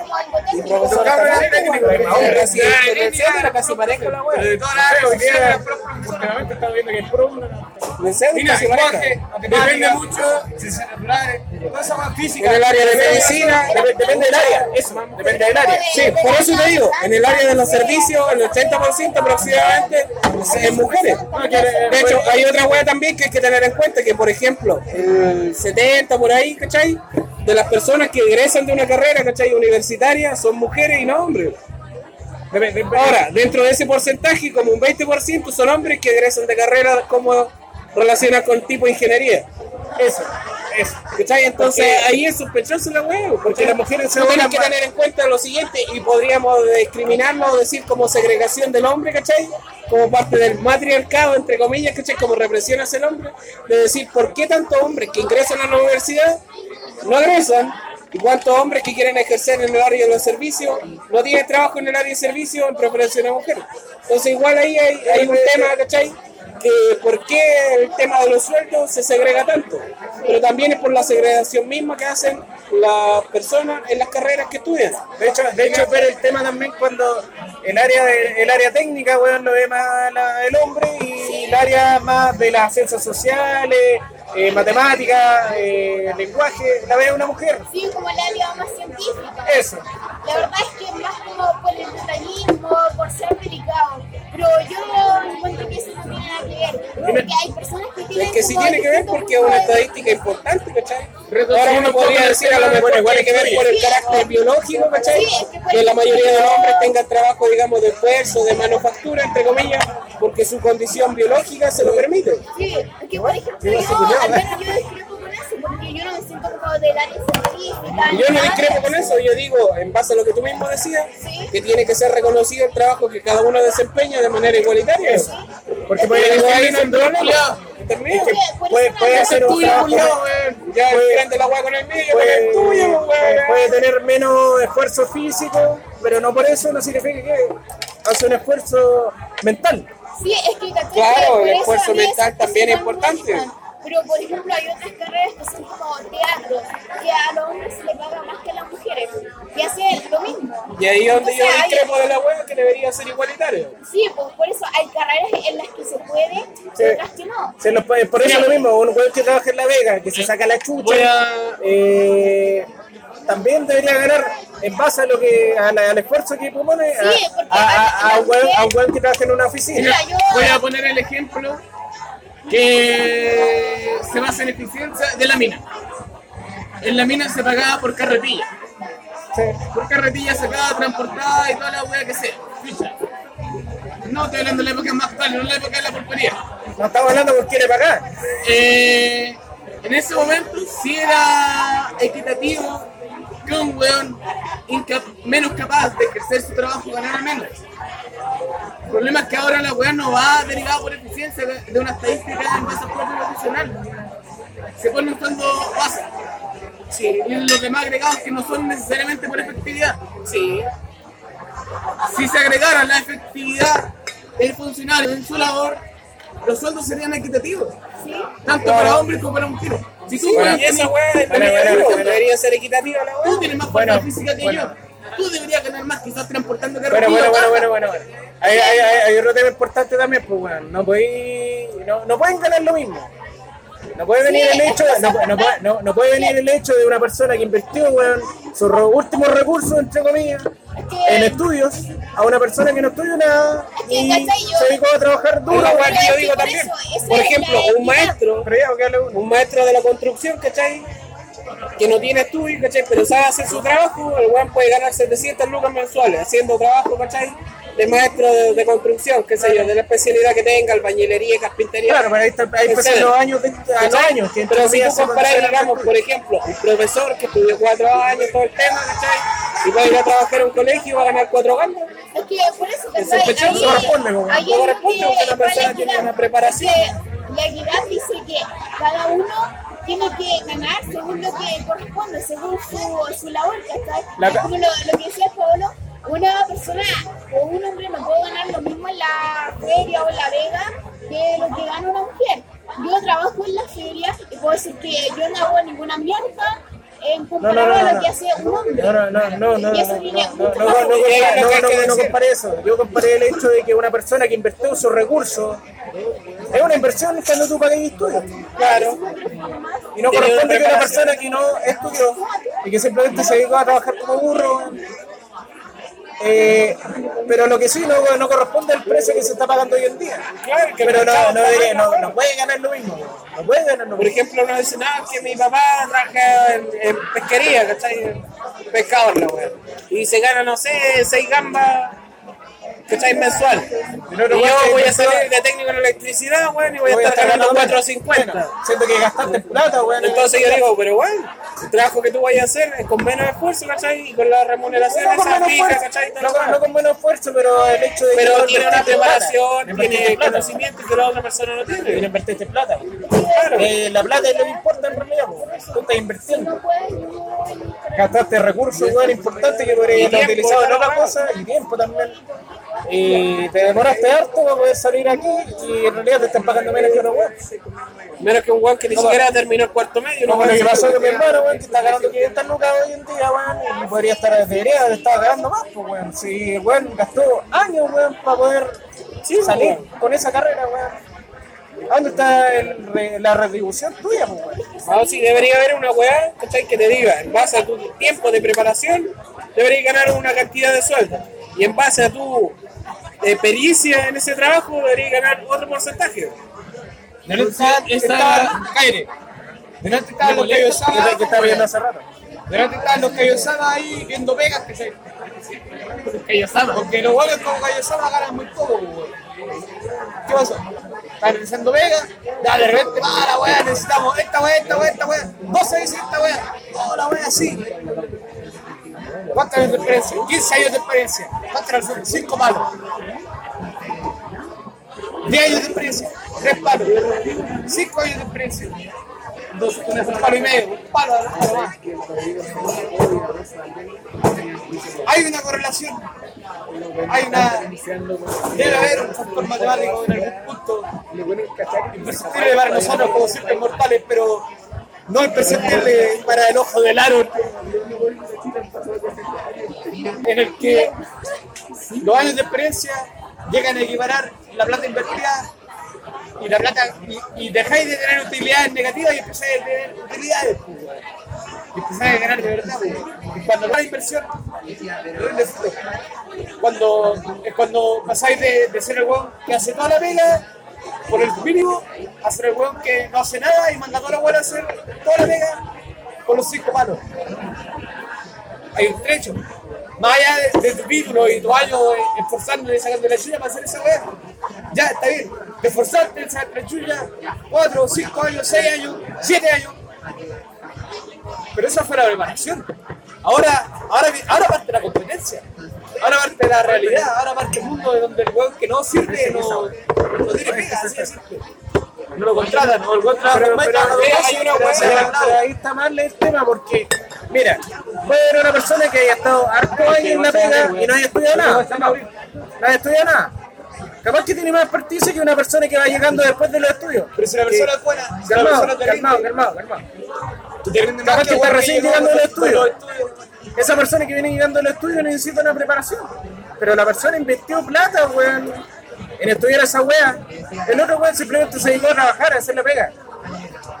como algo técnico.
Profesora técnico, casi
Ya,
el
es
centro era
mira,
casi pareja la
Pero
wea.
de todas las áreas oficiales,
Últimamente estamos viendo que es por hombre. ¿no?
El centro
Mira,
casi
lenguaje,
pareja.
depende mucho, ciencias naturales, toda esa más física.
En el área de medicina,
Dep- Depende del área, eso, depende del área.
Sí, por eso te digo, en el área de los servicios, el 80% aproximadamente es mujeres.
Ah,
De hecho, hay otra hueá también que hay que tener en cuenta, que por ejemplo, el 70 por ahí, ¿cachai? De las personas que egresan de una carrera, ¿cachai? Universitaria, son mujeres y no hombres.
Depende- depende-
Ahora, dentro de ese porcentaje, como un 20% son hombres que egresan de carreras como relacionadas con tipo de ingeniería.
Eso, eso.
¿Cachai? Entonces ahí es sospechoso la huevo,
Que
porque las
las
mujeres
mujeres se
no
abonan
tienen que
más.
tener en cuenta lo siguiente y podríamos discriminarlo o decir como segregación del hombre, ¿cachai? Como parte del matriarcado, entre comillas, ¿cachai? Como represión hacia el hombre, de decir por qué tantos hombres que ingresan a la universidad no egresan y cuántos hombres que quieren ejercer en el área de los servicios no tienen trabajo en el área de servicios en preparación a mujeres. Entonces igual ahí hay, hay un tema, ¿cachai? que eh, por qué el tema de los sueldos se segrega tanto, pero también es por la segregación misma que hacen las personas en las carreras que estudian.
De hecho, de hecho ver el tema también cuando el área de- el área técnica, weón, lo ve más la- el hombre y el área más de las ciencias sociales, eh, matemáticas, eh, lenguaje, la ve una mujer.
Sí, como el área más científica.
Eso.
La verdad es que es más como por el detallismo, por ser delicado. Pero yo encuentro que eso no tiene nada que ver. Porque hay personas que tienen.
Es que sí
como
tiene que ver
distintos
porque es una
puntos de-
estadística importante, ¿cachai? Ahora uno podría decir a lo mejor
Bueno, igual
tiene que ver
influye.
por el carácter biológico, ¿cachai?
Sí, es que puede
Que la
influir.
mayoría de los hombres tengan trabajo, digamos, de esfuerzo, de manufactura, entre comillas, porque su condición biológica se lo permite.
Sí, porque por ejemplo, yo, al menos yo discrepo con eso, porque yo no me siento como del área científica.
Y Yo no discrepo con eso, yo digo, en base a lo que tú mismo decías,
Sí.
que tiene que ser reconocido el trabajo que cada uno desempeña de manera igualitaria.
Porque
Pero
puede
ahí no hay
decir,
problema. Termina.
Porque por
puede-
eso
puede
no-
hacer un trabajo,
Ya
Pues-
es grande la weá con el mío, con el
puede,
tuyo,
puede- puede
weón.
tener menos esfuerzo físico, pero no por eso no significa que hace un esfuerzo mental.
Sí, es que ¿cachai?
Claro,
Que por
el
eso
esfuerzo
a mí esas
mental también es
cosas no me
importante.
gustan. Pero por ejemplo, hay otras carreras que son como teatro, que a los hombres se les paga más que a las mujeres, y hace lo mismo.
Y ahí es donde yo
Entonces, hay-
discrepo de la weá que debería ser igualitario.
Sí, pues por eso hay carreras en las que se puede y otras que no.
Se los puede- por eso es lo mismo, un weón que trabaja en La Vega, que se saca la chucha,
Voy a-
eh, también debería ganar en base a lo que, a la- al esfuerzo que propone a,
Sí, porque
a- a-
la-
a un weón,
la-
a un weón que trabaja en una oficina.
Mira, yo.
Voy a poner el ejemplo que se basa en eficiencia de la mina. En la mina se pagaba por carretilla. Por carretilla sacada, transportada y toda la weá que sea. Ficha. No estoy hablando de la época más actual, no de la época de la pulpería.
No estamos hablando porque quiere pagar.
Eh, en ese momento sí era equitativo que un weón inca- menos capaz de ejercer su trabajo ganara menos. El problema es que ahora la weá no va derivada por eficiencia de de una estadística de empresas propias profesional. Se pone un fondo base. Sí. Y los demás agregados que no son necesariamente por efectividad. Sí. Si se agregara la efectividad del funcionario en su labor, los sueldos serían equitativos. Tanto para hombres como para mujeres. Si tú, weón,
y esa
tenés-
weá es
Bueno, bueno,
equitativa,
bueno.
debería ser equitativa la
Tú
weá.
tienes más
Bueno,
fuerza física que
bueno.
yo. Tú deberías ganar más quizás transportando
Bueno,
carretillas.
bueno, bueno, bueno, bueno, bueno. Hay, hay, hay, hay otro tema importante también, pues, weón. No podéis. No, no pueden ganar lo mismo. No puede venir el hecho, no, puede- no puede- no- no puede venir el hecho de una persona que invirtió, weón, sus re- últimos recursos, entre comillas, en estudios, a una persona que no estudió nada y se dedicó a trabajar duro,
Pero,
weón.
weón,
y yo
es que
digo
por
también.
eso, esa
Por
es
ejemplo,
la
un
equidad.
maestro,
Pero ya, porque hable uno.
un maestro de la construcción, ¿cachai? Que no tiene estudio, ¿cachai? Pero sabe hacer su trabajo, el weón puede ganar 700 lucas mensuales haciendo trabajo, ¿cachai? De maestro de, de construcción, qué sé yo, de la especialidad que tenga, albañilería, carpintería.
Claro, pero ahí, está, ahí pasan los años, de, a los
¿Cachai?
años. que entre
Pero si
comillas
tú
se
comparas,
consideran
digamos, por ejemplo, un profesor que estudió cuatro años todo el tema, ¿cachai? Y va a ir a trabajar a un colegio y va a ganar cuatro ganas.
Es que por eso, ¿cachai?
sospechoso
Ahí-
corresponde, como
ahí
no
es
corresponde,
lo
porque la
va
persona tiene
equidad.
una preparación.
Que La equidad dice que cada uno tiene que ganar según lo que corresponde, según su, su labor, ¿cachai?
La
Es
ca-
como lo, lo que decía el Pablo, una persona o un hombre no puede ganar lo mismo en la feria o en la vega que lo que gana una mujer. Yo trabajo en la feria y puedo decir que yo no hago ninguna mierda en comparación
no,
a
no.
lo que hace un hombre.
No, no, no, no, no, no,
Y eso
no,
tiene
no,
mucho
no, no,
más
no,
sentido.
compa- no, no, no, no comparé eso. Yo comparé el hecho de que una persona que invirtió sus recursos es una inversión cuando tú pagas estudios. Claro. Y no corresponde que una persona que no estudió y que simplemente se dedicó a trabajar como burro. eh, pero lo que sí no, no corresponde al precio que se está pagando hoy en día. Claro, que pero no, no, debería- no, no puede ganar lo mismo. No puede ganar lo
Por
mismo.
ejemplo, uno dice, no, que mi papá trabaja en, en pesquería, ¿cachai? Pescador, la weá. Y se gana, no sé, seis gambas, ¿cachai? Mensual. Y
otro weón que
yo voy a
invirtió-
salir de técnico en electricidad, weón, y voy a estar ganando
ganando
4.50.
menos. Siento que gastaste plata, weón.
Entonces yo digo, pero bueno, el trabajo que tú vayas a hacer es con menos esfuerzo, ¿cachai? Y con la remuneración
no con
esa
menos
fija,
esfuerzo,
¿cachai?
no, con- no con menos esfuerzo, pero el hecho de que
Pero
no
tiene una
invertiste
preparación,
plata, invertiste
tiene
plata,
conocimiento que la otra persona no
y no
tiene.
invertiste plata. Eh, la plata es lo que importa en realidad, po. tú estás invirtiendo. Gastaste recursos weón, importantes que podrías haber
tiempo,
utilizado en
no,
otra
weón.
cosa y tiempo también. Y te demoraste harto para poder salir aquí y en realidad te están pagando menos que una weón.
Menos que un weón que ni siquiera terminó el cuarto medio.
Como
No,
lo que
weón.
pasó con mi hermano, weón, que está ganando 500 lucas hoy en día, weón, y podría estar, debería haber estado ganando más, pues, weón. Si, weón, gastó años, weón, para poder salir con esa carrera, weón. ¿A ¿Dónde está el re- la retribución tuya, pues, weón?
No, sí, debería haber una weá, ¿cachai? Que te diga, en base a tu tiempo de preparación, deberías ganar una cantidad de sueldo. Y en base a tu eh, pericia en ese trabajo, deberías ganar otro porcentaje.
Está Caire. Delante está los que yo
Que, que estaba viendo
estaba.
hace rato.
Delante está los que yo estaba ahí viendo Vegas que se. Porque los huevos como Cayosama ganan muy poco, weón. ¿Qué pasó? Está realizando Vegas, ya de repente, va la weá, necesitamos esta weá, esta weá, esta weá. 12 veces esta weá. Oh, la weá así. ¿Cuántos años de experiencia? 15 años de experiencia. ¿Cuántos años? 5 palos. 10 años de experiencia. 3 palos. 5 años de experiencia. Dos, un palo y medio, un palo, un palo más. Hay una correlación. Hay una. Debe haber un factor matemático en algún punto. Imperceptible para nosotros como simples mortales, pero no imperceptible para el ojo del aro. En el que los años de experiencia llegan a equiparar la plata invertida y la plata y, y dejáis de tener utilidades negativas y empezáis a tener utilidades. pues, weón. Y empezáis a ganar de verdad. weón. Y cuando no hay inversión, rinde fruto. Cuando, es cuando pasáis de, de ser el weón que hace toda la pega
por el mínimo, hacer el weón que no hace nada y manda a toda la weón a hacer toda la pega con los cinco palos. Hay un trecho. Más allá de, de tu título y tu año eh, esforzándote y sacando la chulla para hacer esa weá. Ya, está bien. De esforzarte, sacar la chulla, cuatro, cinco años, seis años, siete años. Pero esa fue la preparación. Ahora, ahora, vi- ahora parte la competencia. Ahora parte la realidad. Ahora parte el mundo de donde el weón que no sirve no, no tiene pega. así de simple. No lo contratan, no lo contratan.
Pero, eh, pero, pero,
hay una
pero,
weá
pero,
al lado.
pero ahí está mal el tema porque, mira, puede haber una persona que haya estado harto años en la pega y no haya estudiado nada. No haya estudiado nada. Capaz que tiene más expertise que una persona que va llegando después de los estudios.
Pero si la persona es buena, si la
Calmado,
persona te
calmado,
rinde,
calmado, calmado.
tú te rinde
Capaz
más
que
que
está
weón
recién
que llegó
llegando al estudio.
los
Esa persona que viene llegando al estudio necesita una preparación. Pero la persona invirtió plata, weón, en estudiar esa wea. El otro weón simplemente se dedicó a trabajar, a hacer la pega.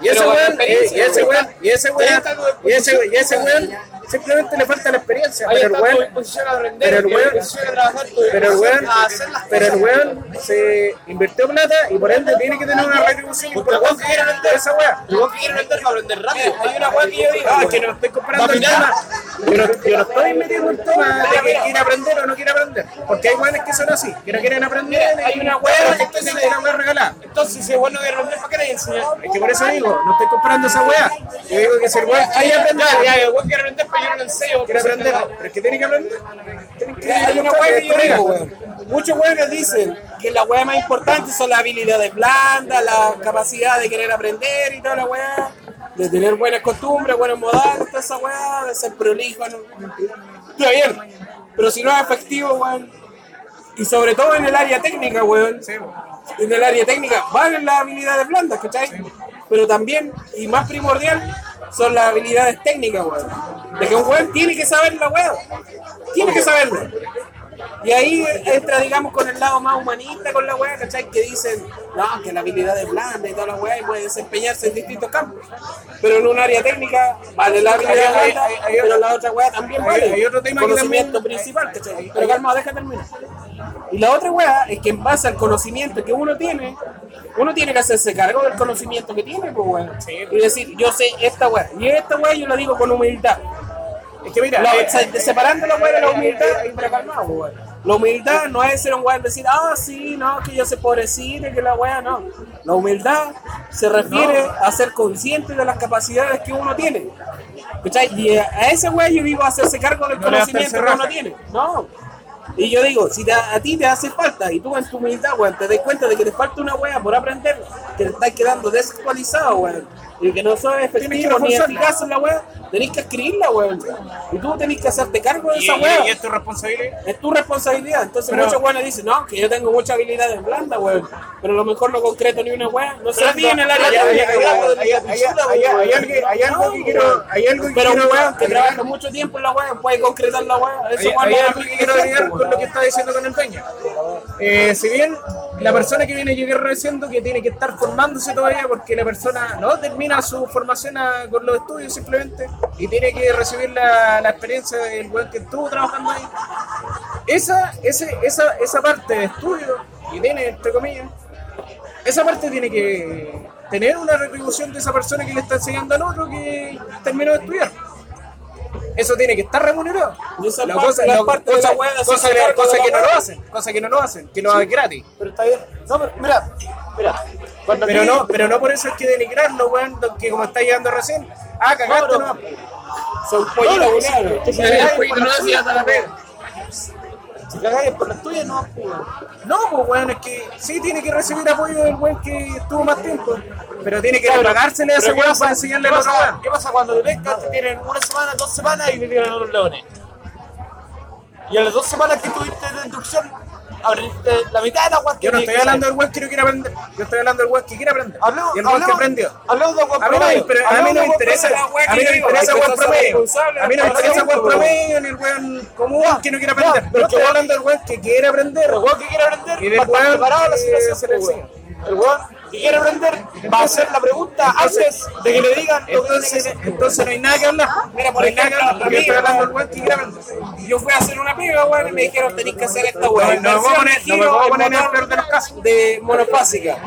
Y ese
Pero con
weón, eh,
experiencia,
y ese weón, y ese weón,
Ahí está tu
y ese, y ese weón, simplemente le falta la experiencia.
Ahí
Pero
está
el
tu
weón,
disposición a aprender,
pero el
tu
weón-
disposición a trabajar, tu
pero el
disposición
weón,
a hacer las
pero el
cosas.
weón se invirtió plata y por ende tiene que tener una retribución
Porque el weón que quiere aprender,
de esa wea.
el weón que quiere aprender va a aprender rápido. Hay una weá que yo digo,
Ah,
weón.
que no estoy comprando el
Dominar.
tema. Yo no, yo no estoy metido en el tema de que quiere aprender o no quiere aprender. Porque hay weones que son así, que no quieren aprender.
Mira, hay
y-
una wea que
entonces
entonces-
hay una wea regalada.
Entonces, si es bueno que aprender, ¿para qué le enseñar?
Es que por eso digo, no estoy comprando esa wea. Yo digo que si el weón quiere aprender,
Ya, el weón quiere aprender, pero pues, yo no le enseño.
quiere aprender, pero es que tiene que aprender.
Hay una weá que yo digo, weón. Muchos weones dicen que la weá más importante son las habilidades blandas, la capacidad de querer aprender y toda la weá, de tener buenas costumbres, buenos modales, toda esa weá, de ser prolijo. ¿no? Está bien, pero si no es efectivo, weón. Y sobre todo en el área técnica, weón. En el área técnica valen las habilidades blandas, ¿cachai? Pero también, y más primordial, son las habilidades técnicas, weón. De que un weón tiene que saber la weá. Tiene que saberlo. Y ahí entra, digamos, con el lado más humanista con la weá, ¿cachai? Que dicen, no, que la habilidad es blanda y toda la weá y puede desempeñarse en distintos campos. Pero en un área técnica vale la habilidad
Hay- hay-
blanda,
hay- hay-
pero la otra weá también
hay-
vale.
hay otro tema que
conocimiento
también-
principal, ¿cachai? Pero calma, deja terminar. Y la otra weá es que en base al conocimiento que uno tiene, uno tiene que hacerse cargo del conocimiento que tiene, pues weón. Y decir, yo sé esta weá. Y esta weá yo la digo con humildad.
Es que mira,
La-
eh,
se- separando la weá de la humildad, pero calmado, pues, weón. La humildad no es ser un weón decir, ah, sí, no, que yo sé pobrecito, que la weá, no. La humildad se refiere a ser consciente de las capacidades que uno tiene. ¿Cachai? Y a a ese weá yo digo hacerse cargo del
No le das
conocimiento que
tercerraja.
uno tiene. No. Y yo digo, si te- a ti te hace falta y tú en tu humildad, weón, te das cuenta de que te falta una wea por aprender, que te estás quedando desactualizado, weón, y que no sabes efectivo ni
reforzarla.
eficaz en la wea, tenés que escribirla, weón. Y tú tenés que hacerte cargo de
y-
esa
y,
wea.
y es tu responsabilidad.
Es tu responsabilidad. Entonces
Pero-
muchos weones dicen, no, que yo tengo muchas habilidades blandas, weón, pero a lo mejor no concreto ni una wea. No se en el área
Hay- hay- hay-
técnica, weón.
hay- hay- hay- hay- hay algo- hay algo que
No,
quiero-
weón.
hay algo que
Pero un
quiero-
weón que
hay-
trabaja mucho tiempo en la wea puede concretar la wea. Eso
Hay,
weón,
hay
no es
algo que quiero agregar con lo que está diciendo con el Peña. Eh, si bien la persona que viene a llegar diciendo que tiene que estar formándose todavía porque la persona no termina su formación a- con los estudios simplemente y tiene que recibir la, la experiencia del weón que estuvo trabajando ahí. Esa, ese, esa, esa parte de estudio, y tiene entre comillas, esa parte tiene que tener una retribución de esa persona que le está enseñando al otro que terminó de estudiar. Eso tiene que estar remunerado.
Y esa
La
parte-
cosa,
la
la-
parte de
cosa-
la wea de
cosa
hacerse
que-
cargo
cosa
de la
que no
wea.
lo hacen, cosa que no lo hacen, que lo hacen gratis.
Pero está bien. No, pero mira, mira. Cuando
Pero
tú-
no, pero no por eso es que denigrarlo, weón, que como está llegando recién. Ah, cagaste,
No,
no.
no. Son pollitos,
No, no,
culiao.
sí,
Si
sí,
cagáis
sí,
por
no
las
hacía
tuyas,
hasta la pega.
Si cagáis por las tuyas, no, weón.
No, pues weón, es que sí tiene que recibir apoyo del weón que estuvo más tiempo. Pero tiene que
Claro,
pagársele a ese
pero ¿qué
weón
pasa-
para enseñarle
qué
a otro
pasa-
weón.
¿Qué pasa cuando te pescan? Te tienen una semana, dos semanas y te tienen a los leones. Y a las dos semanas que tuviste de Este, inducción, abriste la mitad de la agua
Yo no estoy hablando del weón que no quiere aprender. Yo estoy hablando del weón que quiere aprender. Y el weón que aprendió.
Hablamos de Juan
A mí no me inter- a mí no me interesa, a mí no me interesa weón promedio. A mí no me interesa weón promedio ni el weón común que no quiere aprender.
ya,
pero
pero
estoy
que-
hablando del weón que quiere aprender.
El weón que quiere aprender
Y del
va a estar
weón
preparado a la
que
situación.
se le
pues,
enseña.
weón. El weón que quiere aprender va a hacer la pregunta antes de que le digan lo que tiene que
Entonces,
hacer.
entonces no hay nada que hablar.
Mira, por
no hay nada que
ejemplo,
hablar.
a
Porque
mí,
estoy hablando del weón que quiere aprender.
Yo fui a hacer una pega, weón, y me dijeron tenés que hacer esta weón.
No, no me voy a poner- no me voy a poner en el peor de los casos.
De monopásica.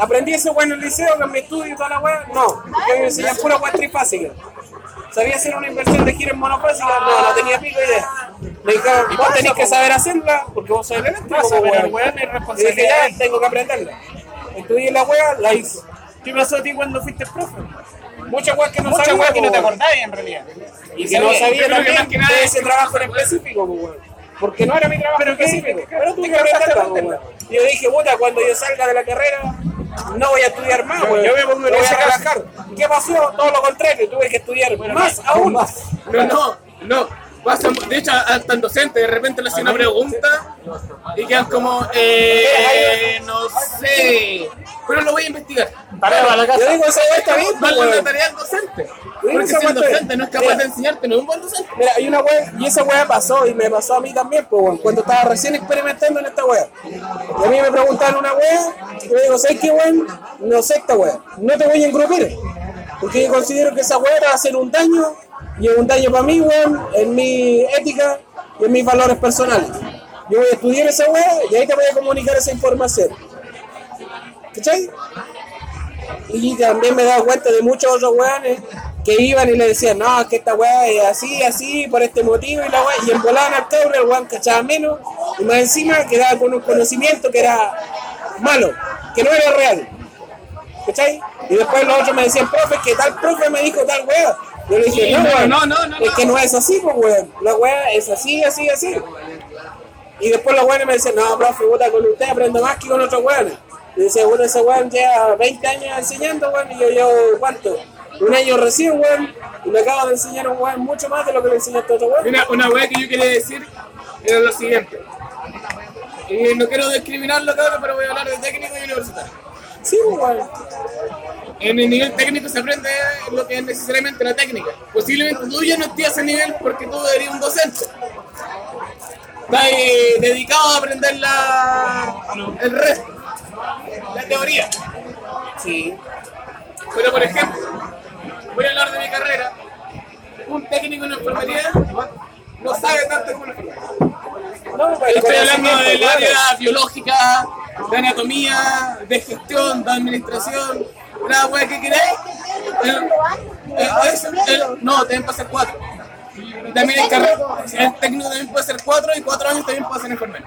Aprendí eso weón en el liceo, que en mi estudio y toda la weón. No, yo me enseñan pura weón trifásica. Sabía hacer una inversión de giro en monopásica, no, no tenía pico idea. Me dijeron, vos tenés que saber hacerla, porque vos sos
Ah,
el eléctrico,
Pasa, pero el
weón.
weón es
Y dije,
responsabilidad.
ya, tengo que aprenderla. Estudié la weá, la hice.
¿Qué pasó a ti cuando fuiste profe?
Muchas weas que no
Mucha
sabía,
weón que no te
po, weón.
acordás en realidad.
Y que no sabía
Yo creo que
también
más que nada
de
es-
ese trabajo en específico, pues, weón. Porque no era mi trabajo
Pero
en
que-
específico.
que-
Pero tuve
que
que
aprender,
aprenderlo,
aprender.
weón. Y yo dije, puta, cuando yo salga de la carrera, no voy a estudiar más,
Yo-
weón.
yo me pongo en
voy
ese
a
caso.
relajar. ¿Qué pasó? Todo lo contrario, tuve que estudiar más aún.
No, no, no. Pasa- de hecho, hasta el docente de repente le hace una pregunta y quedan como, eh, no sé, pero lo voy a investigar.
Yo digo, esa weá está bien, pues,
Dale la
weón.
tarea al docente.
Yo digo,
Porque si
esa
el
weá está
docente
bien.
no es capaz de
Mira,
enseñarte, no es un buen docente.
Mira, hay una wea, y esa wea pasó, y me pasó a mí también, pues, weón, cuando estaba recién experimentando en esta wea. Y a mí me preguntaron una wea, y yo digo, ¿sabes qué, weón? No sé esta wea, no te voy a engrupir, porque yo considero que esa wea te va a hacer un daño, y es un daño para mí, weón, en mi ética y en mis valores personales. Yo voy a estudiar esa wea, y ahí te voy a comunicar esa información. ¿Cachai? Y también me he dado cuenta de muchos otros weones que iban y le decían, no, es que esta weá es así, así, por este motivo, y la weá, y volaban al cabro, el weón cachaba menos, y más encima quedaba con un conocimiento que era malo, que no era real. ¿Cachai? Y después los otros me decían, profe, que tal profe me dijo tal weá. Yo le dije,
Sí,
no,
no,
weón,
no, no, no,
es
no.
que no es así, pues weón, la weá es así, así, así. Y después los weones me decían, no, profe, puta, con usted aprendo más que con otros weones. Y decía, bueno, ese weón lleva 20 años enseñando, weón, y yo llevo, ¿cuánto? Un año recién, weón, y me acabo de enseñar a un weón mucho más de lo que le enseñaste a otro weón.
Una, una weá que yo quería decir era lo siguiente. Y no quiero discriminarlo, cabrón, pero voy a hablar de técnico y universitario.
Sí, pues, weón.
En el nivel técnico se aprende lo que es necesariamente la técnica. Posiblemente tú ya no estés a ese nivel porque tú eres un docente. Estás eh, dedicado a aprender la, el resto, la teoría.
Sí.
Pero por ejemplo, voy a hablar de mi carrera. Un técnico en enfermería no sabe tanto como un enfermero.
No, pues, el
Estoy hablando
conocimiento,
del
claro.
área biológica, de anatomía, de gestión, de administración, la wea que queráis. El- el- es- el- no, también puede ser cuatro. Y También el, carrera, el técnico también puede ser cuatro y cuatro años también puede ser enfermero.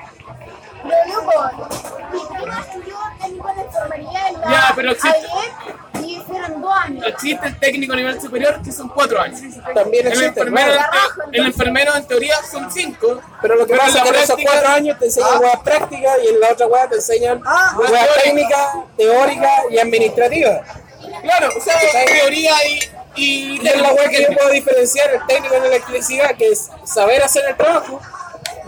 Pero loco, mi prima estudió técnico de enfermería en la
Ya, pero existe.
AED y fueron dos años.
Existe el técnico a nivel superior que son cuatro años.
También
El
existe,
enfermero, en
weón.
te- el enfermero en teoría son cinco.
Pero lo que
en
pasa es
la
que en esos
práctica-
cuatro años pues, te enseñan weas prácticas y en la otra wea te enseñan
Ah,
weas
teórica.
técnicas, teóricas y administrativas.
Claro, o sea,
¿Cachai?
teoría y... Y,
Y es la wea que yo puedo diferenciar el técnico en electricidad, que es saber hacer el trabajo,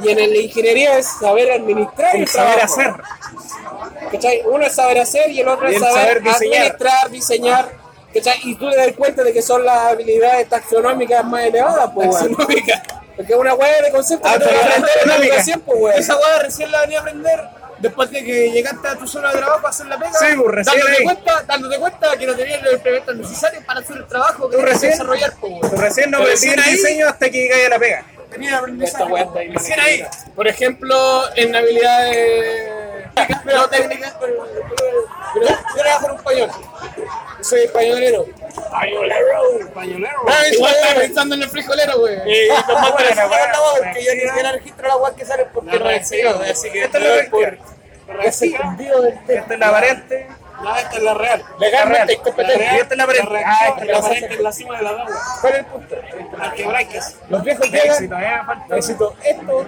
y en la ingeniería es saber administrar el
Saber
trabajo.
hacer.
¿cachai? Uno es saber hacer y el otro
Y
es
el
saber,
saber diseñar.
administrar, diseñar, ¿cachai? Y tú te das cuenta de que son las habilidades taxonómicas más elevadas, pues, weón.
Taxonómica.
Porque una weá de concepto
Ah,
que tú vas a
taxonómica.
aprender en la educación, pues, weón.
Esa
weá
recién la venía a aprender después de que llegaste a tu zona de trabajo a hacer la pega.
Sí, pues, recién
dándote,
ahí.
cuenta, dándote cuenta que no tenías los implementos necesarios para hacer el trabajo que
Tú
tenías que
recién-
desarrollar. Pues,
Tú
weón.
recién no
Pero
aprendí el
recién ahí-
diseño hasta que llegáis a la pega.
Tenías aprendizaje.
Esta weá está ahí,
Recién ahí. Por ejemplo, en habilidades no técnicas, pero, pero yo trabajo en un pañol. Soy pañolero.
Pañolero, pañolero.
Igual estaba pensando en el frijolero, güey.
No
Bueno,
más bueno,
bueno,
no, que yo ni siquiera registro la weá que sale porque no es serio, así que
Esta es
no
la
es por-
bestia. Esta es la variante.
No, esta es la real.
Legalmente
La real.
incompetente.
Y esta es la variante.
Ah,
Ah, esta es la variante.
en la cima de la dama.
¿Cuál es el punto?
Al quebraiques.
Los viejos llegan. Necesito esto.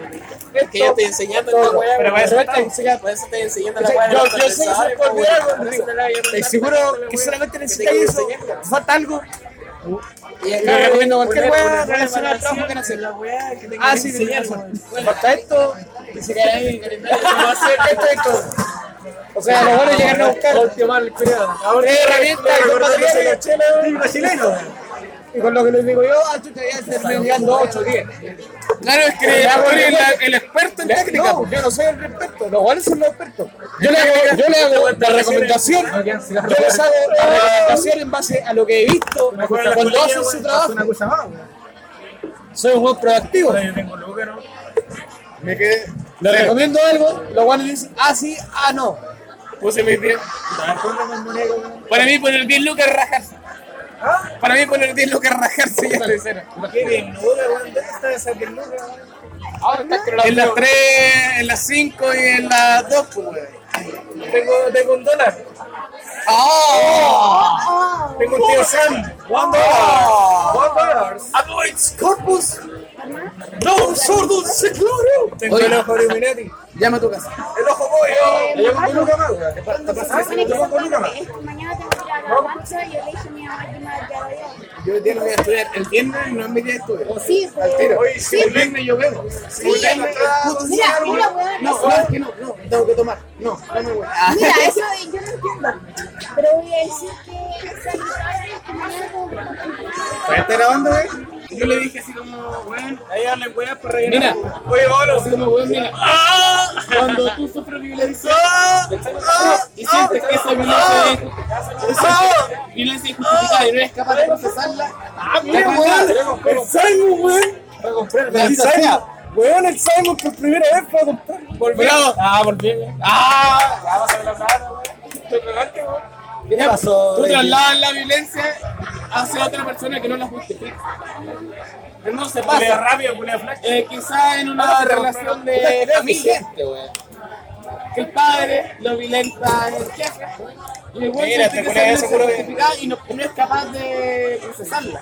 Es que yo estoy enseñando esta weá, weón.
Pero para eso
Pero
está.
estoy enseñando- para eso estoy enseñando la
Yo,
weá de los
yo sé que se
procesadores,
puede
weón.
olvidar algo, Rodrigo. Te seguro que solamente necesitáis eso. ¿Te falta algo?
Y acá,
Le recomiendo cualquier
weón,
weá
weón,
relacionada al trabajo que no hacer. Ah, sí, sí, sí. Falta esto.
se cae ahí el calendario, se va a hacer.
Esto, esto. O sea, lo bueno es llegar a buscar.
Última, el cuidado.
Ahora
herramienta,
herramienta,
yo
yo
patrimonio
chela. Chileno.
Y con lo que les digo yo, ah, chucha, ya terminan llegando 8 o 10.
Claro, es que
Ya,
tú eres
bueno,
la- el experto en técnica.
No,
po.
yo no soy el experto, los guanes son los expertos.
Yo le hago, yo le hago la recomendación.
Yo les hago la recomendación en base a lo que he visto cuando hacen su trabajo.
Una cosa más, weón.
Soy un juego proactivo.
Ahora Yo tengo Luca, ¿no?
Me quedé.
Le recomiendo algo, los guanes dicen, ah, sí, ah, no.
Puse mis 10.
A ver, ponlo con Monego, weón.
Para mí poner 10 lucas es rajarse.
¿Ah?
Para mí poner 10 lucas es rajarse ya de cero.
Qué bien, Luca, weón. ¿Dónde está esa bien, Luca, weón?
Ah,
Ahora está
En
escrolando.
las 3, en las 5 y en las 2, pues, weón.
Tengo, tengo un dólar.
¡Ah!
Tengo un tío Sam. One
Ah.
dollar. One dollar.
¡Avoids corpus! ¡No, sordo, se
Tengo el ojo Illuminati.
Llama a tu casa.
El ojo pollo. Le llamo con Luca más, weón.
Cuando se supone que son cuatro, es que mañana tengo que ir a la marcha, yo le dije a mi mamá que me quedaba yo.
Yo el día no voy a estudiar. El viernes no es mi día de estudio.
Sí, pues.
Oye, si el viernes yo vengo.
Sí, mira, mira, weón,
No,
eso-
no, es que no, no, tengo que tomar. No, no me voy.
Mira, eso yo no entiendo. Pero voy a decir que salí tarde, que mañana tengo que ir a la marcha.
¿Estás grabando, güey?
Yo le dije así como, weón, ahí hablen weas para
Mira,
rellenar.
oye, Ah. Bolo, así como, weón, mira. Cuando tú sufres violencia y sientes que esa violencia es Ah. esa violencia injustificada y no eres capaz de procesarla, ¡ah, mira, weón! ¡El Simon, weón! Para comprar, el Simon. Weón, el Simon por primera vez para comprar. Volvió. Ah, volvió, weón. ¡Ah! Ya vas a hablar nada, weón. Te pegaste, weón. ¿Qué te pasó?
Tú trasladas la violencia hacia otra persona que no la justifica. No se
Culea
pasa.
rápido, culea flash.
Eh, quizá en una relación de familia. Que el padre lo violenta en el jefe. Y el güey
Mira,
siente que
te culea
esa
seguro
violencia es justificada y no, no es capaz de procesarla.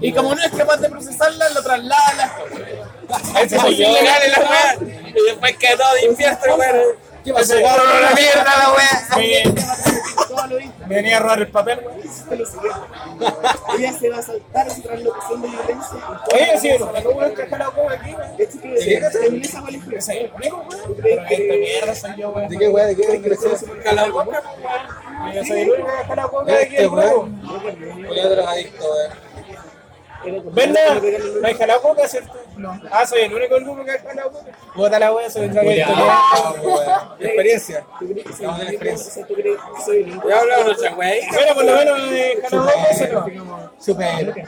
Y como no es capaz de procesarla, lo traslada a las
Ese soy yo.
Y después quedó de infierno, güey. ¿Qué pasó?
Ese cabrón era una
mierda, la
Me,
Todo lo hizo.
me venía a robar el papel, weón.
Ella se va a saltar su translocución de violencia.
Oye, sí, pero no weón, que está la copa aquí, weón.
Este que termina esa
Pero
violencia.
soy el conejo, weón. Pero Esta mierda soy yo, weón.
qué, güey? ¿De qué? ¿De qué? ¿De
Yo soy el único que está la copa aquí,
Este
el huevo.
drogadicto, güey.
¿Verdad? ¿No hay jalado coca, cierto? No. Ah, soy el único del grupo que ha jalado coca. Bota la wea, soy el dragón.
Experiencia. Estamos en experiencia. Ya hablamos de otra, güey.
Bueno, por lo menos eh, de jalado coca, se no.
Super.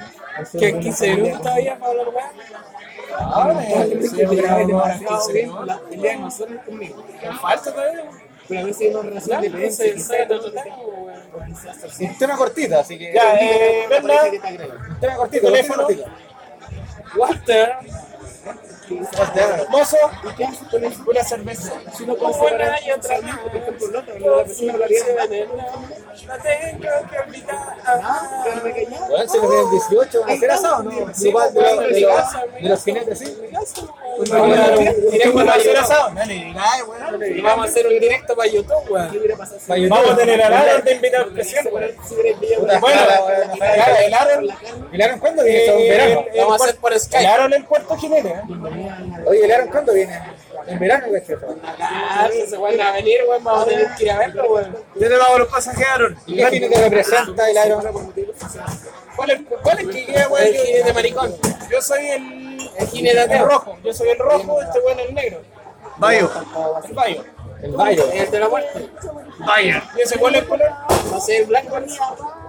¿Qué 15 minutos todavía para hablar, güey?
Ahora,
La pelea de nosotros conmigo. Falta todavía, güey. Pero a veces hay una relación de violencia y ensayo de otro tema, güey. Un tema cortito, así que.
Ya, eh, ¿verdad?
Tema cortito,
Teléfono.
Walter. Walter.
Mozo,
¿Y qué haces con eso?
una cerveza.
Si no puedes separar y otra más, por ejemplo, no, pero no, la persona que se va a tener una- Ah, pero me callaba.
Bueno, se lo ven 18, van a hacer asado, ¿no? Igual de, los- de los- de los jinetes, sí.
Directo
¿Una
para
cerveza?
YouTube.
No le digas, weón.
Y vamos a hacer un directo para YouTube, weón.
Para YouTube.
Vamos a tener a Laron de invitado especial, weón.
Puta,
Bueno,
cara, weón,
ya, el Laron.
¿El Aaron cuándo viene? ¿Son
Eh,
verano?
el-
Lo vamos a hacer por
El
Skype.
Laron el puerto jinete, ¿eh?
Oye, ¿el Aaron cuándo viene? ¿En verano qué es esto?
Ah, si se van a venir, weón, vamos a tener que ir a verlo, weón.
Yo te pago los pasajes, Aaron.
¿Y qué tiene que representa el Aaron?
¿Cuál es, cuál es que queda,
El
weón?
jinete de maricón.
Yo soy el,
El jinete
el
ateo.
rojo. Yo soy el rojo, este weón el negro. Bayo. El Bayo.
El Bayo.
El de la muerte.
¿Y ese cuál es el color?
No sé, el blanco.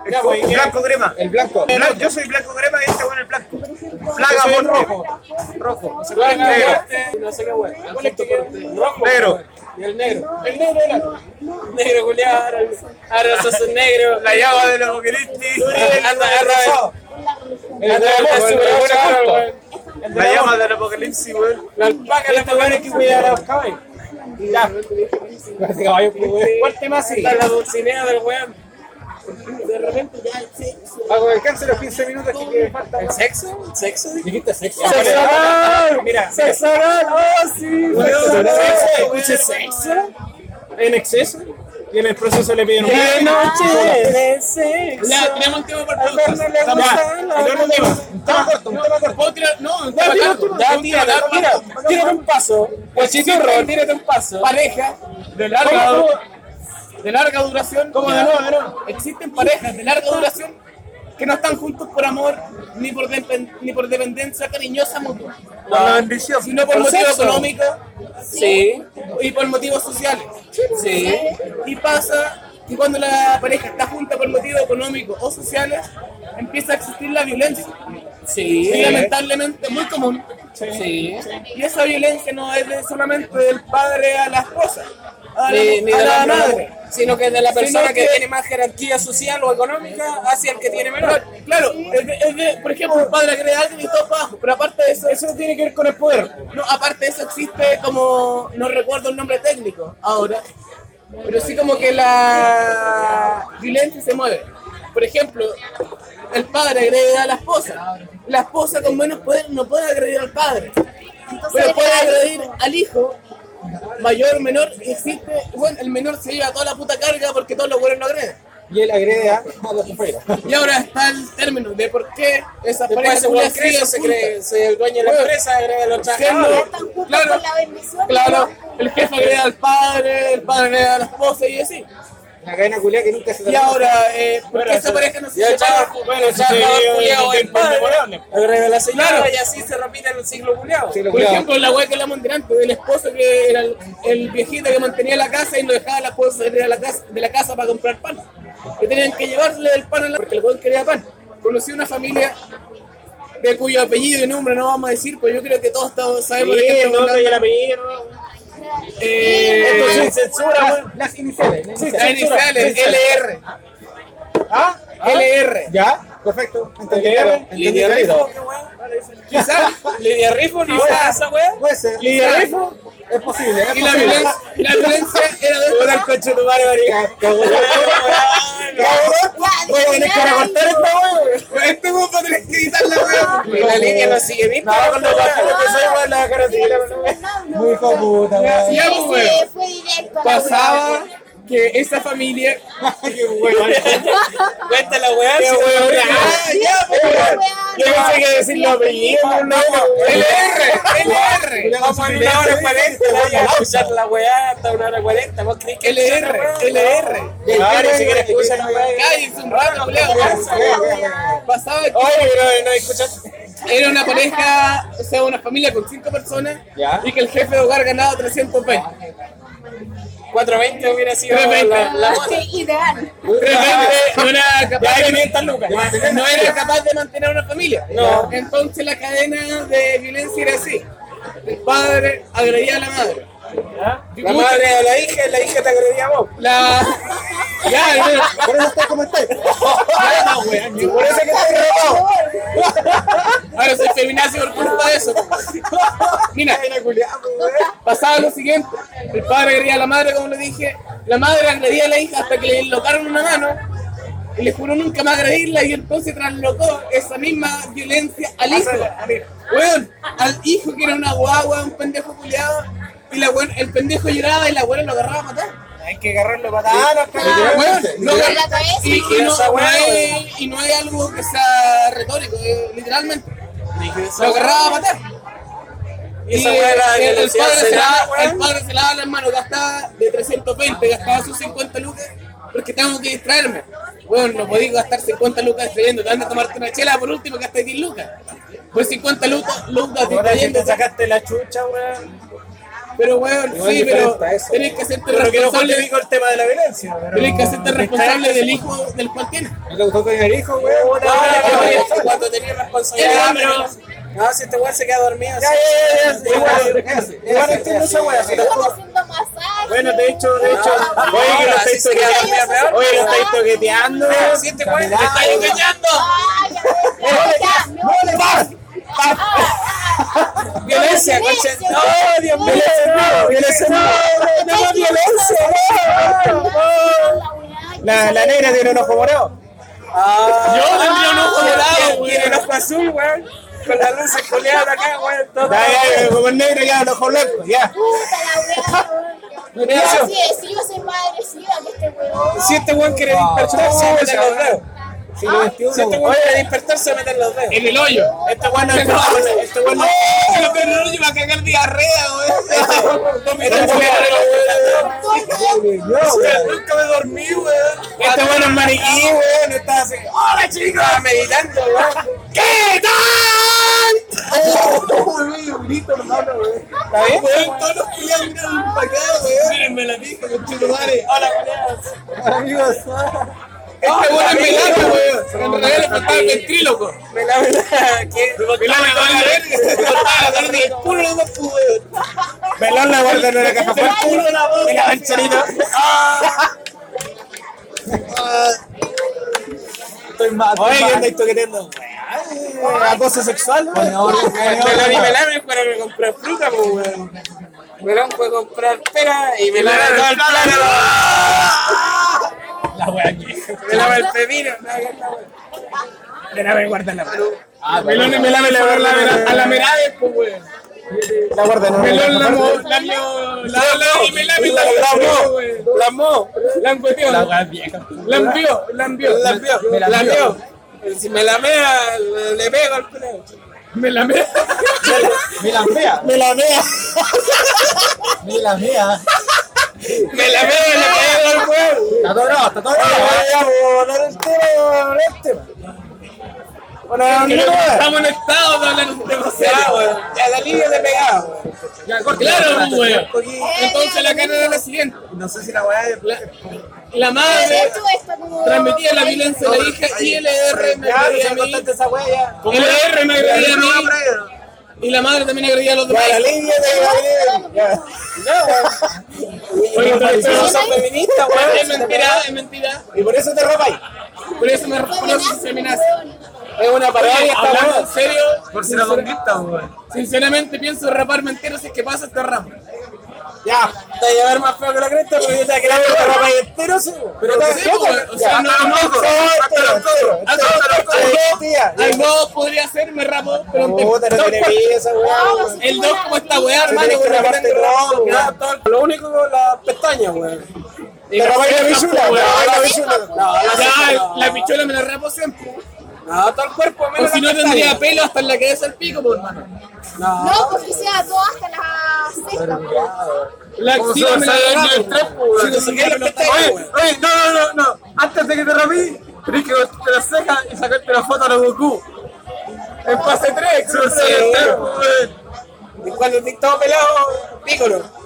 Ya, pues, ¿y qué?
crema. El blanco.
yo soy blanco crema y este weón el blanco.
Plaga
soy el
por
rojo.
No sé cuál es la muerte. No sé qué, weón. El justo corte. Rojo.
Negro.
Y el negro.
El negro era.
Negro, culiado. Ahora, ahora sos un negro. La
llama de los boqueristas.
Anda, anda.
El
Anda,
dragón,
anda,
el
sube,
dragón
chao,
oculto.
weón.
La llama del apocalipsis, weón.
La alpaca, la
Este weón es que cuida a los caballos. Ya. Parece caballo, weón. ¿Cuál tema sigue?
Está la dulcinea del weón.
Hago el cáncer los 15 minutos así que falta.
¿El sexo? ¿El sexo?
Dijiste sexo.
Ya,
Sexo
vale.
anal.
Mira,
¡Sexo anal! ¡Oh, sí!
Sexo anal.
¿Escucha sexo?
en exceso y en el proceso le piden un
¡Qué noche de sexo!
Ya, tenemos un tema para el
Al verlo le
producto.
gusta la
Ya,
noche.
el otro tema. Un tema corto, un tema corto.
¿Puedo tirar? No, un
Ya,
tema
tira, tira,
largo, ya,
tira,
un tema
tira,
largo.
tira, tírate un paso. Guachiturro, tírate un paso. Pareja.
De largo.
De larga duración.
¿Cómo de
Ya.
nuevo, de nuevo?
Existen parejas de larga duración
que no están juntos por amor ni por, depen- ni por dependencia cariñosa mutua,
Por la bendición.
sino por,
Por
motivos
sexo.
económicos
Sí,
y por motivos sociales.
sí.
Y pasa que cuando la pareja está junta por motivos económicos o sociales, empieza a existir la violencia.
Sí,
Y lamentablemente es muy común.
sí.
Y esa violencia no es de- solamente del padre a la esposa, a la,
Ni, ni
a
de
la
la
madre.
sino que de la
Sino
persona que,
que-
tiene más jerarquía social o económica hacia el que tiene menor.
Claro, es de- es de- por ejemplo, el padre cree a alguien y todo para abajo, pero aparte de eso, eso no tiene que ver con el poder. No, aparte de eso existe como, no recuerdo el nombre técnico ahora, pero sí como que la violencia se mueve. Por ejemplo, el padre agrede a la esposa, la esposa con menos poder no puede agredir al padre, pero puede agredir al hijo. Mayor, menor, y existe. Bueno, el menor se lleva toda la puta carga porque todos los buenos lo agreden.
Y él agrede a a la compañera.
Y ahora está el término de por qué esas
Después
parejas
ese
culias
buen
siguen
creso se
juntas.
cree, se- el dueño de la
Bueno,
empresa agrega a los
siendo-
trabajadores.
Están juntos
Claro.
por la bendición.
Claro, el jefe agrega al padre, el padre agrega a la esposa y así.
La cadena culia que nunca se
Y ahora, eh, ¿por qué esa
eso-
pareja no
Y
se
el
separa?
chavo- bueno, el trabajador
sí,
culiao
sí,
es el padre,
inmemorable.
agrega a la señora
Claro.
y así se repite en el siglo culiao.
Sí, lo
Por
culiao.
ejemplo, la weá que hablamos delante, del esposo que era el, el viejito que mantenía la casa y no dejaba a la esposa salir a la casa, de la casa para comprar pan. Que tenían que llevarle el pan a la porque el weón quería pan. Conocí una familia de cuyo apellido y nombre no vamos a decir, pero yo creo que todos estamos- sabemos de qué estamos hablando.
el apellido.
Eh,
Esto
entonces,
sin censura, weón. Las iniciales. las
las iniciales, LR.
¿Ah?
LR.
Ya, perfecto. Entendí,
Claro.
claro. Entendí,
Lidia
claro.
Rifo,
Quizás.
Lidia Rifo no
Puede
era
ser,
esa wea.
Puede ser.
Lidia
Claro.
Rifo.
Es posible. Es
Y la
posible.
violencia, la violencia era de
Puta el coche de tu madre, marica. Cagó la weá. Cagó. Voy a tener que recortar esta weá.
Este grupo tenés que editar la wea.
Y la línea no sigue
No,
vista.
con los bajones que soy, weón, la cara así, la weá. Muy hijo de puta, weón.
Ya, pues,
Ese
weón.
fue directo. a la
Pasaba
weá.
que esa familia.
Qué weón.
Cuenta la wea.
Qué
si-
weón.
Ah,
Ya,
Esa
weón.
weá,
Yo
no.
pensé que decir los apellidos, pero no, weón.
LR, LR.
Vamos a una hora cuarenta,
Voy a
weón.
escuchar la weá hasta una hora cuarenta. ¿Vos crees que
LR, LR.
Ah, ni
Ahora sí
siquiera escucha la weá.
Cállense un rato, culiao.
Esa weá.
Pasaba que
Oye, pero no escuchas.
era una pareja, o sea, una familia con cinco personas
Ya.
y que el jefe de hogar ganaba 320.
420 hubiera sido
320.
la, la
Ah, qué Ideal.
Realmente no era
Ya
capaz
hay
de
500 lucas.
no era capaz de mantener una familia. No. Entonces la cadena de violencia era así. El padre agredía a la madre. Y
¿Ah? La
mucha-
madre a la hija, y la hija te agredía a vos.
La... Ya, hermano.
Por eso estás como estás. Por eso que estás
ahora soy feminazi por culpa de eso. Mira,
robado.
pasaba lo siguiente. El padre agredía a la madre, como le dije. La madre agredía a la hija hasta que le dislocaron una mano. Y le juró nunca más agredirla y entonces traslocó esa misma violencia al hijo. Weón, al hijo que era una guagua, un pendejo culiado. Y la weón, el pendejo lloraba y la weón lo agarraba a matar.
Hay que agarrarlo para
Weón, no,
En la cabeza.
y, y no, no hay, y no hay algo que sea retórico, eh, literalmente. Lo agarraba a matar. Y
esa weá era
el, el
velocidad
padre se
cero,
la,
weón.
el padre se lava las manos, gastaba de 320, gastaba sus 50 lucas, porque tengo que distraerme. Bueno, no podía gastar 50 lucas distrayendo, te van a tomarte una chela, por último gasté 10 lucas. Por 50 lucas, lucas
Ahora si
distrayendo,
te sacaste la chucha, weón.
pero weón,
Igual
sí, pero
diferente a eso.
tenés que hacerte
Pero que no
responsable,
justifico el tema de la violencia. pero-
tenés que hacerte responsable del hijo del cual tienes.
No te gustó tener hijo, weón.
No, no, no,
Ya,
es que cuando tenía
Ya,
responsabilidad. No, si este weón se queda dormido.
ya,
sí.
ya, ya, ya. Igual, igual entiendo esa weá. sí.
Estaban haciendo masaje.
Bueno, de hecho, de hecho,
Ah,
oye que lo
ahora
estáis
sí se queda
toqueteando,
cambiado.
oye lo estáis toqueteando,
Si este weón te
Caminando.
está engañando.
Ay, ya, ya, ya, me voy.
¡Ole, paz!
Ah, ah, ah.
Violencia, coche.
Violencia,
No,
weón.
Dios
¡Violencia, no!
mío.
¡Violencia, no! ¡No más violencia! no! La, la negra tiene un ojo morado.
Yo
tendría un ojo morado,
Tiene
weón.
un ojo azul, weón. Con las luces coleadas acá, weón.
Ya,
Todo.
ya, ya, como el negro ya, el ojo blanco, ya.
Puta la weá,
Ignacio.
weón. Sí, sí, yo soy más agresiva que este weón.
Si este weón quiere dispersionarse,
Ah,
mete los dedos. Siglo XXI.
Si este weón quiere despertarse, meten los dedos.
En el hoyo.
Este weón no es probable. Este weón no
Pero que no yo va a cagar diarrea, weón.
Este weón no-
Nunca me dormí, weón.
Este weón es maniquí, weón. Está así. ¡Hola, chicos! Estaba meditando, weón.
¿Qué tal?
¿Está bien?
Weón, todos los culiados miran para acá, weón. Mírenme la pica, con chico madre. Hola, culiados.
Este weón es melano, weón.
En realidad le faltaba el ventríloco.
Melano, ¿qué?
Melano, le faltaba la verga. Le faltaba la verga. El culo no más, weón.
Melón Ah. la guarda en una caja
El
fuerte.
culo la boca.
Mira, el chorito.
Estoy mal.
Oye, ¿qué andáis toqueteando? ¿Acoso sexual? weón?
Melón y Melame fueron a comprar fruta, pues, weón. Melón fue a comprar pera y Melame todo el plátano. Melame el pepino. nada que esta weá.
Melón y melame la verga a la merade, pues, weón.
La guarda en una
Melón la
caja
mo,
fuerte.
la mio, la la y melame la
La mo,
weón.
la mo.
La encuestión. La envió, la envió.
La vio, la vio. Si me la mea, le pego al culo.
Me la me.
Me la mea. Me la mea. Me la mea, le pego al culo. Está todo Está todo Vamos a el tema, vamos a hablar el tema. Bueno, amigo,
Estamos en estado de hablar de un tema
ya,
serio, weón.
weón. Ya la línea de pegada, weón.
Claro, pues, weón.
Porque
Entonces la carrera era la siguiente.
No sé si la weá de
La madre transmitía la violencia de la hija y el ER me
Ya, no
agredía
se
a mí.
contaste esa weá ya.
El ER me agredía a
no va
mí.
por ahí, ¿no?
Y la madre también agredía a los demás.
Ya, la línea de la
Oye, pero- pero-
No, son feministas, weón.
Es mentira, es mentira.
Y por eso te robáis.
Por eso me por eso se amenaza.
Es una
Oye,
parodia esta
hablando en
weá.
serio,
Por si la conquista, weón.
sinceramente pienso raparme entero si es que pasa este ramo.
Ya, te voy a ver más feo que la cresta porque yo te voy a quedar con la ropa y entero, sí. Pero te
Sí, pues, weón. O sea, no, no, no. Al modo podría ser, me rapo, pero un
Puta, no tiene vida esa weá, weón.
El 2 como esta weá,
Te tenés
hermano,
que
con la
raparte
grande
todo,
rato,
weón. Lo único con las pestañas, weón.
Y
Te robáis la
la
visura,
weón.
te robáis la visura. No, la ceja,
Ya,
no.
la pichola me la rapo siempre.
No, todo el cuerpo,
O
menos
si
las
no tendría
pestañas.
pelo hasta en la cabeza al pico, pues, hermano.
No, porque sea todo hasta la sexta.
La axila me la rapo.
Si te saqué las pestañas,
Oye,
weón.
oye, no, no, no, no. Antes de que te rapí, tenés que cortarte las cejas y sacarte la foto a la Goku.
En fase 3,
Eso sí, weón.
eh.
Y cuando estoy todo pelado, pícolo,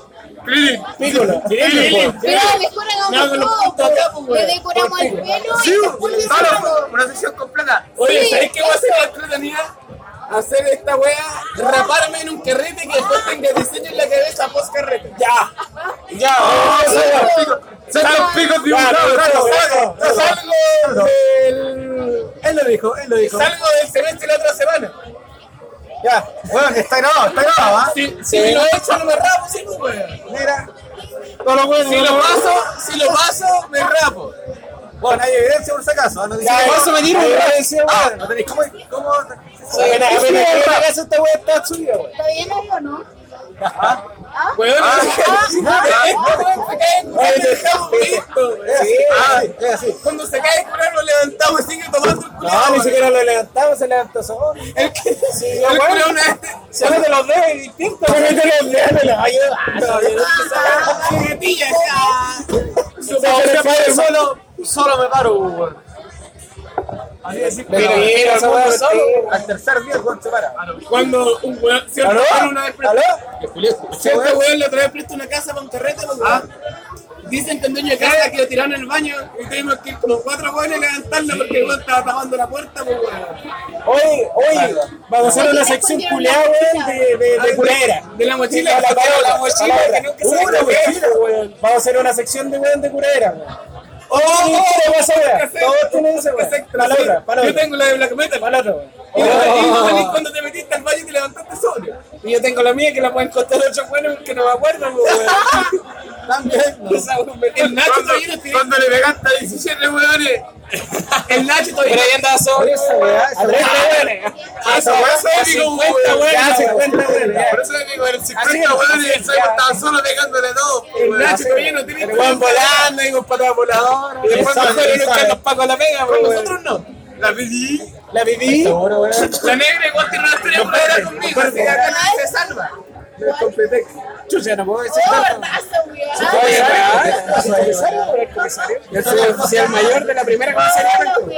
Krillin,
pícolo.
Krillin.
Pero mejor hagamos todo, po. le decoramos el pelo y
Sí,
después le
claro,
sacamos.
una sesión completa.
Oye,
Sí,
¿sabes qué voy a hacer la entretenida? Hacer esta wea, raparme en un carrete que después tenga diseño en la cabeza post carrete.
Ya, ya,
Se
eso,
los picos, se los picos dibujados.
claro,
saco,
claro.
saco.
Salgo del.
Él lo dijo, él lo dijo.
Salgo del semestre la otra semana.
Ya, weón, está grabado, está grabado, ¿ah?
Si, si me lo he hecho, no me rapo, sí, pues, wea.
mira.
Todo lo bueno.
Si lo paso, si lo paso, me rapo.
Bueno, hay evidencia por si acaso. ¿ah? No dice
Ya,
que-
eso me dieron,
Ah,
ya decía,
ah,
bueno.
no tenéis cómo. cómo...
Apenas apenas que la casa esta wea está subida, weón.
Todavía no digo, ¿no? ¿Ah?
Weón,
Oye, te dejamos listo, Sí,
Ah,
sí.
es así.
cuando se cae el culo, lo levantamos y sigue tomando el culo.
No, ni siquiera lo levantamos, se levantó solo. El que sí,
El este,
weón.
culo una vez.
Se mete los dedos y distinto. Se mete los dedos y los ayuda. No, yo no sé saber.
Juguetilla, ya.
Se quiere parar solo.
Solo me paro, weón. Así de simple.
Mira,
weón.
mira, esa weá solo.
Al tercer día, weón, se para.
Cuando un weón, si
¿Aló?
weón una vez prestó,
¿Aló?
si este weón la otra vez prestó una casa para un carrete, pues,
Ah.
weón. Dicen que el dueño de casa que lo tiraron en el baño y tuvimos que ir como cuatro weones a levantarlo porque el weón estaba tapando la puerta, pues weón.
Oye, oye, vamos a hacer una sección culeada, weón, de, de, de culera.
De la
Sí,
mochila.
la, la, la, la mochila,
palabra.
que nunca se
Una
la
mochila,
weón. Vamos a hacer una sección de weón de curera, weón. ¡Oh! ¿Qué pasa, weón? Todos tienen ese, weón. Para la otra, para la
Yo
otra.
tengo la de Black Metal.
Para la otra, weón.
Y no
Oh.
salís cuando te metiste al baño y te levantaste solo.
Y yo tengo la mía que la pueden contar ocho buenos que no me acuerdo, weón. También.
El Nacho todavía no tiene.
Cuando le pegaste a 17 weones.
El Nacho todavía.
Pero ahí andaba solo. A tres weones.
Ah, esa weá es
A
épico,
50 Ya,
weón. Ya,
50 weones. ya.
Por eso le digo, el 50
Así,
weones, el
así, ya.
Saibo estaba solo pegándole dos.
El
weón.
Nacho todavía no tiene.
Pero weón volando, digo, patadas voladoras. Y después
Exacto,
me fueron
exacto.
buscando los pacos a la pega,
Pero
weón.
nosotros no.
La viví.
La viví.
La negra igual tiene una historia buena conmigo. así que acá nadie se salva.
Chucha, no puedo decir
Oh,
tanto.
verdad,
Oye,
weón.
Yo soy- soy el mayor de la primera comisaría.
Hola, weón.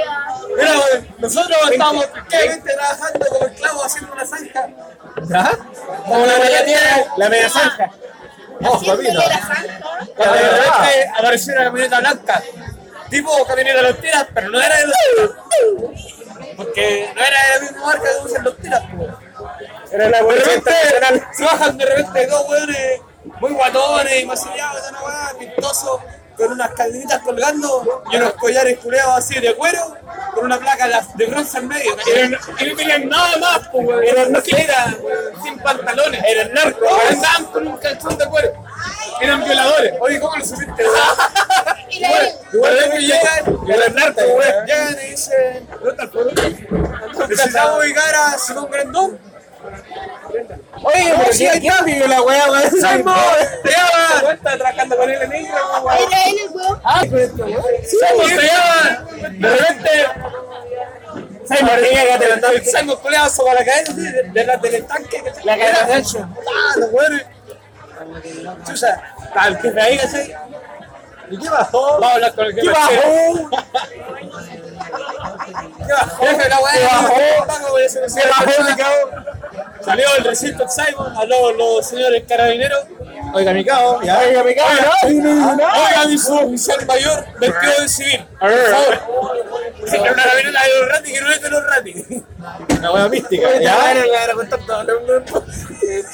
Mira, güey, nosotros estábamos tranquilamente trabajando como esclavos haciendo una zanja.
Como la media tierra, la media zanja.
Haciéndole la zanja.
Cuando de repente apareció una camioneta blanca, tipo camioneta de los tiras, pero no era de los tiras. Porque no era de la misma marca que usan los tiras, pues.
Era la
De
policía
repente
internacional.
se bajan de repente dos weones muy guatones, macillados, de una weá, pintosos, con unas cadenitas colgando y unos collares culeados así de cuero, con una placa de- de bronce en medio. Y no- Y no tenían nada más, pues, weón. Eran no eran, weón, sin pantalones. Eran narcos, weón. andaban con un calzón de cuero. Eran violadores. Oye, ¿cómo lo supiste?
Y la él.
Igual de que llegan, llegan narcos, weón. Llegan y dicen, ¿dónde está el pueblo? Necesitamos ubicar a Simón Grandón.
Oye, pero si aquí vivió la wea, weón.
¡Simón! ¡Te llaman!
Era él el weón.
¿Cómo se llaman? De repente. Simon Ortega te mandó el Simon culeado sobre la cabeza así, de- delante del tanque. La cabeza de hecho. Ah, los buenos. Chusa, tal que me ahí, ¿cachai? ¿Y qué bajó? Vamos a hablar con el que ¿Qué bajó? ¿Qué bajó? ¿Qué bajó? ¿Qué bajó? Salió el recinto de Simon, habló con los señores carabineros. Oiga, mi cabo, ya. Oiga, mi cabo, Oiga, mi suboficial mayor, vestido de civil. Por favor. Se una carabinera de los ratis que no es de los ratis. Una hueá mística. Ya,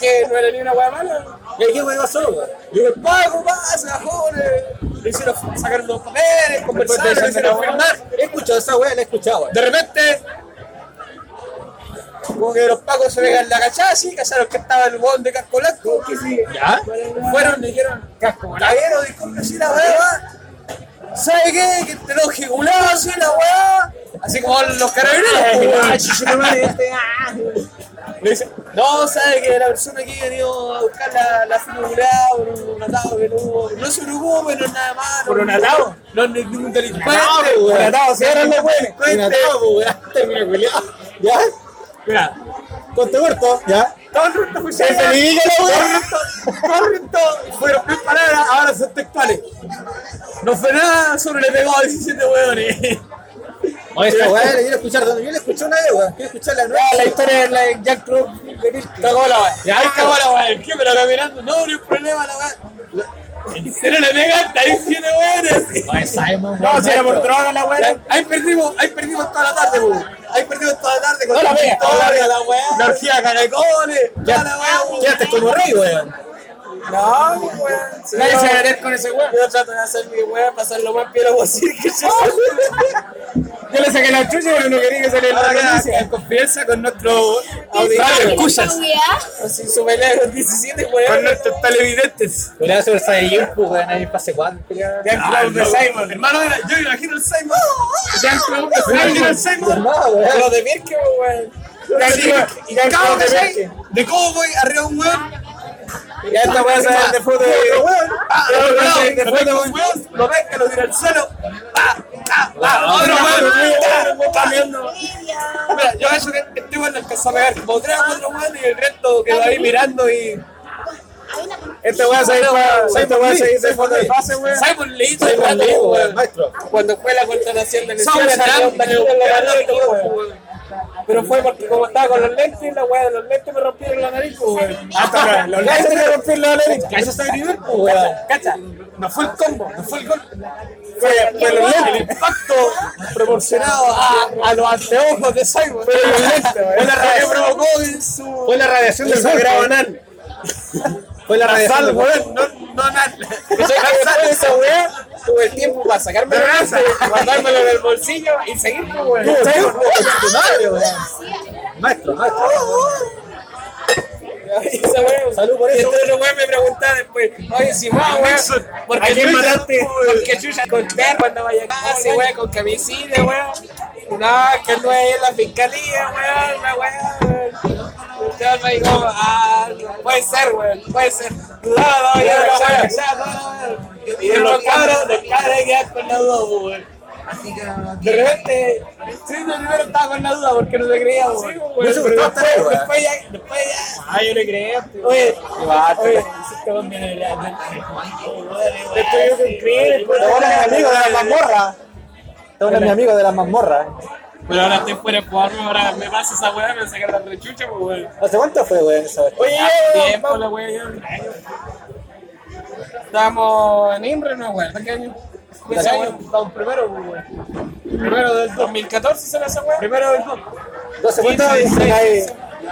Que no era ni una wea mala.
¿Y aquí me pasó? güey? Yo le pago, pasa, jóvenes. Le hicieron sacar los papeles, conversar, le hicieron firmar.
He escuchado esa weá, la he escuchado.
De repente, como que los pacos se pegan la cachada, así, cacharon que estaba el hueón de casco blanco. ¿Ya? Fueron, le dijeron, casco blanco. Caballero, disculpe, así la hueá. ¿Sabe qué? Que te lo jigulaba así la hueá. Así como los carabineros. pues, güey. Le dice, no, sabe que la persona que ha venido a buscar la, la figura por un atado que no hubo. No se preocupe, no es nada malo. ¿Por un atado? No es ningún delincuente.
güey.
Un atado, sí, era
Un
delincuente.
Termina culiado. ¿Ya?
Mira, pues,
Conte corto. ¿Ya?
corrupto,
Se
muchachos.
peligro la wea.
Corrupto, corrupto. Fueron mis palabras, ahora son textuales. No fue nada, solo le pegó a 17 hueones.
Esta weá la quiero escuchar. ¿dónde? Yo la escuché una vez, weón. Quiero escucharla de nuevo.
La historia de la de Jack Club de Milk.
Cagó la weá. Ya, ahí cagó la weá. El tío me lo va mirando. No, no hay problema, la weá. En serio le pegaste a 17 hueones.
No, si era por droga la
Ya,
wea.
Ahí perdimos, ahí perdimos toda la tarde, weón. Ahí perdimos toda la tarde con
No la veas.
historia, la weá. La orgía de caracoles, toda la weá, weón.
Quedaste como rey, weón.
No, weón.
Nadie se va a querer con ese weón.
Yo trato de hacer mi weá, pasar lo más piel posible que yo.
Yo le saqué la chucha, pero no quería que saliera
Ahora
la
queda
noticia.
en confianza con nuestro
Auditorio.
auditorio.
Esta weá.
Si su pelea de los 17, weón.
Con nuestros televidentes.
Podría ser Saiyajin, pues, weón. Ahí pase cuánto.
Jean-Claude de Simon.
Hermano, mira, yo imagino el Simon.
Jean-Claude
Yo imagino
de
el
Simon.
Simon.
Lo de Mirke, weón. Jean-Claude-
Y cago,
Jean-Claude de
¿cachai?
Mirke.
De cómo voy arriba de un weón.
Ya esta weá se va de fútbol.
Ah,
Pero,
no,
pero,
no,
de
no,
fútbol,
no,
weón.
weón, Lo ves que lo tira al suelo. Pa, pa, pa,
Otro
Otro
weón,
weón.
weón,
pa, pa.
Media.
Mira, yo eso que este weón le alcanzó a pegar como tres o cuatro weones y el resto quedó ahí mirando y. Este
Hay una con-
Esta weá se hizo- esta weá se hizo de fondo de pase, weón.
Simon le hizo el
Simon
rato,
le hizo,
weón.
Cuando fue la contratación de
Somos
lesiones, salió un taquillo en la nariz, weón. Pero fue porque como estaba con los lentes, la weá de los lentes me rompieron la nariz, pues, weón.
Hasta ahora, Ah, los
Ya se me rompieron la nariz.
Cacha está nivel, pues, weón. Cacha. No fue el combo, no fue el gol.
Fue- fue los
El
lentes.
impacto proporcionado a, a los anteojos de Simon.
Fue los lentes, weón.
Fue la radio que provocó en su.
Fue la radiación del sagrado anal.
Fue la
Sal,
radiación.
weón. No, no, nada.
Entonces, después de esa weá, tuve el tiempo para sacarme la raza, guardármelo en el bolsillo y seguir, pues, weón.
Maestro, maestro.
Oh, Esa weá. Salud por eso. Entonces, weón me preguntaba después, oye, si más, weón, ¿por
¿A
qué
quién
chucha-
mataste?
¿Por qué chucha contar cuando vaya a casa, weón, con camisilla, weón? No, que no es la fiscalía, weón, la weá. Entonces me dijo, ah, puede ser, weón, puede ser. No, no, ya, la weá.
Y de los cabros, de cabros hay que quedar con la duda, weón.
Así que. De repente, sí, de primero estaba con la duda porque no te creía, weón.
Yo soy todo
Pero después,
tarado, weón.
después ya, después ya.
Ah, yo le creía. pues.
Oye,
va,
oye,
te-
este weón viene de la- de-
Después yo con creer, después
Te vuelves pues. amigo de las mazmorras. Te vuelves mi amigo de las mazmorras.
Pero ahora estoy fuera de jugarme, ahora me pasa esa weá, me sacan la rechucha, pues weón.
¿Hace cuánto fue, weón, esa vez?
Oye,
Tiempo la weá, yo. Estábamos en Imre, no weá, ¿qué año?
Ese weón, vamos primero, weón.
Primero del 2014 será esa weá.
Primero el dos.
12 cuánto ahí-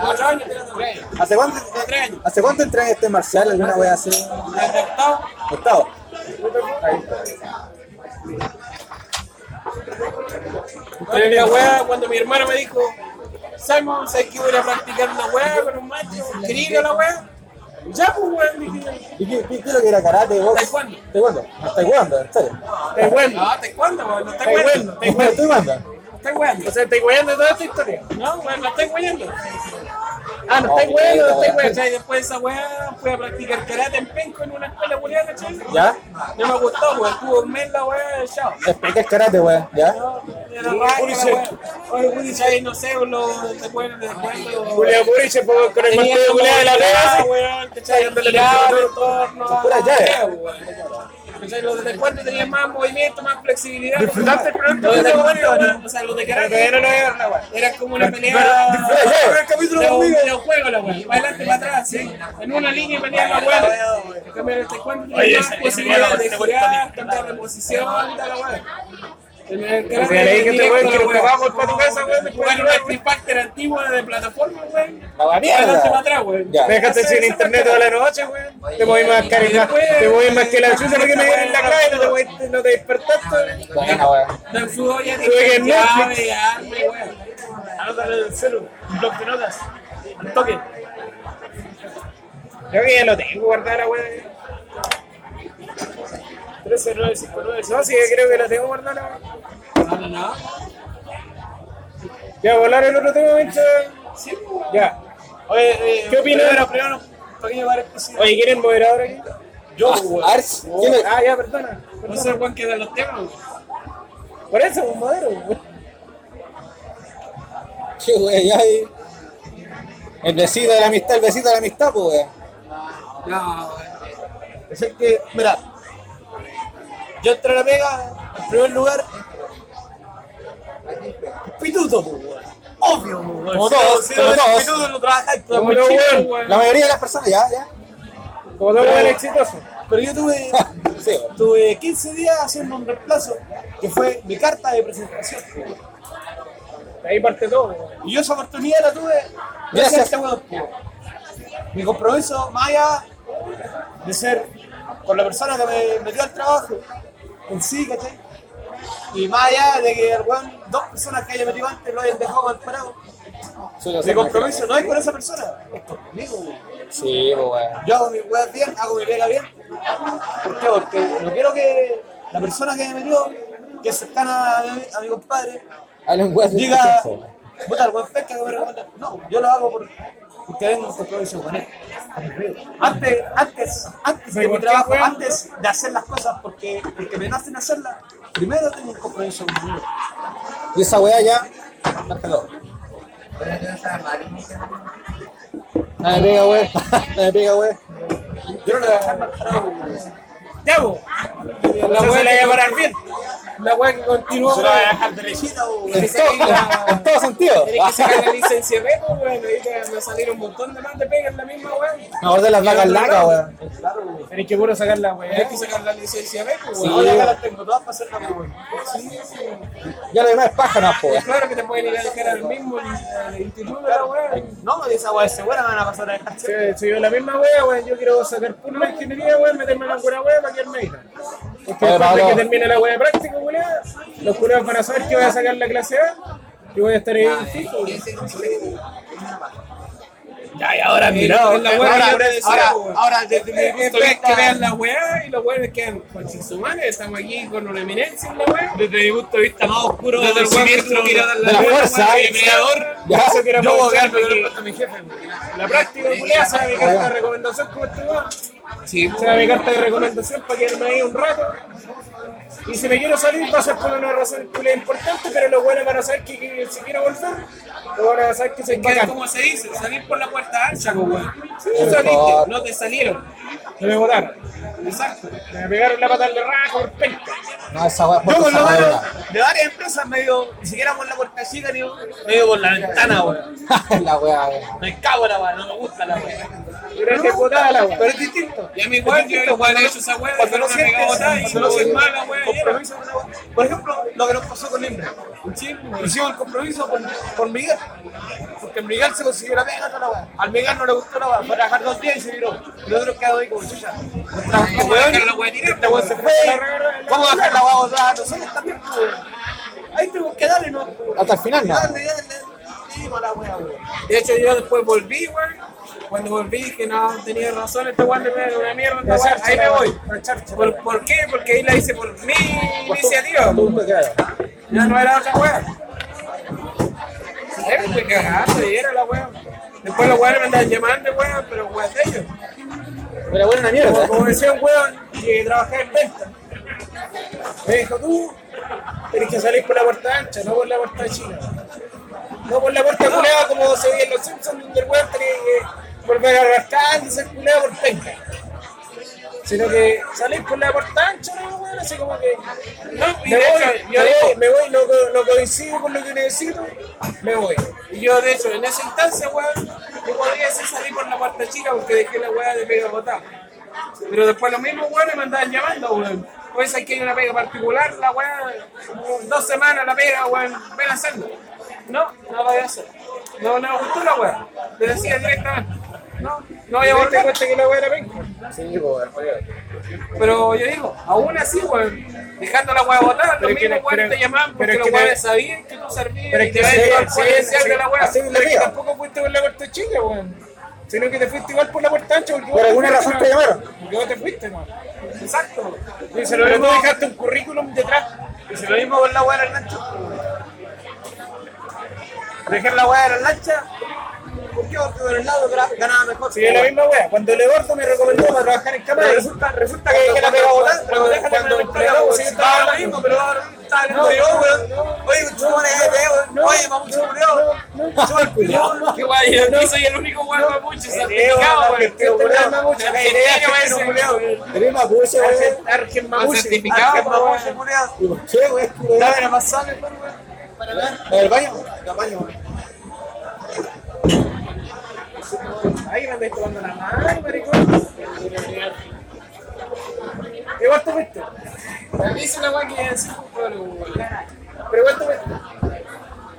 Cuatro años, tres años.
¿Hace cuánto,
Tres años.
¿Hace cuánto entré en este marcial? ¿Alguna wea así?
Desde octavo.
Gustavo.
Pero la weá, cuando mi hermano me dijo, Simon, ¿sabes que voy a ir a practicar una weá con un macho? ¿Quería ir a la weá? Ya, pues weón, dije yo.
¿Y qué, qué, qué es lo que era karate? ¿Vos?
Taekwondo.
Taekwondo. Ah, Taekwondo, en serio.
Taekwondo.
Ah, te cuento, weón, no te
Taekwondo.
cuento.
Taekwondo.
Taekwondo.
Te cuento.
O sea, estáis weyando de toda esta historia.
No, weón, no estoy guayando.
Ah, no estáis
No,
weyando, no estáis
weón.
weyando.
¿Cachai? Después de esa weá fui a practicar karate en penco en una escuela weá, ¿cachai?
¿Ya?
No me gustó, weón. Tuvo un mes la weá, chao.
Explica el karate, weón. ¿Ya?
No, Era raro, la weá. Oye, Willy, ¿sabes? No sé, lo te acuerdas de cuando.
Julia Puriche po, con el
Tenía
martillo de
como
Julia de la
tirada,
Vega.
Ah, weón, ¿cachai? Tiraba el entorno a
puras
la
llaves.
wea, weón. ¿Cachai? Los de taekwondo tenían más movimiento, más flexibilidad.
Disfrutaste el producto
Los de
de
taekwondo,
taekwondo,
weón, o sea, los de
Todavía
karate.
no lo veo, la weá.
Era como una
pero-
pelea.
disfruta, ya.
Era el capítulo de un videojuego, la weá. Para adelante, para atrás, sí. En una línea y pelea la weá. En cambio, el taekwondo
Oye,
tenía más
ese- ese
posibilidades
día
de
lo-
girar, cambiar de posición, toda la weá. En el
O
karate
sea, le dije a este
directo,
weón que
la
lo
weá.
pagamos para tu casa, weón. después
Jugar
de
una
la
Street Fighter antigua de plataforma, weón.
La
Para adelante, para
mierda.
atrás, weón.
Ya.
Me dejaste sin internet toda la noche, weón. Te moví más caro,
Y después-
te moví más que la chucha porque me dieron la clave y no te, moviste- no te despertaste.
Buena, weón.
Del fútbol ya
Tuve que en
tiene llave,
Netflix.
arma, weón.
Anótale el celu, blog de notas, al toque. Creo que ya lo tengo guardado la weá. 13959. No, sí, creo que la tengo guardada la weá.
No, no, no.
Ya, volar el otro tema, Bencho. Ya. Oye, ¿qué opinas? Pero,
Pequeño paréntesis.
oye, ¿quién es el moderador aquí?
Yo,
A
weón.
ver, ¿quién es?
Ah, ya, perdona.
No sé, weón, qué de los temas, weón.
Por eso, un modero. weón.
Qué weón, ya ahí. El besito de la amistad, el besito de la amistad, pues, weón.
No, weón.
Es el que, mira, yo entré a la pega, en primer lugar, pituto, pues, weón. Obvio, pues, weón.
Como
Si no-
todos,
si
como
no eres
todos.
pituto, no trabajáis, pues,
Como
muy
todo
chico,
weón.
weón.
La mayoría de las personas, ya, ya.
Como todo weón exitoso.
Pero yo tuve,
Sí, weón.
tuve 15 días haciendo un reemplazo, que fue mi carta de presentación. pues, weón.
De ahí parte todo. weón.
Y yo esa oportunidad la tuve gracias a este weón, pues, weón. Mi compromiso, más allá de ser con la persona que me, me dio el trabajo, en sí, ¿cachai? Y más allá de que el weón, dos personas que haya metido antes lo hayan dejado mal parado,
Suelo
mi
ser
compromiso no es con esa persona, es conmigo, weón.
más- Sí, pues, weón.
Yo hago mi weas bien, hago mi pega bien. ¿Por qué? Porque no quiero que la persona que me metió, que es cercana a mi, a mi compadre,
Alan West.
diga, puta, el buen pesca que me recomienda. No, yo lo hago por, porque tengo un compromiso con él. Antes, antes, antes de mi trabajo, antes de hacer las cosas porque, porque me nacen hacerlas, primero tengo un compromiso conmigo.
Y esa weá ya. Márcalo. No me pega, weón. No me pega, weón.
Yo no lo voy a dejar mal parado.
Ya, po.
La
No se
weá
le
que-
vaya a parar bien.
La weá que continuó,
Se lo voy a
weón.
dejar derechita o...
En todo, en todo sentido.
Tenés que sacar la licencia B, pues, weón. Ahí te van a salir un montón de más de pegas en la misma weón.
Me acordé de las vacas lacas, weón.
Tenés que puro sacar la weá.
Tenés que sacar la licencia B, pues, weón.
Ahora ya las tengo todas para hacer la weón.
Ya lo demás es paja, no, po,
Es
weón.
Claro que te pueden ir a dejar al mismo eh, instituto, la weón.
No, de esa weá es segura, me van a pasar a dejar
Sí, Si yo la misma wea, weón, yo quiero sacar puro la ingeniería, weón, meterme en alguna wea para quedarme ahí. Porque
Oye,
después de
Pablo.
que termine la wea de práctica, weón, los curados van a saber que voy a sacar la clase A y voy a estar ahí fijo. Ya, y ahora mirado.
Es la weá que yo te decía,
ahora,
weón.
ahora, desde mi
Que
punto de
ve- que
vista,
vean la weá y los weones quedan con sus humanos. Estamos aquí con una eminencia en la weá.
Desde mi punto de vista más oscuro, desde el siniestro,
De la fuerza.
Ya,
Ya.
eso quiero
Yo voy a
aprovechar
quedarme con el
porque
puesto de mi jefe. weón.
la práctica, culiada, sabe que
Ahí
es
va.
una recomendación como este weón.
Sí,
Se va a mi carta de recomendación para quedarme ahí un rato. Y si me quiero salir, va a ser por una razón culia importante, pero lo bueno van a saber que, que si quiero volver, lo van a saber que soy
que es
bacán.
como se dice, salir por la puerta ancha, po, weón.
Sí,
Tú
saliste.
saliste, no te salieron.
No me votaron.
Exacto.
Me pegaron la patada de raja por penca.
No, esa weá
Yo
puerta
por lo menos,
cerrada.
de varias empresas medio, ni siquiera por la puerta chica, ni medio por la ventana, weón.
La weá, weá.
Me cago en la weón, no me gusta la weón.
Pero es botada la
Pero
weá.
es distinto. Y a mi igual, yo los he hecho esa weá,
Cuando
cuando
no
no
sientes-
me botada y
cuando no
no soy
sientes
mala, weón.
compromiso
Por ejemplo, lo que nos pasó con Imbra. Hicimos el compromiso con, con Miguel. Porque Miguel se consiguió la pega, toda la weá. Al Miguel no le gustó la weá, fue a trabajar dos días y se viró. Y nosotros quedamos ahí como chucha. Nos trabajamos, weón, este weón se fue. Vamos a dejar la weá botada, nosotros también, weón. Ahí tuvimos que darle, ¿no?
Hasta el final, no.
Dale, dale, dale, la weá, weón.
De hecho, yo después volví, weón. Cuando volví dije, no, tenía razón, esta weón es una mierda, esta weá, ahí me voy. ¿Por, por qué? Porque ahí la hice por mi iniciativa. Ya no era otra weá. Era fue cagazo y era la weá. Después los weones me andaban llamando, weón, pero weón de ellos.
Pero bueno, una
Como,
mierda.
como decía un weón que trabajaba en venta. Me dijo, tú tenés que salir por la puerta ancha, no por la puerta china. No por la puerta culeada como se veía en los Simpsons, donde el weón tenía que volver a arrastrar y ser culeado por penca. Sino que salir por la puerta ancha, no, weón, así como que. No,
de
me, voy,
hecho, yo
me,
de-
voy, me voy, no, co- no coincido con lo que necesito, me voy. Y yo, de hecho, en esa instancia, weón, yo podría decir salir por la puerta chica porque dejé la weá de pega botada. Pero después los mismos weones me andaban llamando, weón. Pues aquí hay una pega particular, la weá, dos semanas la pega, weón, ven a hacerlo. No, no voy a hacer. No, no me gustó la weá. Le decía directamente. No, no voy a volver. que la weá era Pero yo digo, aún así, weón, dejando la weá botada, los
Pero es que
mismos
la-
weones
pero-
te llamaban
pero
porque
es
los
que la-
weones sabían que tú servías.
Pero es
y
que
te
sí,
ven
sí,
por
sí,
de la weá.
así es la
Pero es que
vida.
tampoco fuiste por la puerta chica, weón. Sino que te fuiste igual por la puerta ancha. porque
Por
vos-
alguna razón te llamaron.
Porque vos te fuiste, weón. Exacto.
Y se lo
Pero
mismo
tú
dejaste
dejaste un currículum detrás.
Y si lo mismo con la weá de la lancha. Dejar la weá de la lancha. ¿Por qué? Porque con el lado gra- ganaba mejor.
Sí, es la misma weá. Cuando Legordo me recomendó para trabajar en cámara, resulta, resulta que dejé la pega botada, pero déjala
Cuando el
en el
programa, sí,
programa, si yo
estaba lo
estaba
mismo, pero ahora estaba hablando yo, weón. Oye, mucho weón, eh, eh, weón. Oye, mamucho culiao. Yo el culiao.
Qué guay, yo no soy el único weón mapuche
Eh,
weón,
certificado, weón. Este
argentino, weón.
weón mapuche,
La
argentino,
idea es que
ese.
no, culiao.
Tenés mapuche, weón.
Argen Mapuche.
certificado,
Argen
weón.
Mapuche.
Mamucho culiao.
¿Y por qué, weón?
Dame la pasada, mejor, weón. Para ver.
¿En el baño?
La baño, weón.
Ahí me andáis tomando la mano, maricón. Igual tú fuiste.
Dice una weá que es un pueblo, weón.
Pero igual tú fuiste.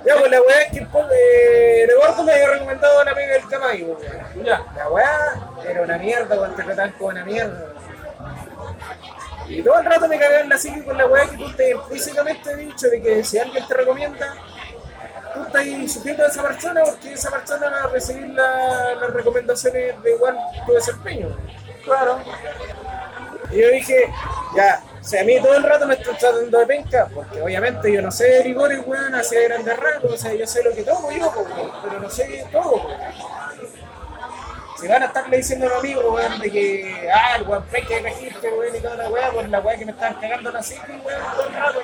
Ya, pues la weá es que el pol- eh, Legordo me había recomendado la pega del Camay, weón. La weá era una mierda, weón. Te trataban como una mierda. Y todo el rato me cagaban la psique con la weá que tú te físicamente he dicho de que si alguien te recomienda, tú estás sujeto a esa persona porque esa persona va a recibir la- las recomendaciones de igual tu desempeño. Claro. Y yo dije, ya, o sea, a mí todo el rato me están tratando de penca, porque obviamente yo no sé de rigores, weón, así de grandes rasgos, o sea, yo sé lo que tomo yo, po, weón, pero no sé todo, po. Si van a estarle diciendo a los amigos, weón, de que, ah, el weón penca que trajiste, weón, y toda la weá, por la weá que me estaban cagando la psique, weón, todo el rato.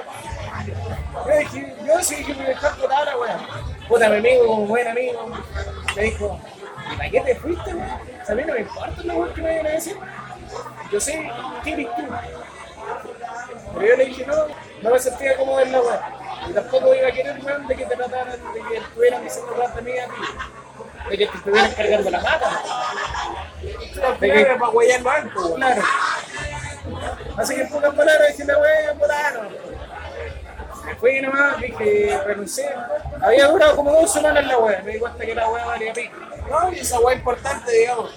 Yo dije, yo sí que me dejaste toda la weá. Puta, mi amigo, como buen amigo, me dijo, ¿y para qué te fuiste, weón? O sea, a mí no me importa la weá que me vayan a decir. Yo sé qué eres tú. Pero yo le dije, no, no me sentía cómodo en la weá. Y tampoco iba a querer, weón, de que te trataran, de que estuvieran diciendo cosas de mí a ti. De que te estuvieran cargando la mata. weón. De que era para huellar banco, claro. Así que en pocas palabras dije, la weá, volaron. Me fui nomás, dije, renuncié. Había durado como dos semanas la weá. Me di cuenta que la weá valía pico.
No, y esa weá importante, digamos.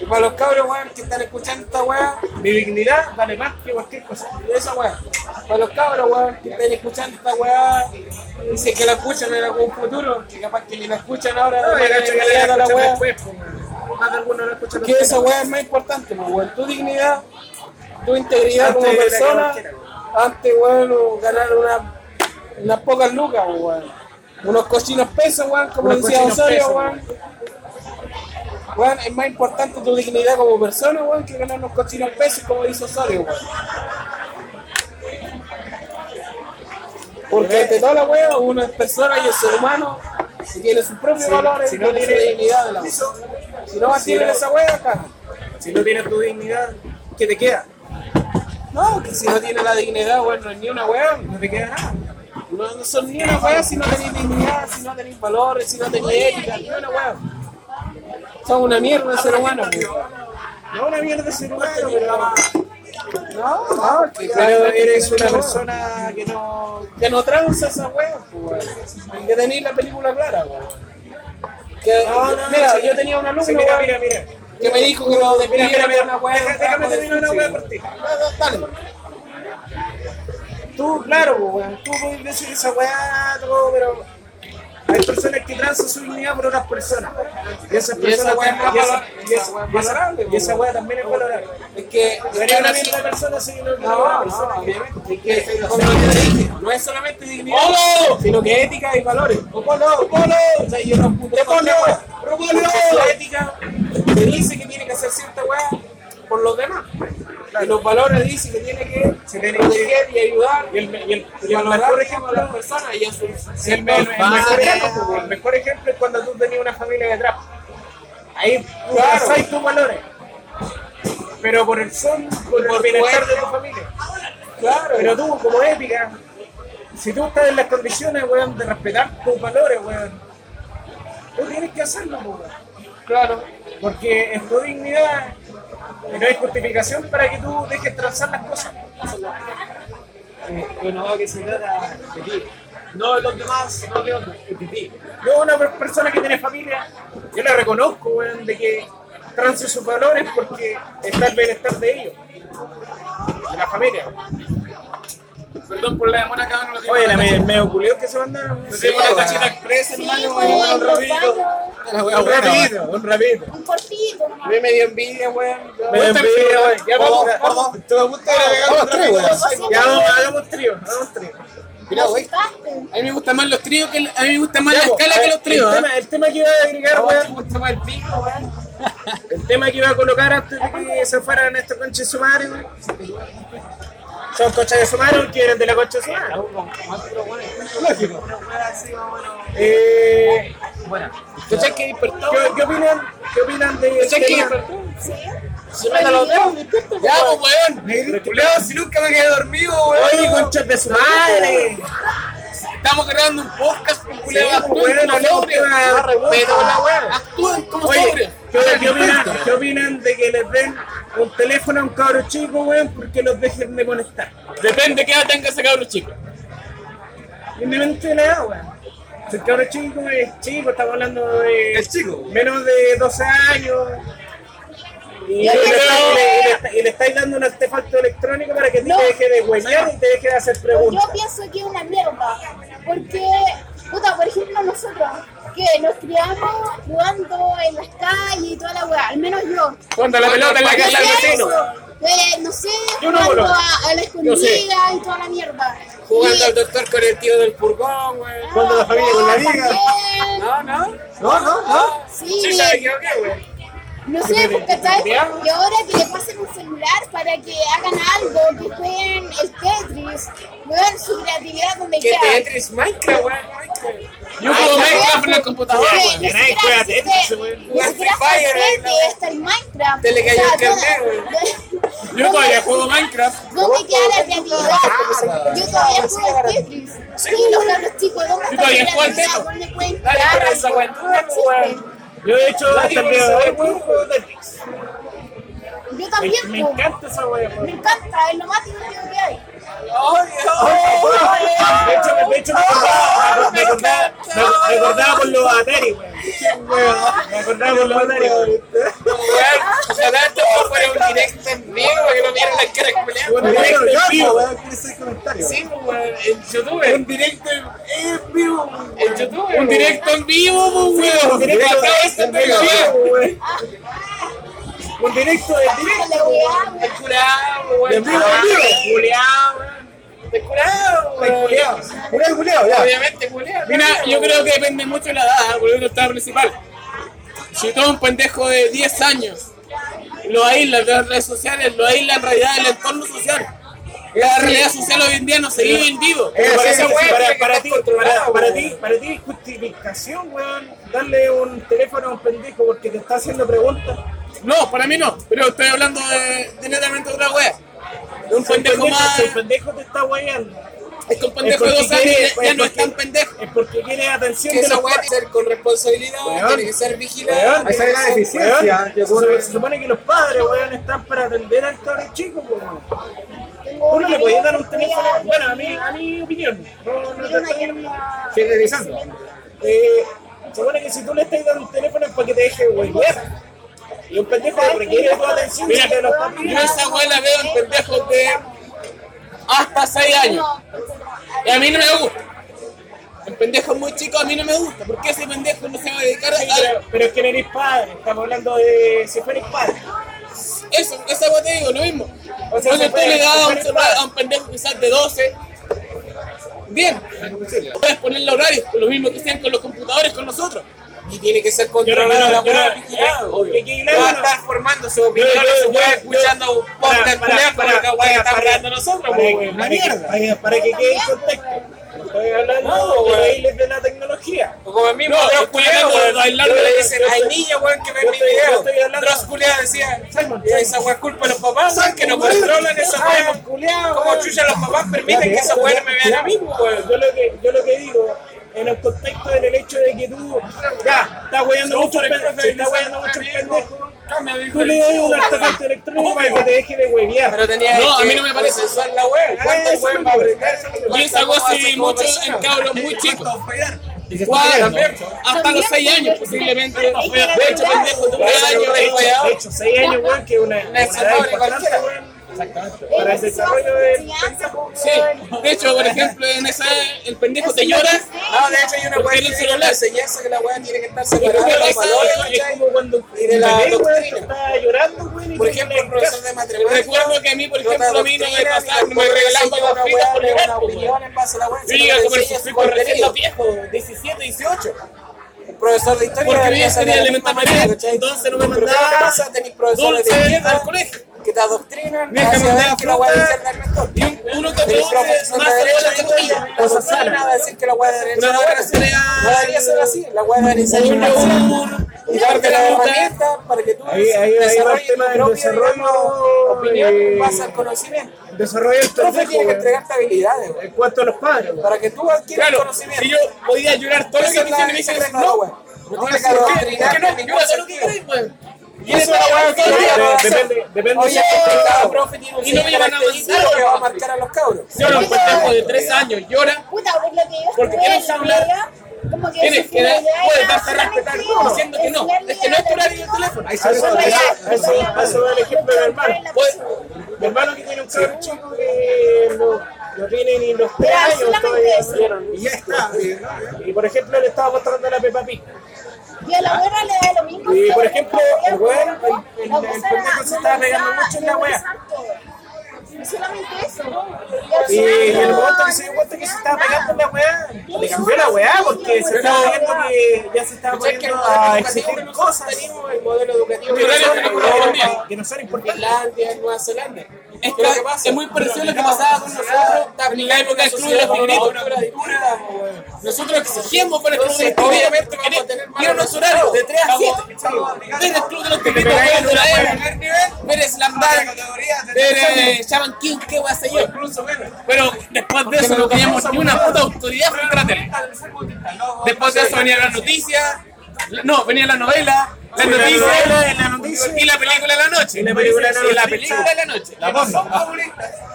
Y para los cabros, weón, que están escuchando esta weá.
Mi dignidad vale más que cualquier cosa.
de esa weá. Para los cabros, weón, que están escuchando esta weá, dicen que la escuchan en algún futuro, que capaz que ni la escuchan ahora,
No,
después
me
de
cacho que
haber
la
llegado a la
escuchan
weá.
después, po, weón. Más de alguno la escuchan
Que
después.
esa weá es más importante, pues, weón. Tu dignidad, tu integridad
Antes
como
de la que
persona,
cualquiera,
antes, weón, ganar una, unas pocas lucas, weón. Unos cochinos pesos, weón, como
Unos
decía
cochinos
Osorio,
pesos,
weón.
Weón, es más importante tu dignidad como persona, weón, que ganar unos cochinos pesos como dice Osorio, weón.
Eh.
Porque ante toda la weá, uno es persona y es ser humano y tiene sus propios valores
si
y
no
tiene su
tiene-
dignidad de la weá. Si no mantienen esa weá, acá.
Si no tienes tu dignidad, ¿qué te queda?
No, que si no tiene la dignidad, weón, no es ni una weá.
No te queda nada.
No, no son ni una weá si no tenéis dignidad, si no tenéis valores, si no tenéis ética, ni una weá. Son una mierda de ser humano, weón.
No una mierda ese lugar, pero,
No, no, que
pero
claro,
eres una
weá.
persona que no.
que no tranza esa wea, pues, weón. que tenéis la película clara, weón. Que, mira, yo tenía un alumno
Sí, mira,
weón,
mira, mira.
que me dijo que lo despidiera por una wea.
Deja- Déjame terminar una weá por ti.
Ah,
Tú, claro, po, weón, tú puedes decir esa weá, todo, pero hay personas que transan su dignidad por otras personas. Y esas
Y esa
personas
weá es más
y esa-
valor-
y esa-
weá es
y esa-
valorable, po,
Y esa
weón.
weá también es valorable.
Es que
No sería una mierda de persona si no
No,
una
no,
persona.
obviamente. Es que, como yo te dije, no es solamente dignidad, sino que ética y valores. ¡Opolo! ¡Opolo! O sea, yo no puto La ética te dice que tiene que hacer cierta weá por los demás. Y los valores dicen que tiene que
Se tiene que-
proteger y ayudar
Y el, y el, y
y
el
valorar
mejor ejemplo
por ejemplo a las personas y a sus
El, me- el mejor ejemplo, pues, el mejor ejemplo es cuando tú tenías una familia de trap. Ahí tú
Claro.
trazáis tus valores. Pero por el son, por el
por
bienestar
fuerza.
de tu familia.
claro
Pero tú, como ética, si tú estás en las condiciones, weón, de respetar tus valores, weón, tú tienes que hacerlo, pues, weón.
claro
Porque es tu dignidad y no hay justificación para que tú dejes trazar las cosas.
no, que se trata de ti. No de los demás, no de otros, de ti.
Yo, una per- persona que tiene familia, yo la reconozco, weón, de que transe sus valores porque está el bienestar de ellos, de la familia.
Perdón por la demora que no lo
Oye, la medio, medio culiao que se mandaron.
Tenemos una cachita expresa,
Sí,
hermano.
pues,
weón,
los
rapidito.
baños,
Un rapidito, un rapidito.
un cortito, nomás.
me dio envidia weón
Me dio envidia, weón. Ya vamos, vamos.
¿Te gusta agregar otra cosa?
Ya vamos, hagamos trío, hagamos trío.
Mira, güey.
Buscaste.
a mí me gustan más los tríos que a mí me gusta más
Ya,
la
pues,
escala
a
que
ver,
los
El,
tríos ¿eh?
tema, el tema que iba a agregar,
No, te
weón,
gusta más el pico weón
el tema que iba a colocar antes de que se este fueran estos conches sumarios, weón. Son conchas de sumario que eran de la concha de sumario. Lógico. Eh,
tú sabes que despertó
¿qué, qué opinan? ¿Qué opinan de
Pues
tú sabes que
tema?
despertó
Sí.
se me da los dedos despierta,
Ya,
weón.
pues, weón. Culeado, si nunca me quedé dormido,
Oye,
weón.
conchas de su madre.
Estamos grabando un podcast con
Sí,
culeado.
pues, weón,
Actúen como
hacemos
sobrios.
tema de respeto con la weá.
Actúen como sobrios.
Oye, ¿qué, qué opinan, qué opinan de que les den un teléfono a un cabro chico, weón, porque los dejen de conectar?
Depende qué edad tenga ese cabrón chico.
Independientemente de la edad, weón. Si el cabro chico es chico, estamos hablando de.
Es chico.
Menos de 12 años. Y,
Ya
le,
que no.
está- y le- y le está- y le estáis dando un artefacto electrónico para que a ti
No.
te deje de huellar y te deje de hacer
Yo
preguntas.
pienso que es una mierda, porque, puta, por ejemplo, nosotros que nos criamos jugando en las calles y toda la weá, al menos yo.
Cuando la pelota en la
Yo
casa del
sé
vecino.
eso, eh, no sé,
Yo no,
jugando
boludo.
a, a la escondida y toda la mierda.
jugando
Y-
al doctor con el tío del furgón weón
Jugando a la familia con la
No,
amiga.
también.
no no
No, no, no.
Sí,
weón
no sé, pues, ¿cachai? Y ahora que le pasen un celular para que hagan algo, que jueguen el Tetris, jueguen su creatividad donde
que
quieran.
te entres Minecraft weón Minecraft.
Yo
Ay,
juego
también,
Minecraft en el
pues,
computador,
sí,
weón.
ni
Nadie
siquiera
juega
existe-
Tetris, weón.
Ni siquiera está
Free
el
Fire,
Tetris,
la-
está el Minecraft.
Te le
O sea,
cayó el
¿dónde-
carnet,
Yo todavía juego Minecraft.
¿Dónde queda la creatividad? Yo todavía juego al Tetris. Y los cabros chicos, ¿dónde está
todavía
la
juego al
creatividad?
Tetris.
¿Dónde pueden
Dale,
crear
pero esa
algo?
weá,
No existe.
Yo, de hecho, hasta el día de hoy, weón, juego Tetris.
Yo
Me-
también,
Me
po.
encanta esa wea, weón.
me encanta, es lo más divertido que hay.
De hecho, me- de hecho, me acordaba, me acordaba, me- me acordaba por los Atari, weón. Me acordaba por los Atari, weón.
ojalá esto no fuera un directo en vivo que no vieran la cara culiada
Un directo en vivo, weón.
Sí, weón, en YouTube. Un directo en vivo. En YouTube.
Un directo en vivo, pues, weón.
directo
Acá es
en
en
vivo,
vivo.
weón. Un directo de
Hasta la weá, weón.
El curado,
de
weón.
en vivo, en vivo. Culeado,
El curado,
weón.
weón.
Culeado. Culeado, culeado, ya.
Obviamente, culiado.
Mira, yo creo que depende mucho de la edad, weón, la estado principal. Si todo un pendejo de 10 años lo aíslan de las redes sociales, lo aíslan en realidad del entorno social. La realidad social hoy en día no se vive en vivo.
Pero para, esa
weá
weá para,
tiene que
para
estar
ti,
controlada,
para, para
weón.
ti, para ti, justificación, weón, darle un teléfono a un pendejo porque te está haciendo preguntas.
No, para mí no, pero estoy hablando de, de netamente otra wea. De un pendejo más.
Si el pendejo te está weyando.
Es que un pendejo de
porque
dos años
quiere-
ya- ya no
porque-
es tan pendejo.
Es porque quiere atención
Que
de
esa
los
weá tiene que ser con responsabilidad,
Weón.
tiene que ser
Weón,
vigilada.
Ahí sale la deficiencia.
Weón,
que
se,
ocurre.
se supone que los padres, weón, están para atender al cabrón chico, weón. Uno le podía dar un teléfono, bueno, a mi, a mi opinión. No, no te estoy generalizando. Eh, se supone que si tú le estás dando un teléfono es para que te deje huevear. Y un pendejo que requiere tu atención
Mira,
de los
yo
papás.
esa wea la veo en pendejos de hasta 6 años. Y a mí no me gusta. En pendejos muy chicos a mí no me gusta. ¿Por qué ese pendejo no se va a dedicar a
Pero, pero es que no eres padre, estamos hablando de si fueres padre.
eso? Esa wea te digo, lo mismo.
O sea,
Cuando
se
tú
puede-
le das a
se
un
puede
celular
parar.
a un pendejo quizás de 12, bien, puedes ponerle horarios, lo mismo que sean con los computadores, con nosotros.
Y tiene que ser
Yo no quiero
controlada la
la
weá.
Va a estar formando su opinión,
Yo- yo-
se puede
yo-
escuchando un podcast culiao, como la weá que está hablando nosotros,
para,
pues,
que,
weón.
para, que, para, que, para que quede en contexto. Estoy hablando
No,
de
weón.
bailes de la tecnología.
Como el mismo
No,
Dross
estoy hablando de
culiao,
bailar,
weón,
weón.
le dicen, hay niños, weón, que ven
Yo
mi
estoy- yo
video.
estoy hablando-
Dross culiao decía, esa weá es culpa de los papás, weón, que no
weón.
controlan esa
Simon,
weá.
culiao,
¿Cómo
weón.
chucha los papás permiten que esa weá no me vean a mí, weón?
Yo lo que, yo lo que digo, en el contexto del hecho de que tú, ya, estás hueando mucho el pendejo, estás hueando mucho el pendejo, tú le das un artefacto electrónico para que te deje de huevear.
Pero tenía
No, a
que
mí no me parece.
consensuar la weá. ¿Cuánto
Ah, Eso
weón
me
va a
parece.
apretar?
Y esa
¿Cómo
cosa
hace
sí,
como
mucho en
persona?
cabros muy chicos. Cuatro, hasta los 6 años posiblemente. De hecho, pendejo, de un año,
De
de
hecho,
weá.
de hecho, seis años, weón, que es una, una edad
desarrolla
importante,
cualquiera.
weón, para el desarrollo del
Sí, de hecho, por ejemplo, en esa el pendejo te llora. Ah,
No, de hecho hay una weá
Porque
que
en el
tiene
celular.
la enseñanza que la weá tiene que estar
Pero
separada de
ahí
los
sabe,
valores,
weón,
¿cachai?
como cuando
Y de la
un bebé,
doctrina.
weón, está llorando, weón, y
Por
tú
ejemplo,
le
el profesor
casas.
de matemáticas.
Recuerdo que a mí, por
Yo
ejemplo, a mí no me
doctrina,
pasaba,
mi
me
doctor
regalaban
enseña una
papas fritas
weá,
por
le da
llevar.
una
pues,
opinión
weón.
en base a la weá,
Yo
si no
llegué a
te
comer
enseña
sus
su
fritos recién
contenido.
los viejos, 17, 18.
Un profesor de historia
Porque
debería
yo
ser
tenía
la
elemental
misma manera,
mañana,
¿cachai?
entonces no me
Pero ¿qué
mandaba
pasa? Tenés profesores de
dulce
izquierda
al colegio.
que te adoctrinan
Me deja
hacia
mandar
ver que la weá
fruta.
izquierda es mejor.
Y un- uno que
Tenés
produce
profesor
más
de
allá de la
derecha de historia,
tortilla.
no se sabe nada decir que la weá de derecha
Una
es
buena
buena.
sociedad.
No debería ser así, la weá debería ser
Un
una
yogur,
y
una
darte la
fruta.
herramienta para que tú
Ahí- ahí- ahí va el
desarrolles
tema del
tu propia
desarrollo,
digamos, opinión
eh,
en base al conocimiento.
Desarrollo del
El profe
pendejo,
tiene que
weón,
entregarte habilidades, weón.
en cuanto a los padres, weón.
Para que tú adquieras
Claro,
conocimiento.
si yo podía llorar todo lo que
Esa es la
quisiera y me dicen,
secreta de la
no,
wea. No tienes que
¿por qué? ¿Por
adoctrinar
qué no? Yo hago lo que queráis, weón. Y
Eso
eso la weá
es lo que
que
yo
Depende- depende
Oye,
si es
cada
complicado.
profe tiene un
Y no me
sello
llaman a
característico
avanzar,
que va a
weón.
marcar a los cabros.
Yo lo encuentro de 3 años, llora.
Puta, pues lo que yo
Porque
estudié
quieres
en la
hablar,
media, como que
Tienes
su
que dar,
finalidad
puedes
era
darte a respetar
solamente
como diciendo que no.
enseñarle
Es que no es tu
al
horario de
chico
teléfono.
Ahí
A
sale
Eso, a
la
eso,
deficiencia.
a eso, a eso va el ejemplo de mi hermano.
Puedes-
Mi hermano que tiene un cabrón chico que no, no tiene ni los tres
Mira,
años
solamente
todavía.
eso.
weón.
Y ya está. eh, ¿no?
Y por ejemplo le estaba mostrando la Peppa Pig.
Y a la abuela le da lo mismo.
Y,
que
por
le
ejemplo,
da
el
al
weón,
cuerpo,
el- el-
la
el
cosa
pendejo
era
se estaba pegando
analizar,
mucho en la wea.
analizar todo. No solamente eso.
Y el momento
momento
que se dio cuenta que se estaba pegando en la weá, le cambió la weá porque se
Pero-
estaba viendo que ya se estaba
¿Cachai que el
poniendo a
modelo educativo que
exigir
nosotros
cosas
tenemos, el modelo educativo
que
Pero
no
era lo
son-
que nos correspondía.
que no son importantes.
Finlandia, Nueva Zelanda.
Es que es muy parecido a lo que pasaba con nosotros en la época del club de los favoritos. Nosotros exigíamos para el club de los favoritos. Quiero nuestro horario de 3 a 7. Ver el club de los favoritos, ver de la Ever, ver Slambar, ver eh, Shaman King, qué voy a hacer yo. Pero después de eso no teníamos ni una puta autoridad frente a la tele. Después de eso venían las noticias, la- no, venía la novela, las noticias
en la noticia.
y la película de la noche.
Y la película de la
Y la
noche.
película de la noche.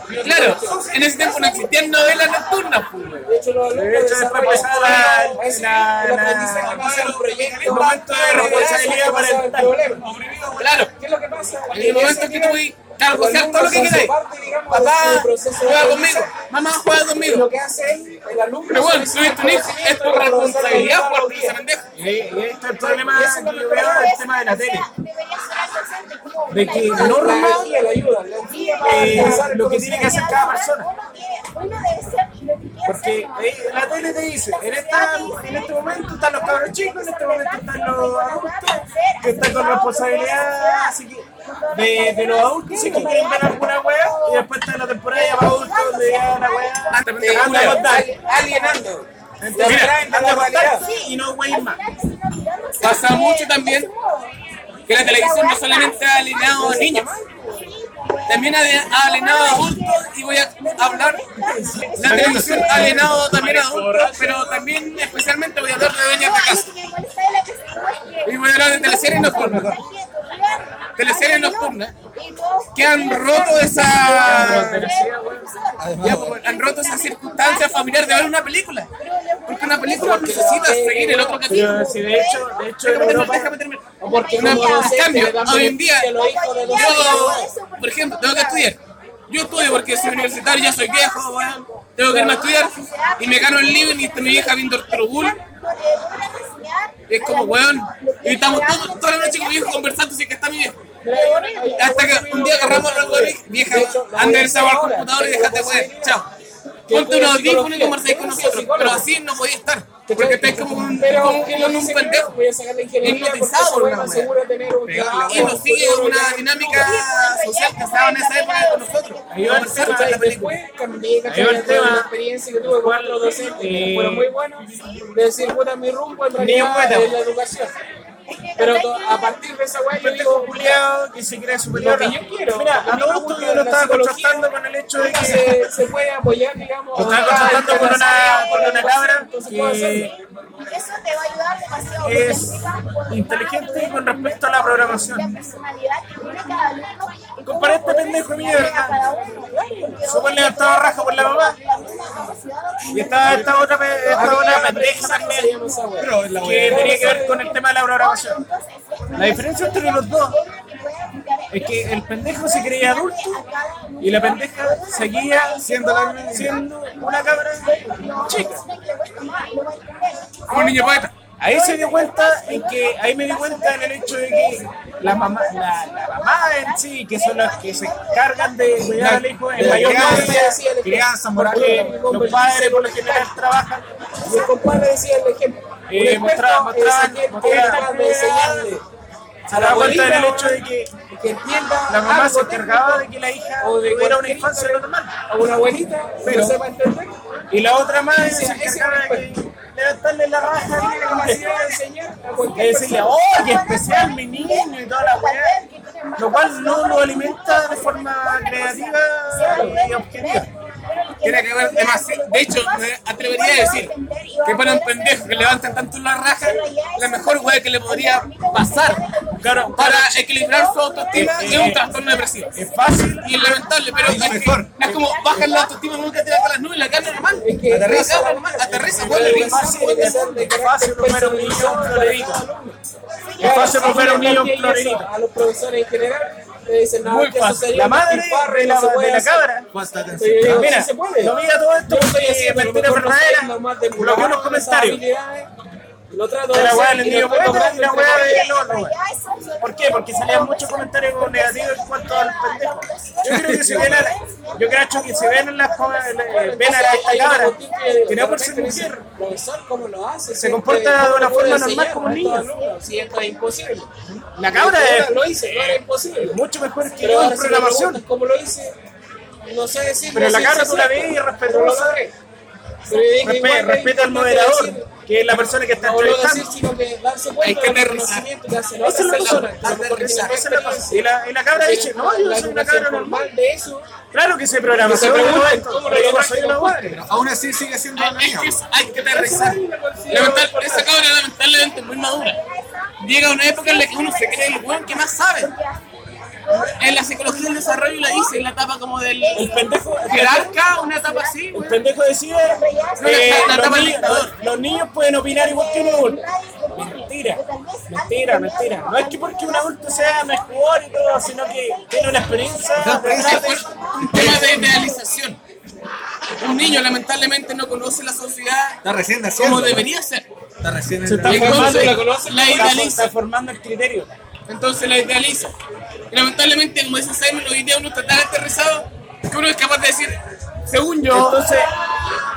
Claro, en ese tiempo no existían novelas nocturnas. pues, weón.
De hecho, los alumnos
De hecho, después
desarrollan
pasaba
la-
la-
es-
la-
el
la-
aprendizaje en base a un proyecto,
el momento de
la
responsabilidad
base a un
parental.
problema.
Claro,
¿Qué es lo que pasa?
en el momento que tú voy a negociar todo lo que queráis. Papá,
Papá,
juega conmigo. Mamá, juega conmigo.
Lo que hace ahí, el alumno.
Pero bueno, subiste un hijo, es tu responsabilidad por ese pendejo.
Y ahí y ahí está el problema que yo veo el tema de la tele. De que no
La
rompe-
guía, la ayuda, la guía para
Eh,
alcanzar el
lo que tiene que hacer cada persona.
Uno debe ser lo que quiera
Porque ahí la tele te dice, en, esta, en este momento están los cabros chicos, en este momento están los adultos, que están con responsabilidad, así que de, de los adultos sí que quieren ver alguna weá, y después está la temporada ya para adultos donde ya la weá anda a contar.
alienando.
Mira, anda a contar y no wey más.
Pasa mucho también que la televisión no solamente ha alienado a niños, también ha de- ha alienado a adultos y voy a hablar. La televisión ha alienado también a adultos, pero también especialmente voy a hablar de dueñas de casa. Y voy a hablar de teleseries nocturnas. Teleseries nocturnas que han roto esa ya, pues, han roto esa circunstancia familiar de ver una película. Porque una película necesita seguir el otro capítulo.
Pero si de hecho, de hecho en
Déjame terminar,
Europa,
déjame terminar. Porque una, en cambio, Ah, hoy en día, yo, por ejemplo, tengo que estudiar. Yo estudio porque soy universitario, ya soy viejo, weón. Tengo que irme a estudiar y me gano el living y está mi vieja viendo el Bull. Y es como, weón, y estamos todo- toda la noche con mi viejo conversando sin que está mi viejo. Hasta que un día agarramos algo de mi vieja, anda el sábado al computador y dejate weón, chao. Ponte unos audífonos y conversáis con nosotros, pero así no podía estar, porque estáis como un, como un, un pendejo.
Voy a sacar la ingeniería porque
Hipnotizado
ese
por
weón
una wea.
me asegura tener un trabajo.
Y nos sigue una dinámica social que estaba en esa época con nosotros.
ahí va el
Conversar
tema,
sobre la película.
Después cambié, ¿cachai?
Ahí va el
Toda
tema.
La experiencia que tuve con los docentes, que fueron muy buenos, de decir, puta, mi rumbo en realidad
bueno.
es la educación. Pero to- a partir de esa weá yo digo,
culiao que se cree superior.
Lo que yo quiero.
Mira, a
A mí
todo
me
esto
gusta
yo lo
la
estaba
psicología.
contrastando con el hecho de que se
se, se puede apoyar, digamos.
lo
a-
estaba contrastando con una, con una cabra que
Eso te va a ayudar demasiado.
es inteligente con respecto a la programación.
Compara este pendejo mierda. Suponle que estaba raja por la mamá.
Y está esta otra pe- esta otra pendeja también que tenía que ver con el tema de la programación.
La diferencia entre los dos
Es que el pendejo se creía adulto y la pendeja seguía siendo, la- siendo una cabra chica.
Como un niño poeta.
Ahí se dio cuenta en que ahí me di cuenta en el hecho de que la mamá, la, la mamá en sí, que son las que se encargan de cuidar al hijo en mayor medida,
Crianza, moral.
porque los padres por lo general trabajan
Mi compadre decía "Ah". el ejemplo.
Eh,
Una encuesta,
mostraba-
eh,
mostraba-
saqué
mostraba-
cartas de enseñarle
se da cuenta
abuelita,
del hecho de que
que entienda
la mamá
algo
se encargaba de que la hija
O de
tuviera una
cualquier
infancia
índole.
normal.
a una abuelita, pero
Pero-
sepa entender.
Y la otra madre se
Ese- ese Ah,
encargaba de que levantarle la raja a la
Iba a
capacidad
enseñar a
de
cualquier
decirle,
persona.
oh, qué especial mi niño y toda la weá. Lo cual no lo alimenta de forma creativa y objetiva.
Tiene que ver demasiado. De hecho, me atrevería a decir que para un pendejo que levantan tanto la raja, la mejor weá que le podría pasar
Claro,
para equilibrar su autoestima es un trastorno depresivo.
es fácil.
Y es lamentable, pero es, que- es como bajan la autoestima, nunca tiras con las nubes, la carne normal. Aterriza, normal, aterriza, vuelve
Es fácil, es es fácil romper un niño florerito. Es fácil romper un niño
Y eso,
florerito.
a los profesores en general le dicen, no,
Muy
que eso
fácil.
sería
La
un
madre
despilfarro,
de la,
no se puede
de la
hacer.
cabra.
Cuánta
Sí,
atención.
digo,
Mira,
sí se puede.
no mira todo esto
Yo estoy
porque
haciendo lo
mentira
mejor, no sé,
verdadera.
lo más
Lo que en los
demulgado,
comentarios.
esas habilidades. Lo trato de
Era
hacer
weá del
y lo
niño
estoy
poeta y
logrando,
la
pero-
weá del otro. ¿Por qué? Porque salían muchos comentarios negativos en cuanto al pendejo. Yo creo que si ven a la- yo creo que si ven en las co- en la- eh, ven a la- esta cabra, que no por ser mujer,
Profesor, ¿cómo lo hace?
Se comporta de una forma normal como un niño.
Si esto es imposible.
la cabra es
Lo hice, no era imposible.
mucho mejor que
Pero
yo
ahora
en
si me preguntas
programación.
¿Cómo lo hice? No sé decir.
Pero la cabra tú la ves y respetuosa. Respe- Respeta al moderador, que es la persona que está
No lo decir,
entrevistando.
sino que darse cuenta
Hay que
del
aterrizar.
conocimiento que hace la
Esa es la
otra
persona.
persona.
Esa es la cosa. Y la, y la cabra dice, no, yo soy una cabra normal.
de eso.
Claro que se programa.
se
yo no
preguntan,
esto,
¿cómo lo
pero yo no
lograste
soy una
con
madre.
Aún así sigue siendo la
Es
niña.
que es- hay que aterrizar. Lamentable- esa cabra lamentablemente es muy madura. Llega una época en la que uno se cree el weón que más sabe. En la psicología del desarrollo la dice, en la etapa como del
El pendejo,
jerarca, una etapa así,
el
weón.
pendejo decide, eh,
la- la
los,
tapa
ni-
lista,
los- los niños pueden opinar igual que un adulto.
Mentira,
Mentira, mentira. No es que porque un adulto sea mejor y todo, sino que tiene una experiencia. detrás de-
Un tema de idealización. Un niño lamentablemente no conoce la sociedad
Está recién naciendo.
como debería ser.
Está recién
Se está
Y
formando,
entonces
la
la,
conoce, está
idealiza.
formando el criterio.
Entonces la idealiza. Y lamentablemente, como dice Simon, hoy día uno está tan aterrizado que uno es capaz de decir, según yo,
Entonces,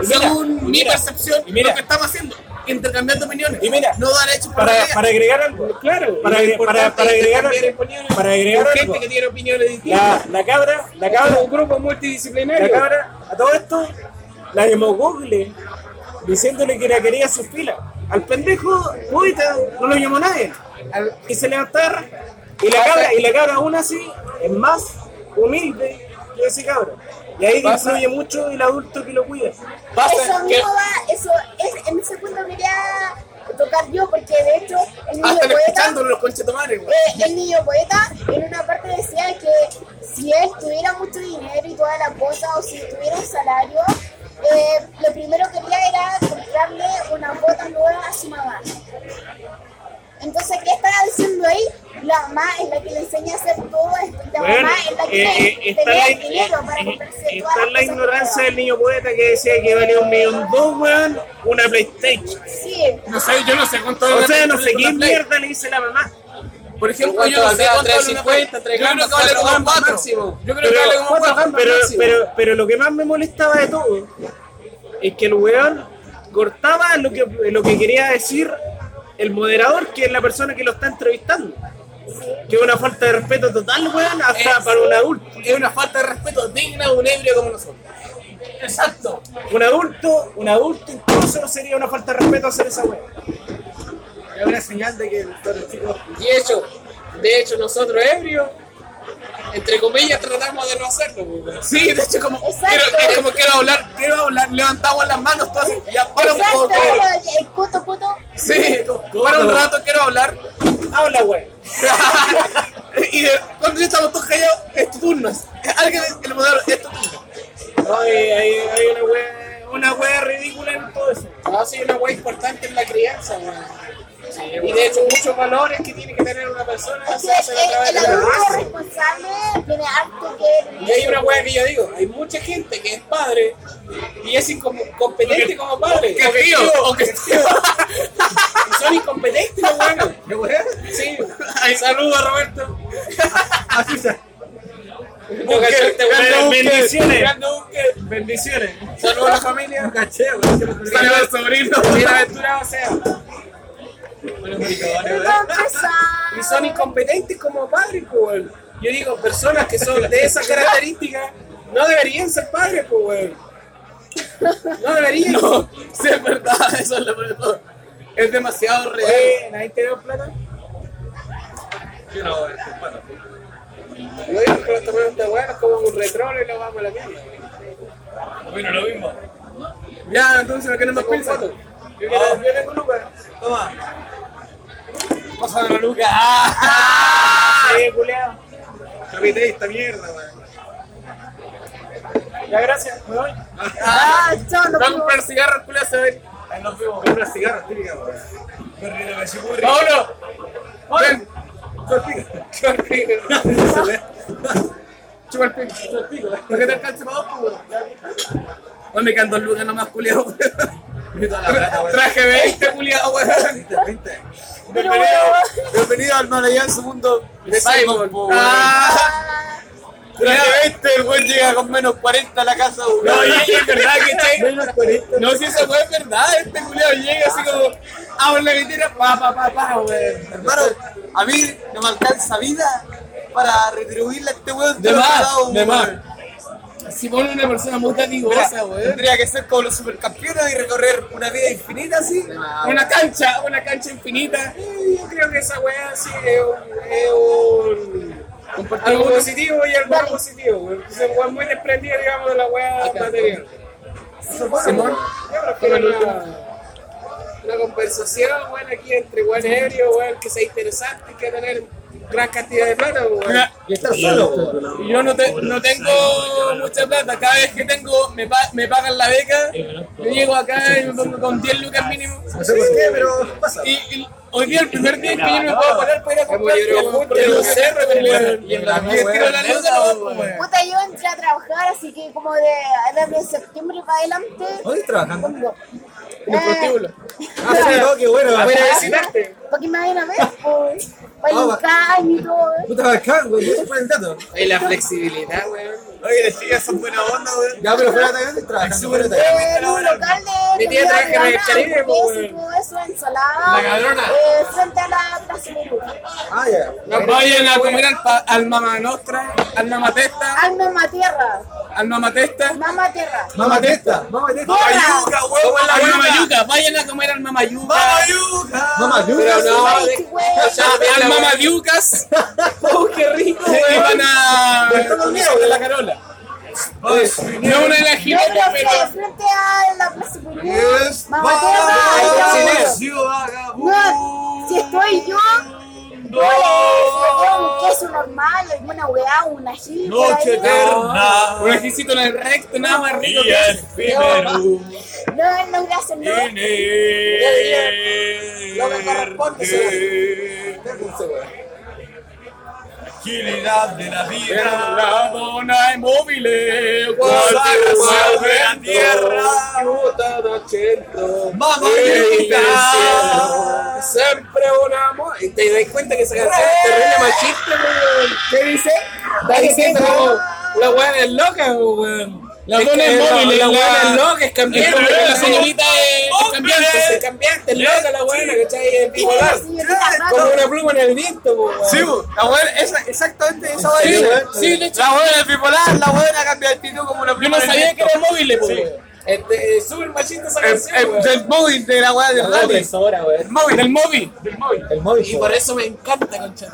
según mi
mira,
percepción,
y mira.
lo que estamos haciendo, intercambiando opiniones.
Y mira,
no dar hechos por
Para,
realidad.
para agregar algo. Claro. Para,
Lo
agre-
importante
para, para
es
agregar
intercambiar
algo.
opiniones
Para agregar
con
algo.
gente que tiene opiniones distintas.
La, la cabra, la cabra,
un grupo
la
multidisciplinario.
cabra, a todo esto, la llamó Google diciéndole que la quería a sus filas. Al pendejo, Judita, no lo llamó nadie. Al- y se levantaba y la cabra, y la cabra aún así es más humilde que ese cabra. Y ahí influye mucho el adulto que lo cuida.
Eso mismo va, eso, es, en ese punto quería tocar yo, porque de hecho el niño
Hasta
poeta,
escuchándolo los conches tomares, güey.
eh, el niño poeta en una parte decía que si él tuviera mucho dinero y toda la cosa, o si tuviera un salario, eh, lo primero que haría era comprarle una bota nueva a su mamá. Entonces, ¿qué estaba diciendo ahí? La mamá es la que le enseña a hacer todo esto. La
Bueno,
mamá es la que
eh, eh,
le
está,
tenía
la,
el dinero para
eh,
comprarse
está
todas las
la
cosas
ignorancia
nuevas.
del niño poeta que decía que valía un millón dos, weón, una PlayStation.
Sí.
No sé, yo no sé cuánto
O
ganan
sea, no
por
sé qué
una Play.
mierda le dice la mamá.
Por ejemplo, yo no sé cuánto vale una Play. Yo creo que vale como un máximo. Yo
Pero,
creo que vale como un
pero,
cuatro
pero,
máximo.
pero- pero lo que más me molestaba de todo es que el weón cortaba lo que, lo que quería decir el moderador, que es la persona que lo está entrevistando. Que es una falta de respeto total, weón, hasta
Es-
para un adulto.
Es una falta de respeto digna de un ebrio como nosotros. Exacto.
Un adulto, un adulto incluso sería una falta de respeto hacer esa weá.
Es una señal de que todos los chicos
Y hecho, de hecho, nosotros ebrios, entre comillas, tratamos de no hacerlo. pues.
Sí, de hecho, como,
Exacto.
quiero- es como quiero hablar, quiero hablar, levantamos las manos todas y ya para un
Exacto,
poco.
el puto puto.
Sí, para un rato quiero hablar.
Habla, weón.
y de- cuando ya estamos todos callados, es tu turno. Alguien, el moderador, es tu turno.
No, hay, hay, hay una wea, una wea ridícula en todo eso.
Ah, sí, una hueá importante en la crianza, güey. Y de hecho, muchos valores que tiene que tener una persona
Es
se hacen a
que
través
el,
de
el
la
adulto
raza.
responsable tiene harto que.
Y hay una hueá que yo digo, hay mucha gente que es padre y es incompetente como padre.
Que tío, o que tío.
Y son incompetentes los buenos. Sí. Saludos, Roberto. No cachó este weón.
Pero bendiciones.
Grande Bunker.
Bendiciones.
Saludos a la familia. No caché, Saludos al sobrino. Bienaventurado sea. Y son incompetentes como padres, pues, weón. Yo digo, personas que son de esas características no deberían ser padres, pues, weón. No deberían. No, sí, es verdad, eso es lo peor de todo. Es demasiado real.
Oye, ¿nadie te dio plata?
Lo digo, pero esta weón está bueno, es como un retrol y lo vamos a la mierda.
Bueno, lo mismo.
Ya, entonces, ¿por qué no me
piensa?
fotos?
Yo quiero yo tengo lucas.
Cosa de la Luca. ¡Ah!
Sí, culiao.
capité esta mierda, weón.
Ya, gracias. Me voy.
Ah, chao, no
Va a comprar cigarros, culo, se ve.
Ahí nos vemos. Con unas cigarras típicas, weón. Perrito, me chupurri.
¡Vámonos! ¡Ven! Chupa el pico, chupa el pico. ¿Por qué te alcanza para dos, pues, weón?
Hoy me canto el Luca nomás, culiao.
Puta la plata, weón.
Traje 20,
Ah,
culiado, weón.
20, 20.
Pero bueno,
Bienvenido al Malayán, su mundo de Simon, po, weón.
¡Ah!
Traje
este,
20, el weón llega con menos 40 a la casa, weón.
No, y es verdad que che.
Menos 40.
No, si esa weá es verdad, este culiao llega así como, "Ah, abre la vitera, pa, pa, pa, pa, weón.
Hermano, a mí no me alcanza vida para retribuirle a este weón.
De
todo lo que ha
más,
dado,
de más.
weón.
Si pone una persona muy
Mira,
dadivosa, weón.
Tendría que ser como los supercampeones y recorrer una vida infinita así.
Una cancha, una cancha infinita.
Sí, Yo creo que esa weá sí es un. Es un algo positivo y algo no positivo. weón. Es un weá muy desprendido, digamos, de la weá material.
Simón,
Yo
con
prefiero
el
la.
último. Una conversación, weón, aquí entre weón ebrio, weón, que sea interesante y que tener gran cantidad de plata, weón.
Mira, Yo no, te- no tengo mucha plata, cada vez que tengo me, pa- me pagan la beca, yo llego acá y me pongo con 10 lucas mínimo.
No sé por qué, pero pasa.
Y, y hoy día el primer día que yo no me puedo parar para ir a comprar yo
muy libre,
voy
muy
por los
libre.
cerros, weón.
Y en la
Y le tiro la luz a los weón.
puta, yo entré a trabajar, así que como de, desde septiembre para adelante.
¿Dónde trabajando?
pongo.
En el
Eh,
prostíbulo.
Ah, sí, no, qué bueno.
Voy a
para-
visitarte.
Para que me vayan a ver, pues. Para
Ah,
el
va.
caño y todo.
Puta bacán, güey. Eso fue el dato.
Y la flexibilidad, weón.
Oye, les chicas son buena onda, weón.
Ya, pero fuera de trabajar. Súper
En un Eh, local de.
Mi tía trabaja en el
comida peruana,
Caribe, pues, po,
que es,
weón.
como eso, ensalada.
La cabrona.
eh, frente a la Plaza Perú.
Ah, ya.
No vayan a comer al, pa- al Mamá Nostra, al Mamá Testa,
Al Mamá Tierra.
al Mamá Testa.
Mamá Tierra.
Mamá testa. Mamá testa.
Mamayuca, weón.
Al
Mamayuca.
Mamayuca, vayan a comer al Mamayuca.
Mamayuca.
Mamá
Pero no,
Ay,
de-
qué güey.
Al Mamayucas.
¡Oh, qué rico,
Y
weón!
van a.
de la carola.
No una de las
No,
jinetas,
no,
pero.
frente- Frente a la Plaza Perú.
Es
Mamá Tierra. ay,
vagabundo.
yo- No, si estoy yo. No, un queso normal, alguna weá, una ají. por ahí.
Noche eterna.
Un ajicito en el recto, nada más rico.
Y el primero.
No, no, gracias, no.
Lo
me corresponde, seguro.
Agilidad de la vida.
La dona inmóvil. eh,
Consagración de la tierra.
Ayuda de 80.
Mamayuca.
Siempre un amor. Y te das cuenta que esa canción es terrible machista, weón. ¿Qué dice? Está diciendo como, la weá es loca, weón.
La
Es
dona
que
es móvil,
La
la-
weá es loca, es
El
cambiante.
problema,
weón.
la señorita es
Es cambiante,
cambiante.
es cambiante, es loca la weá, ¿cachai? Es
Tiene la
bipolar.
señorita
Como
rara.
una pluma en el viento, weón.
Sí, bo. la buena, esa, exactamente esa va a
Sí,
ir,
sí, de hecho.
La buena es bipolar, la buena cambia de actitud como una
Yo no sabía que era móvil, eh, pues. weón.
Este, es súper machista esa canción, weón.
Del móvil Eh, de la weá de Rally.
eh, Del móvil. Del móvil.
El móvil.
Y por eso me encanta, concha.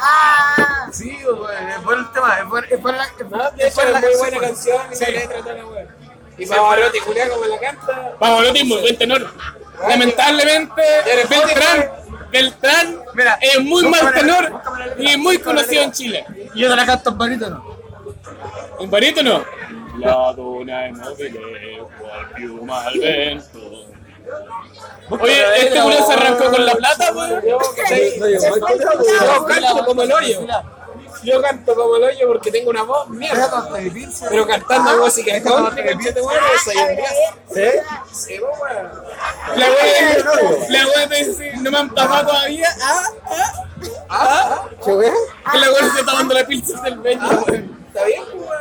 Ah,
Sí, weón, es buen tema, es buen, es buen, es
No, de hecho es muy
buena canción,
buena
weón.
canción y la letra toda la weá. Y Pavarotti, Julián, como la canta.
Vamos, lo mismo, buen tenor. Lamentablemente,
eh.
Beltrán, Beltrán
Mira,
es muy mal
búscame la-
tenor
búscame la letra,
y es muy conocido en Chile.
Y yo te la canto en barítono.
¿En barítono? La dona es móvil, cual pluma al vento. Oye, este culo se arrancó con la plata, weón.
se fue el
Yo
culiao.
canto como el hoyo. Yo canto como el hoyo porque tengo una voz mierda. Pero
Ah,
cantando música de country, cachete, weón, soy
Ah,
un dios.
¿Sí?
Sí, weón.
La wea, la wea me dice, no me han pagado todavía. Ah, ah, ah. Que la wea se está dando la pizza del baño.
Está bien, weón.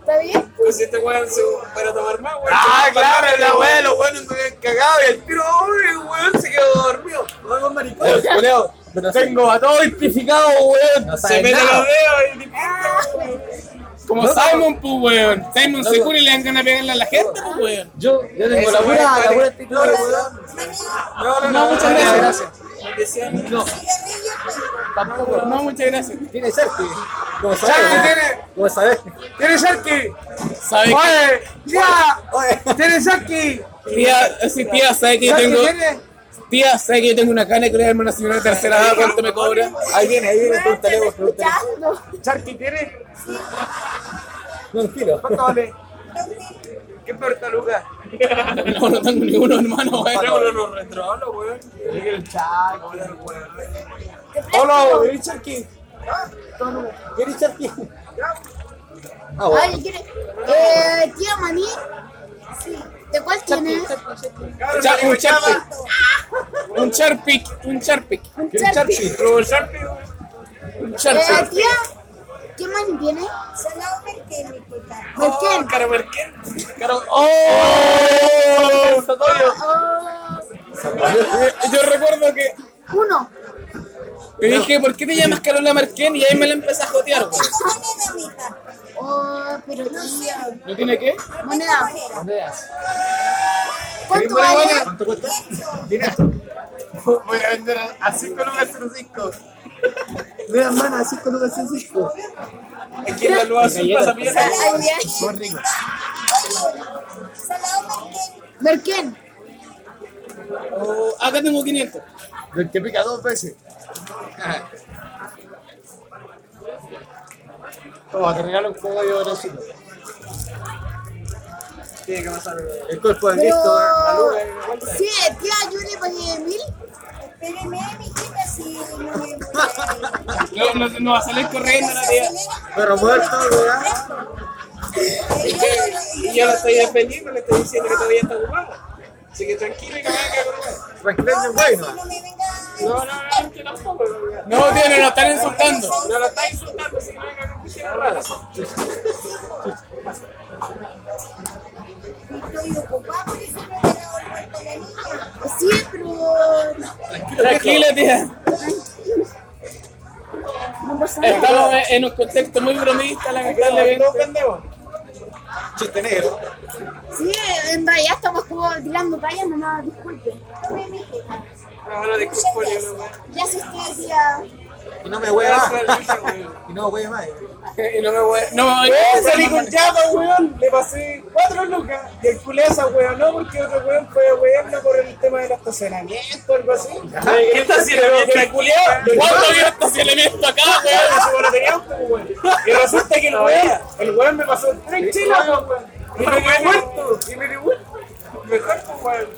¿Está bien?
Pues este weón se para tomar más, weón.
Ah,
Para
claro,
tomar
el
más, weón.
abuelo, bueno, estuve cagado y el tiro, uy, weón, se quedó dormido. Weón, maricón. Weón, Tengo a todo identificado, weón.
Se
me
mete los
dedos
Ah,
Como Simon, pues, weón. Simon se cura y le dan ganas de pegarle a la gente, pues, weón.
Yo, yo tengo la buena, la buena actitud, weón.
No, no, no, muchas gracias.
No, muchas gracias.
Tiene Sharky. Como
Sharky
sabes.
tiene-
Como sabes.
¿Tienes Sharky?
¿Sabes
Oye, tía, ¿tienes Sharky?
qué? Tía, sí, tía, ¿sabes que yo
¿Sharky
tengo?
tiene?
Tía, ¿sabes que yo tengo una cana y creo que una señora de tercera edad? ¿Cuánto me cobra?
Ahí viene, ahí viene,
Bueno,
pregúntale
estás
vos, pregúntale.
escuchando.
¿Sharky tiene?
No, tranquilo.
¿Cuánto vale? ¿Qué importa, Lucas?
No, no tengo ninguno, hermano, weón.
los retrohablos, weón. El Sharky, weón.
Te presto.
Hola, ¿querés Sharky? ¿Querés Sharky? Ah, bueno.
Ay, ¿quiere- eh, tía Maní? Sí. ¿De cuál tienes?
Cha- Un charpic. Un charpic. Un charpic.
Un Sharpie.
Un
Eh,
charpic.
tía, ¿qué Oh, maní tiene? Salado Merquén.
Caro Merkel. Caro. ¡Oh!
Ah,
Yo recuerdo que
Uno.
te dije, ¿por qué te llamas Carola Marquén? Y ahí me la empecé a jotear. güey.
Oh, pero tía.
¿No tiene qué?
Moneda. ¿Cuánto vale?
¿Cuánto cuesta? Voy a vender a- a 5 lucas 05. Mira, hermana, a 5 lucas 05.
Aquí en la nueva azul pasa mierda.
Ay, ay. Merquén.
Oh, Acá tengo 500.
Del que pica dos veces. Toma, te regalo un código de Brasil. Tiene que pasar. El cuerpo de
Pero...
¿eh?
Cristo, eh, la luz.
Sí, tía, pues, yo le pagué mil. Espéreme, mijita, si no me
No, no, no va a salir corriendo la tía.
Pero muerto, weón.
Y yo lo estoy defendiendo, le estoy diciendo que todavía está ocupado. Así que tranquilo y que me haga cagar,
Reclense, bueno.
weón. No, no, no, que tampoco, weón.
No, tío, no nos están insultando.
No lo está insultando, así que no me haga confusión.
Estoy ocupada por eso me he quedado muerta la niña. Sí, pero.
Tranquila, tía.
No pasa nada.
Estamos en- en un contexto muy bromista, lamentablemente.
Chiste negro.
Sí, en realidad estamos como tirando tallas, nomás, disculpe. Ahora disculpe, Gracias, gracias, tía.
Y no me huele más. Y no huele más.
Y no me voy. No me voy.
Weón, salí con llama, weón. Le pasé cuatro lucas. Y el culé esa weón no, porque otro weón fue a weón por el tema del estacionamiento o algo así.
¿Qué está haciendo? ¿Qué ¿Cuándo vio estacionamiento acá, weón?
Pero no tenía auto, weón. Y resulta que el weón, el weón me pasó tres chilas, weón. Y me quedé muerto. Y me quedé muerto. Mejor, pues, weón.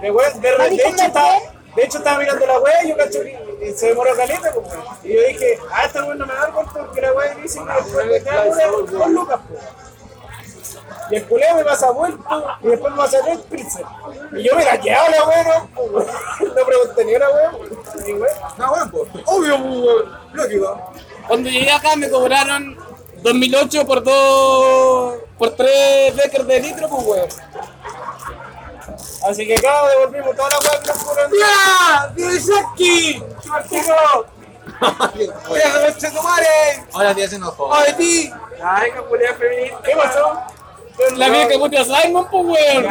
Me weón, de, de hecho, estaba, de hecho estaba mirando la weá y yo cacho que y se demoró caleta, pues, weón. Y yo dije, ah, esta weón no me va a dar corto porque la weá dice que después me queda una dos lucas, pues. Y el culé me pasa vuelto y después me pasa tres pizzas. Y yo me la quedaba la weá, no, pues, weón. No pregunté ni una weá, pues, ni weá.
No, bueno, pues. Obvio, pues, weón. Lógico.
Cuando llegué acá me cobraron 2008 por dos. por tres beckers de litro, pues, weón.
Así que acá devolvimos toda la weá que nos fueron.
¡Ya! ¡Biosaki!
¡Chico!
¡Deja de Chetumare! Ahora tía se enojó. ¡Ay, ti!
¡Ay, capulea feminista! ¿Qué pasó?
La mía que putea Simon, pues, weón.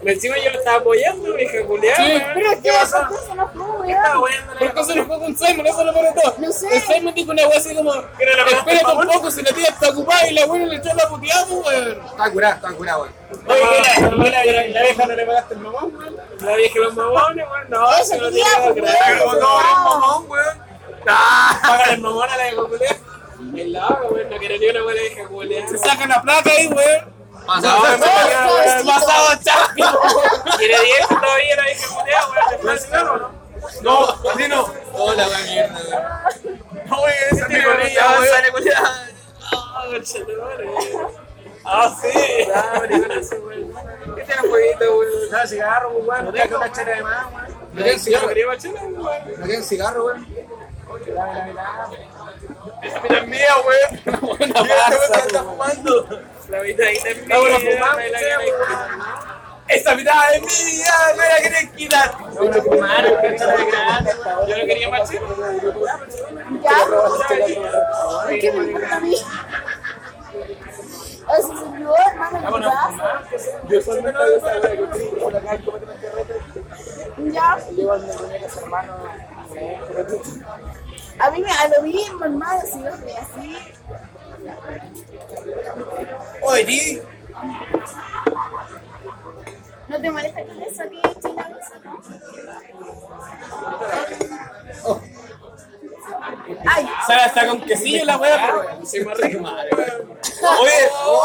Encima yo lo estaba apoyando, dije, Julián.
Sí.
Pero ¿qué pasó? Se nos fue, weón.
¿Por qué se lo jugó con Simon? Eso lo peor de todo.
No sé.
El Simon dijo una weá así como. Espérate un poco, si la tía está ocupada y la weón le echó la puteada, pues, weón.
Está curado, está curado, weón.
la vieja no le pagaste el mamón, weón. La vieja los mamones, weón. No,
Ese
se lo
día,
tiene que
pues,
creer.
weón, weón.
weón.
Págale el mamón a la vieja Julián. El lado, weón, no quiere ni una buena vieja Julián.
Se saca la plata ahí, weón.
Pasado,
no,
weón.
Pobrecito.
Pasado champion.
¿Quiere 10 todavía la vieja Julián, weón? ¿Te o no?
No, así no. Hola, weón, mierda, weón. No, weón, esa es mi
ya,
colilla, weón.
sale, Ah, Ah, sí. Este era un jueguito, weón. No, cigarro, weón. No tengo una chela de más, weón.
¿No quieren cigarro?
quería más chela, weón.
¿No quieren cigarro, weón?
Mira, es mía, weón.
Una
Mira, este weón
pasa,
que anda fumando.
La mitad ahí está mía.
Ahora
me la
fumamos,
gané.
Esa mitad es mía, me la quieren quitar.
Claro, que chela de grande, weón. Yo no quería más chela.
Ya, pues, ¿Qué me importa a mí? O sea, señor, hermano, ¿qué pasa? Ya. A mí me da lo mismo, hermano, si yo soy así.
Oye, ti.
¿No te molesta con eso que estoy en la bolsa, no? Ay,
Sara está con quesillo la weá, pero.
Oye, oh,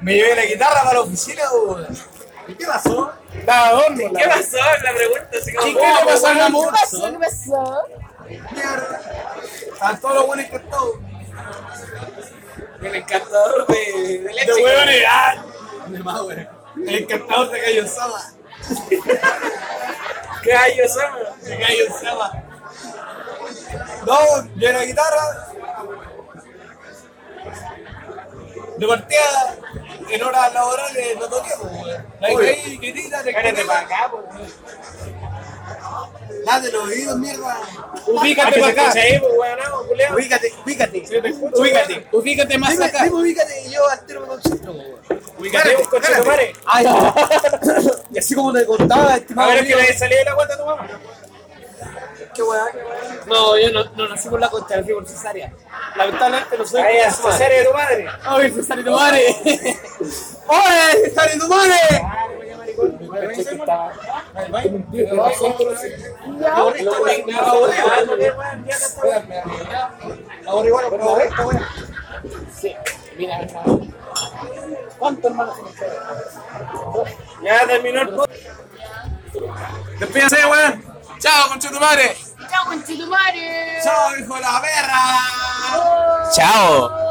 Me llevé la guitarra para la oficina, weón. ¿Y qué pasó?
¿Qué pasó? La pregunta así como.
¿Y oh, qué le pasó al
¿qué
amor?
pasó? ¿Qué pasó?
Mierda. A todos los buenos encantados.
El encantador de. De leche.
De más, weón. El encantador de Gallo Saba.
¿Qué hay yo solo?
De Gallo Saba. No, llevé la guitarra. De partida, en horas laborales no toqué, weón. La dejé gritita, le
Espérate para acá, po.
La de los oídos, mierda. Ah,
Ubícate para acá.
Ahí, po, weón, no, culiao.
Ubícate, ubícate.
Yo te escucho,
Ubícate.
Ubícate más
Dime,
acá.
dime, ubícate y yo al tiro me concentro.
Ubícate, po, coche, tu madre.
Ay, y así como te contaba,
A
estimado
ver, es que
amigo,
le salí de la guata a tu mamá.
qué weá, qué weá.
No, yo no, no nací por la concha, nací por cesárea. Lamentablemente no soy
Ahí,
como
a
su madre.
cesárea de tu madre.
¡Ay, cesárea, no vale!
¡Oye, sale tu madre! Ahora igual, por favor, esta weá.
Ya terminó el podcast.
Despídase, weón. Chao, conchetumare.
Chao, conchetumare.
Chao, hijo de la perra.
Chao.